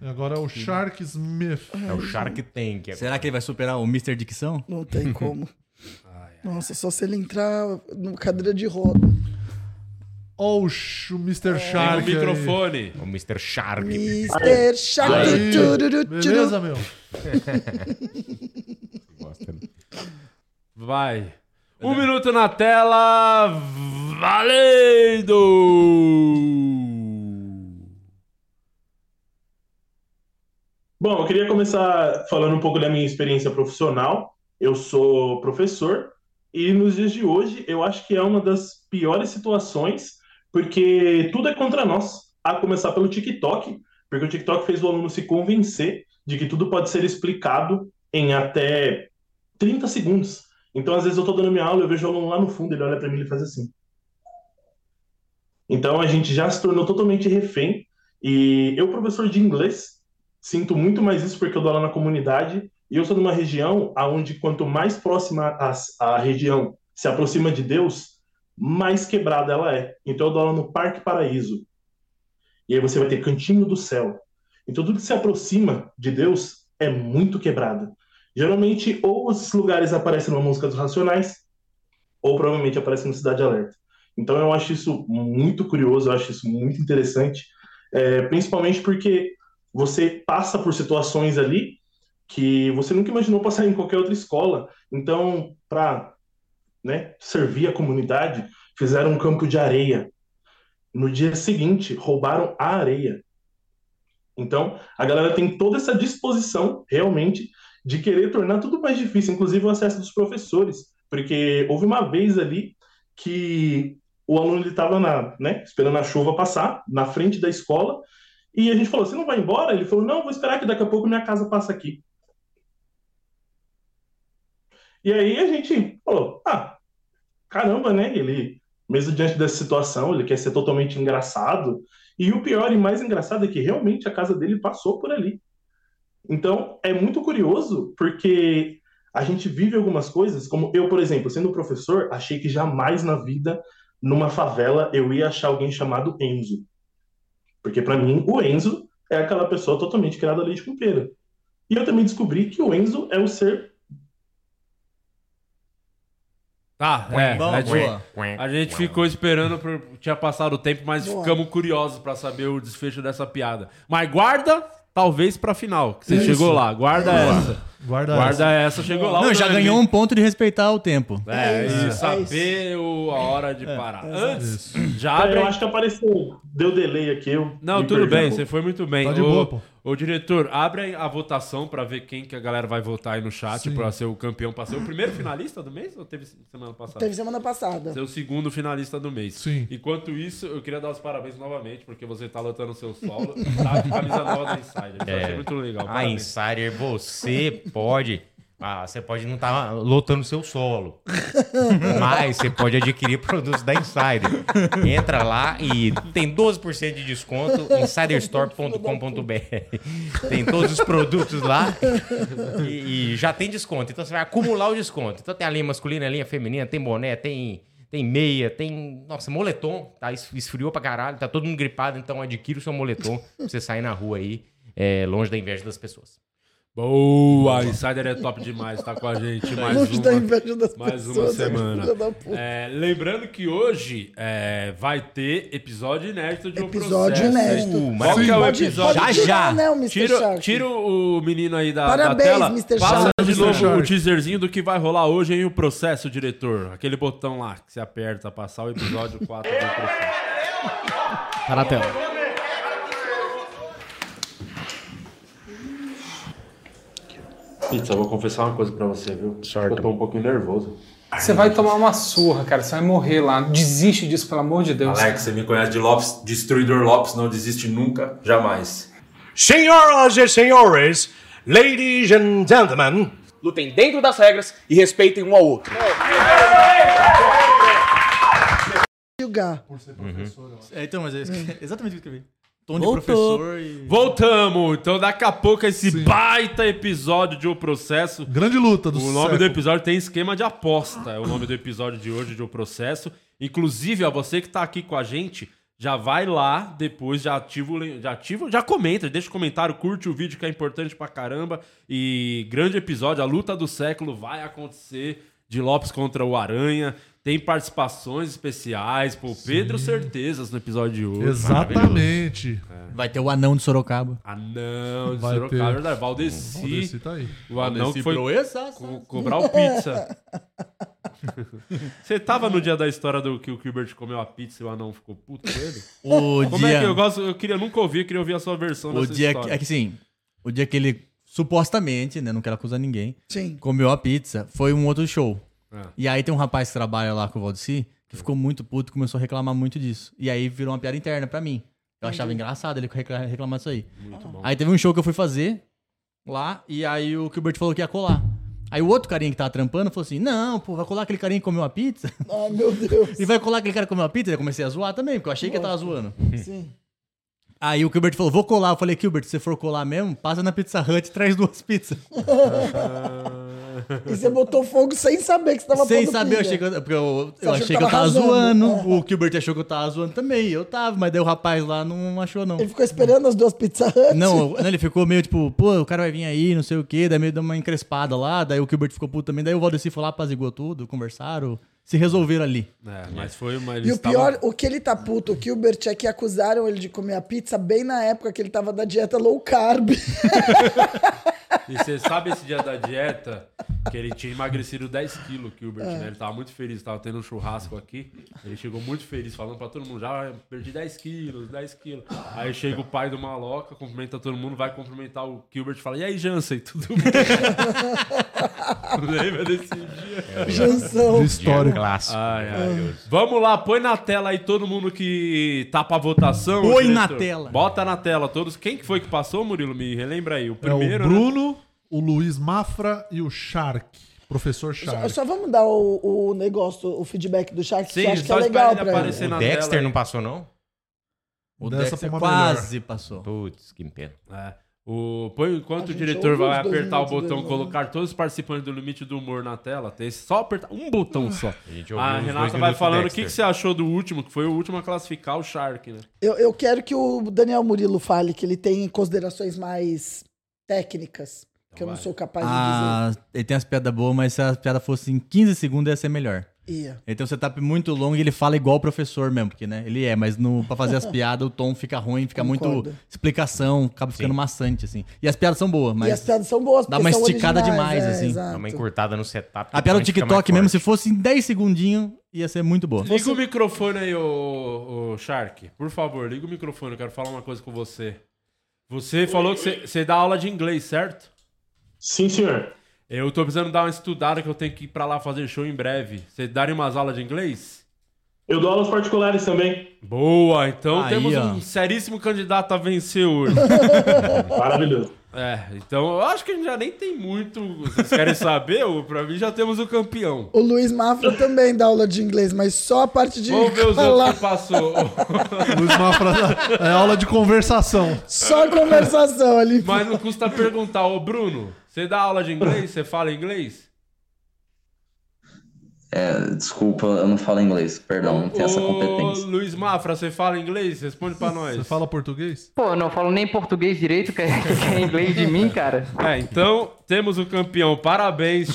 Speaker 8: E agora é o Shark Smith.
Speaker 7: É o Shark Tank.
Speaker 1: Será que ele vai superar o Mr. Dicção?
Speaker 9: Não tem como. Nossa, só se ele entrar numa cadeira de roda. É.
Speaker 8: Ou o Mr. Shark.
Speaker 6: Tem o microfone.
Speaker 7: O Mr. Shark.
Speaker 9: Mr. Shark.
Speaker 7: Aí.
Speaker 9: Tururu,
Speaker 8: Beleza,
Speaker 9: tururu.
Speaker 8: meu?
Speaker 6: Vai. Um minuto na tela. Valendo!
Speaker 15: Bom, eu queria começar falando um pouco da minha experiência profissional. Eu sou professor e nos dias de hoje eu acho que é uma das piores situações, porque tudo é contra nós, a começar pelo TikTok, porque o TikTok fez o aluno se convencer de que tudo pode ser explicado em até 30 segundos. Então, às vezes, eu estou dando minha aula, eu vejo o aluno lá no fundo, ele olha para mim e faz assim. Então a gente já se tornou totalmente refém. E eu, professor de inglês, sinto muito mais isso porque eu dou aula na comunidade e eu sou numa região aonde quanto mais próxima a, a região se aproxima de Deus, mais quebrada ela é. Então eu dou aula no Parque Paraíso. E aí você vai ter Cantinho do Céu. Então tudo que se aproxima de Deus é muito quebrado. Geralmente ou esses lugares aparecem numa música dos Racionais ou provavelmente aparece no Cidade Alerta. Então eu acho isso muito curioso, eu acho isso muito interessante, é, principalmente porque você passa por situações ali que você nunca imaginou passar em qualquer outra escola. Então, para né, servir a comunidade, fizeram um campo de areia. No dia seguinte, roubaram a areia. Então, a galera tem toda essa disposição, realmente, de querer tornar tudo mais difícil, inclusive o acesso dos professores, porque houve uma vez ali que o aluno estava na, né, esperando a chuva passar, na frente da escola, e a gente falou, você não vai embora? Ele falou, não, vou esperar que daqui a pouco minha casa passa aqui. E aí a gente falou, ah, caramba, né? Ele, mesmo diante dessa situação, ele quer ser totalmente engraçado. E o pior e mais engraçado é que realmente a casa dele passou por ali. Então, é muito curioso, porque a gente vive algumas coisas, como eu, por exemplo, sendo professor, achei que jamais na vida, numa favela, eu ia achar alguém chamado Enzo. Porque, para mim, o Enzo é aquela pessoa totalmente criada a leite com pera. E eu também descobri que o Enzo é o ser
Speaker 6: Tá, é.
Speaker 15: Bom,
Speaker 6: a, gente,
Speaker 15: boa.
Speaker 6: a gente ficou esperando, por, tinha passado o tempo, mas
Speaker 15: Boa.
Speaker 6: ficamos curiosos pra saber o desfecho dessa piada. Mas guarda, talvez, pra final, que você
Speaker 1: Isso.
Speaker 6: chegou lá. Guarda
Speaker 1: Boa.
Speaker 6: essa.
Speaker 1: Guarda
Speaker 6: essa. chegou lá.
Speaker 1: Não,
Speaker 6: o
Speaker 1: já
Speaker 6: Dani.
Speaker 1: ganhou um ponto de respeitar o tempo.
Speaker 6: É, e saber o- a hora de parar. Antes, já abre
Speaker 15: Eu
Speaker 6: aí.
Speaker 15: acho que apareceu, deu delay aqui. Eu
Speaker 6: Não,
Speaker 15: me
Speaker 6: tudo
Speaker 15: perdi um
Speaker 6: bem,
Speaker 15: pouco.
Speaker 6: você foi muito bem.
Speaker 15: Tá de
Speaker 6: Ô-
Speaker 15: boa, pô.
Speaker 6: Ô, diretor, abre aí a votação pra ver quem que a galera vai votar aí no chat
Speaker 15: Sim.
Speaker 6: pra ser o campeão, pra ser o primeiro finalista do mês ou teve semana passada?
Speaker 9: Teve semana passada.
Speaker 6: Ser o segundo finalista do mês.
Speaker 8: Sim.
Speaker 6: Enquanto isso, eu queria dar os parabéns novamente, porque você tá lotando o seu solo, tá com camisa nova da Insider. Isso eu achei muito legal.
Speaker 7: A
Speaker 6: parabéns.
Speaker 7: É. Ah, Insider, você pode. Ah, você pode não estar lotando seu solo. mas você pode adquirir produtos da Insider. Entra lá e tem 12% de desconto. Insiderstore.com.br. Tem todos os produtos lá e, e já tem desconto. Então você vai acumular o desconto. Então tem a linha masculina, a linha feminina, tem boné, tem. Tem meia, tem. Nossa, moletom. Tá, Es- esfriou pra caralho, tá todo mundo gripado, então adquira o seu moletom pra você sair na rua aí, é, longe da inveja das pessoas.
Speaker 6: Boa, Insider é top demais, tá com a gente. Mais
Speaker 9: Longe
Speaker 6: uma,
Speaker 9: da inveja das
Speaker 6: mais uma
Speaker 9: pessoas,
Speaker 6: semana.
Speaker 9: filha da puta.
Speaker 6: É, lembrando que hoje é, vai ter episódio inédito de um
Speaker 9: Episódio
Speaker 6: processo.
Speaker 9: inédito.
Speaker 6: Uh, Mas qual
Speaker 9: Sim.
Speaker 6: que é o
Speaker 9: Pode-
Speaker 6: episódio?
Speaker 9: pode tirar, né, o Mr.
Speaker 6: Tira,
Speaker 9: Shark?
Speaker 6: tira o menino aí da,
Speaker 9: Parabéns,
Speaker 6: da tela.
Speaker 9: Mr.
Speaker 6: Passa
Speaker 9: Shark.
Speaker 6: de novo
Speaker 9: Mr. Shark.
Speaker 6: o teaserzinho do que vai rolar hoje em O Processo, diretor. Aquele botão lá que você aperta, passar o episódio 4 do processo.
Speaker 10: Tá na tela.
Speaker 6: Pizza, eu vou confessar uma coisa pra você, viu? Eu tô um pouquinho nervoso.
Speaker 4: Você vai tomar uma surra, cara. Você vai morrer lá. Desiste disso, pelo amor de Deus.
Speaker 6: Alex, você me conhece de Lopes, Destruidor Lopes, não desiste nunca, jamais.
Speaker 3: Senhoras e senhores, ladies and gentlemen,
Speaker 5: Lutem dentro das regras e respeitem um ao outro.
Speaker 9: Julgar.
Speaker 1: É, então, mas é isso que- exatamente o que eu escrevi. Tom de
Speaker 6: Voltou.
Speaker 1: professor e.
Speaker 6: Voltamos! Então, daqui a pouco, esse baita episódio de O Processo.
Speaker 8: Grande luta do
Speaker 6: O nome
Speaker 8: século.
Speaker 6: do episódio tem esquema de aposta. É o nome do episódio de hoje de O Processo. Inclusive, a você que tá aqui com a gente, já vai lá depois, já ativa, o le- já ativa, já comenta, deixa o comentário, curte o vídeo que é importante pra caramba. E grande episódio, a luta do século vai acontecer de Lopes contra o Aranha. Tem participações especiais, pô, Pedro Certezas no episódio de hoje.
Speaker 8: Exatamente.
Speaker 1: Vai ter o anão de Sorocaba.
Speaker 6: Anão de
Speaker 8: Vai
Speaker 6: Sorocaba, é
Speaker 8: ter.
Speaker 6: verdade. né? Valdeci.
Speaker 8: Valdeci tá aí.
Speaker 6: O anão
Speaker 1: Valdeci
Speaker 6: que né? foi
Speaker 1: Proença.
Speaker 6: co- cobrar o pizza. Você tava no dia da história do que o Gilbert comeu a pizza e o anão ficou puto com ele?
Speaker 1: O
Speaker 6: Como é
Speaker 1: dia-
Speaker 6: que eu gosto? Eu queria nunca ouvir, eu queria ouvir a sua versão
Speaker 1: O
Speaker 6: dessa
Speaker 1: dia que,
Speaker 6: história.
Speaker 1: é que assim, o dia que ele supostamente, né, não quero acusar ninguém,
Speaker 9: Sim.
Speaker 1: comeu a pizza, foi um outro show.
Speaker 6: Ah.
Speaker 1: E aí tem um rapaz que trabalha lá com o Valdeci, que ficou muito puto, começou a reclamar muito disso. E aí virou uma piada interna pra mim. Eu achava
Speaker 6: Entendi.
Speaker 1: engraçado ele recla- reclamar disso aí.
Speaker 6: Muito bom.
Speaker 1: Aí teve um show que eu fui fazer lá, e aí o Gilbert falou que ia colar. Aí o outro carinha que tava trampando falou assim: Não, pô, vai colar aquele carinha que comeu a pizza?
Speaker 9: Ah, meu Deus.
Speaker 1: E vai colar aquele cara que comeu a pizza? Eu comecei a zoar também, porque eu achei que eu tava zoando.
Speaker 9: Sim.
Speaker 1: Aí o Gilbert falou, vou colar. Eu falei, Gilbert, se você for colar mesmo, passa na Pizza Hut e traz duas pizzas.
Speaker 9: E você botou fogo sem saber que você tava
Speaker 1: Sem
Speaker 9: pondo
Speaker 1: saber, eu
Speaker 9: pilha.
Speaker 1: achei que eu, porque eu,
Speaker 9: Você
Speaker 1: eu
Speaker 9: achou que
Speaker 1: achei que eu
Speaker 9: tava
Speaker 1: tava
Speaker 9: arrasando,
Speaker 1: zoando.
Speaker 9: é.
Speaker 1: O Gilbert achou que eu tava zoando também. Eu tava, mas daí o rapaz lá não achou, não.
Speaker 9: Ele ficou esperando as duas pizzas antes.
Speaker 1: Não, eu- ele ficou meio tipo, pô, o cara vai vir aí, não sei o quê. Daí meio deu uma encrespada lá. Daí o Gilbert ficou puto também. Daí o Valdeci foi lá, apazigou tudo, conversaram. Se resolveram ali.
Speaker 6: É, mas foi uma.
Speaker 9: E o pior, o que ele tá puto, o Gilbert, é que acusaram ele de comer a pizza bem na época que ele tava da dieta low carb.
Speaker 6: E você sabe esse dia da dieta que ele tinha emagrecido 10 quilos, Gilbert,
Speaker 9: É.
Speaker 6: né? Ele tava muito feliz, tava tendo um churrasco aqui. Ele chegou muito feliz, falando pra todo mundo: já perdi 10 quilos, 10 quilos. Aí chega o pai do maloca, cumprimenta todo mundo, vai cumprimentar o Gilbert e fala: e aí, Jansen, tudo bem? Lembra desse dia?
Speaker 9: Jansão.
Speaker 6: De
Speaker 8: história. Dia
Speaker 6: clássico. Ai, ai, Vamos lá, põe na tela aí todo mundo que tá pra votação.
Speaker 1: Põe
Speaker 6: diretor.
Speaker 1: na tela.
Speaker 6: Bota na tela todos. Quem que foi que passou, Murilo? Me relembra aí. O
Speaker 8: É o
Speaker 6: primeiro. né?
Speaker 8: Bruno, o Luiz Mafra e o Shark. Professor
Speaker 9: Só,
Speaker 8: Shark.
Speaker 9: só vamos dar o, o negócio, o feedback do Shark, que
Speaker 6: Sim,
Speaker 9: eu acho que é
Speaker 6: só espera
Speaker 9: legal
Speaker 6: ele
Speaker 9: pra
Speaker 6: aparecer na
Speaker 7: O Dexter
Speaker 6: tela.
Speaker 7: não passou, não?
Speaker 1: O
Speaker 6: Dessa
Speaker 1: Dexter
Speaker 6: pra uma
Speaker 1: quase passou.
Speaker 7: Putz, que pena.
Speaker 6: É. O, põe, enquanto
Speaker 7: A
Speaker 6: o
Speaker 7: gente
Speaker 6: diretor
Speaker 7: ouve os
Speaker 6: vai
Speaker 7: dois
Speaker 6: apertar o
Speaker 7: minutos
Speaker 6: botão,
Speaker 7: dele, né?
Speaker 6: colocar todos os participantes do limite do humor na tela, tem só apertar um
Speaker 7: Ah.
Speaker 6: botão só. A,
Speaker 7: gente ouviu os dois
Speaker 6: Renata vai
Speaker 7: minutos do
Speaker 6: falando o que,
Speaker 7: Dexter.
Speaker 6: que você achou do último, que foi o último a classificar o Shark, né?
Speaker 9: Eu, eu quero que o Daniel Murilo fale que ele tem considerações mais técnicas, que eu não sou capaz
Speaker 1: Ah, ele tem as piadas boas, mas se a piada fosse em 15 segundos ia ser melhor.
Speaker 9: Ia.
Speaker 1: Ele tem um setup muito longo e ele fala igual o professor mesmo, porque né, ele é, mas no, pra fazer as piadas o tom fica ruim, fica
Speaker 9: Concordo.
Speaker 1: muito explicação, acaba ficando maçante, assim. E as piadas são boas,
Speaker 9: de dizer.
Speaker 1: mas
Speaker 9: E as piadas são boas,
Speaker 1: dá
Speaker 9: porque
Speaker 1: uma
Speaker 9: são
Speaker 1: esticada
Speaker 9: originais,
Speaker 1: demais,
Speaker 9: é,
Speaker 1: assim.
Speaker 9: exato.
Speaker 7: Dá uma encurtada no setup.
Speaker 1: A piada do
Speaker 7: depois fica mais
Speaker 1: TikTok mesmo,
Speaker 7: forte.
Speaker 1: se fosse em 10 segundinhos, ia ser muito boa.
Speaker 6: Liga o microfone aí, ô, ô, Shark. Por favor, liga o microfone, eu quero falar uma coisa com você. Você falou que você- você dá aula de inglês, certo?
Speaker 15: Sim, senhor.
Speaker 6: Eu tô precisando dar uma estudada que eu tenho que ir pra lá fazer show em breve. Você daria umas aulas de inglês?
Speaker 15: Eu dou aulas particulares também.
Speaker 6: Boa, então
Speaker 15: Aí,
Speaker 6: temos
Speaker 15: ó.
Speaker 6: um seríssimo candidato a vencer hoje.
Speaker 15: Maravilhoso.
Speaker 6: É, então eu acho que a gente já nem tem muito. Vocês querem saber? Ou Pra mim já temos o campeão.
Speaker 9: O Luiz Mafra também dá aula de inglês, mas só a parte de
Speaker 6: Vamos ver os outros
Speaker 9: falar.
Speaker 6: que passou.
Speaker 8: Luiz Mafra é aula de conversação.
Speaker 9: Só conversação ali.
Speaker 6: Mas não custa perguntar, ô Bruno, você dá aula de inglês? Você fala inglês?
Speaker 2: É, desculpa, eu não falo inglês, perdão, não tenho essa
Speaker 6: Ô,
Speaker 2: competência.
Speaker 6: Luiz Mafra, você fala inglês? Responde pra nós. Você
Speaker 8: fala português?
Speaker 14: Pô, eu não falo nem português direito, que é, que é inglês de mim, cara.
Speaker 6: É, então temos o campeão. Parabéns.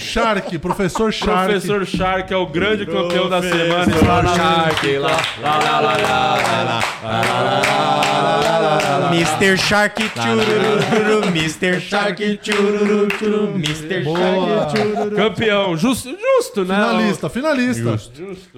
Speaker 8: Shark, professor Shark.
Speaker 6: Professor Shark é o grande campeão da semana. Está na Shark, lá, lá, lá, lá,
Speaker 16: Mr. Shark chururu, Mr. Shark chururu, chururu, Mr. Shark chururu.
Speaker 6: Campeão, justo, justo, né?
Speaker 8: Finalista, finalista.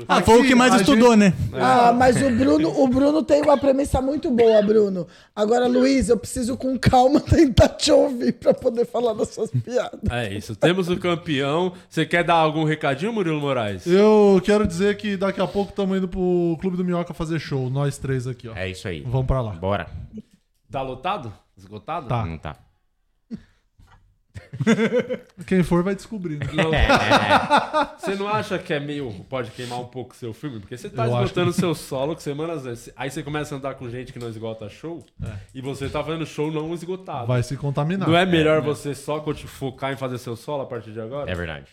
Speaker 1: Ah, foi o que mais
Speaker 8: a
Speaker 1: estudou,
Speaker 8: gente-
Speaker 1: né?
Speaker 6: É.
Speaker 9: Ah, mas o Bruno, o Bruno tem uma premissa muito boa, Bruno. Agora, Luiz, eu preciso com calma tentar te ouvir pra poder falar das suas piadas.
Speaker 6: É isso, temos o campeão. Você quer dar algum recadinho, Murilo Moraes?
Speaker 8: Eu quero dizer que daqui a pouco estamos indo pro Clube do Minhoca fazer show, nós três aqui, ó.
Speaker 7: É isso aí.
Speaker 8: Vamos pra lá.
Speaker 7: Bora.
Speaker 6: Tá lotado? Esgotado?
Speaker 8: Tá.
Speaker 7: Não tá.
Speaker 8: Quem for vai descobrir. né?
Speaker 6: Não. É. Você não acha que é meio. Pode queimar um pouco seu filme? Porque você tá
Speaker 8: Eu acho
Speaker 6: esgotando
Speaker 8: que-
Speaker 6: seu solo que semanas antes. Aí você começa a andar com gente que não esgota show. E você tá fazendo show não esgotado.
Speaker 8: Vai se contaminar.
Speaker 6: Não é melhor
Speaker 8: É.
Speaker 6: você só conti- focar em fazer seu solo a partir de agora?
Speaker 7: É verdade.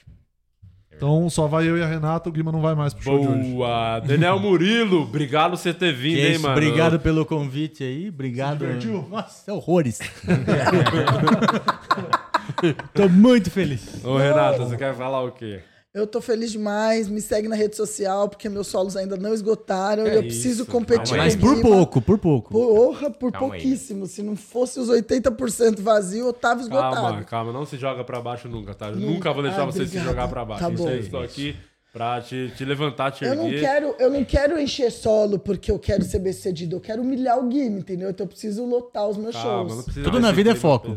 Speaker 8: Então só vai eu e a Renata, o Guima não vai mais pro show de hoje.
Speaker 6: Boa! Daniel Murilo, obrigado por você ter vindo,
Speaker 1: Que
Speaker 6: hein,
Speaker 1: isso,
Speaker 6: mano?
Speaker 1: Obrigado pelo convite aí. Obrigado.
Speaker 6: Se divertiu?
Speaker 1: Nossa, é horrores. Tô muito feliz.
Speaker 6: Ô, Renata, você quer falar o quê?
Speaker 9: Eu tô feliz demais, me segue na rede social, porque meus solos ainda não esgotaram
Speaker 6: É
Speaker 9: e eu preciso competir.
Speaker 1: Mas
Speaker 9: com o
Speaker 1: por
Speaker 9: Guima.
Speaker 1: pouco, por pouco.
Speaker 9: Porra, por
Speaker 6: Calma aí.
Speaker 9: pouquíssimo. Se não fosse os 80% vazio, eu tava esgotado.
Speaker 6: Calma, calma, não se joga pra baixo nunca, tá? Eu
Speaker 9: Nunca.
Speaker 6: Nunca vou deixar
Speaker 9: Ah,
Speaker 6: você se
Speaker 9: obrigada.
Speaker 6: jogar pra baixo.
Speaker 9: Tá
Speaker 6: Isso
Speaker 9: bom.
Speaker 6: aí, Estou aqui pra te, te levantar, te
Speaker 9: Eu não,
Speaker 6: erguer.
Speaker 9: quero, eu não quero encher solo porque eu quero ser bem sucedido. Eu quero humilhar o Guima, entendeu? Então eu preciso lotar os meus
Speaker 6: Calma, não
Speaker 9: shows.
Speaker 6: precisa
Speaker 1: Tudo
Speaker 6: mais
Speaker 1: na
Speaker 6: se
Speaker 1: vida é
Speaker 6: clima
Speaker 1: foco.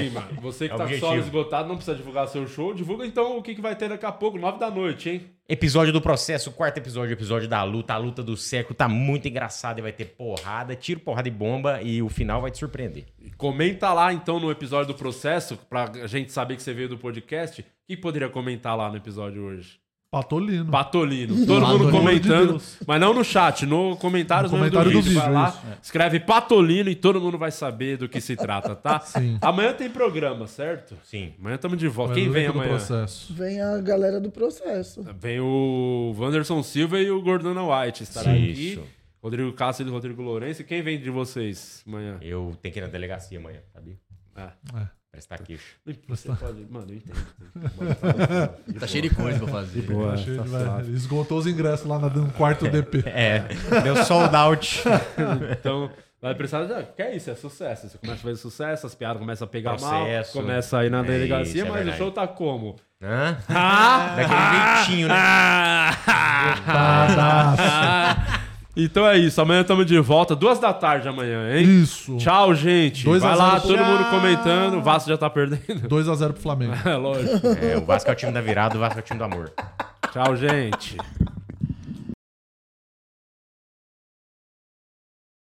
Speaker 6: Sim, mano. Você que
Speaker 7: É o
Speaker 6: tá com
Speaker 7: objetivo.
Speaker 6: solo esgotado, não precisa divulgar seu show. Divulga então o que, que vai ter daqui a pouco, nove da noite, hein?
Speaker 7: Episódio do processo, quarto episódio, episódio da luta, a luta do século tá muito engraçada e vai ter porrada, tiro, porrada e bomba e o final vai te surpreender.
Speaker 6: Comenta lá então no episódio do processo, pra gente saber que você veio do podcast. O que poderia comentar lá no episódio hoje?
Speaker 8: Patolino. Patolino.
Speaker 6: Patolino. Todo mundo
Speaker 8: Pelo amor de
Speaker 6: comentando,
Speaker 8: Deus.
Speaker 6: mas não no chat, no comentários
Speaker 8: No
Speaker 6: mesmo
Speaker 8: comentário do vídeo,
Speaker 6: Vai lá,
Speaker 8: isso. é.
Speaker 6: escreve Patolino e todo mundo vai saber do que se trata, tá? Sim. Amanhã tem programa, certo?
Speaker 7: Sim.
Speaker 6: Amanhã estamos de volta.
Speaker 8: Amanhã
Speaker 6: Quem
Speaker 8: no
Speaker 6: vem
Speaker 8: Link do
Speaker 6: amanhã?
Speaker 8: Processo.
Speaker 9: Vem a galera do processo.
Speaker 6: Vem o Wanderson Silva e o Gordana White estará
Speaker 7: Sim.
Speaker 6: aqui.
Speaker 7: Isso.
Speaker 6: Rodrigo Cássio e Rodrigo Lourenço. E Quem vem de vocês amanhã?
Speaker 7: Eu tenho que ir na delegacia amanhã, sabia?
Speaker 6: Ah.
Speaker 8: É.
Speaker 7: Parece que tá aqui.
Speaker 6: Você pode... Mano, eu entendo.
Speaker 1: Tá cheio de coisa pra fazer.
Speaker 6: De boa,
Speaker 8: Achei-
Speaker 6: tá
Speaker 8: vai-
Speaker 6: suave.
Speaker 8: esgotou os ingressos lá na, no quarto DP.
Speaker 6: É,
Speaker 16: deu sold out.
Speaker 6: então, vai precisar. de- Que é isso, é sucesso. Você começa a fazer sucesso, as piadas começam a pegar
Speaker 7: Processo.
Speaker 6: Tá mal, começa a ir na
Speaker 7: É
Speaker 6: delegacia,
Speaker 7: isso, é
Speaker 6: mas o
Speaker 7: verdade.
Speaker 6: show tá como?
Speaker 7: Hã?
Speaker 6: Ah,
Speaker 7: Daquele
Speaker 6: ah,
Speaker 7: jeitinho, né?
Speaker 6: ah, ah, ah. Então é isso, amanhã estamos de volta, duas da tarde amanhã, hein?
Speaker 8: Isso.
Speaker 6: Tchau, gente.
Speaker 8: Dois a
Speaker 6: Vai lá,
Speaker 8: zero pro-
Speaker 6: todo mundo comentando. O Vasco já tá perdendo.
Speaker 8: 2x0 pro Flamengo.
Speaker 6: É, lógico.
Speaker 7: É, o Vasco é o time da virada, o Vasco é o time do amor.
Speaker 6: Tchau, gente.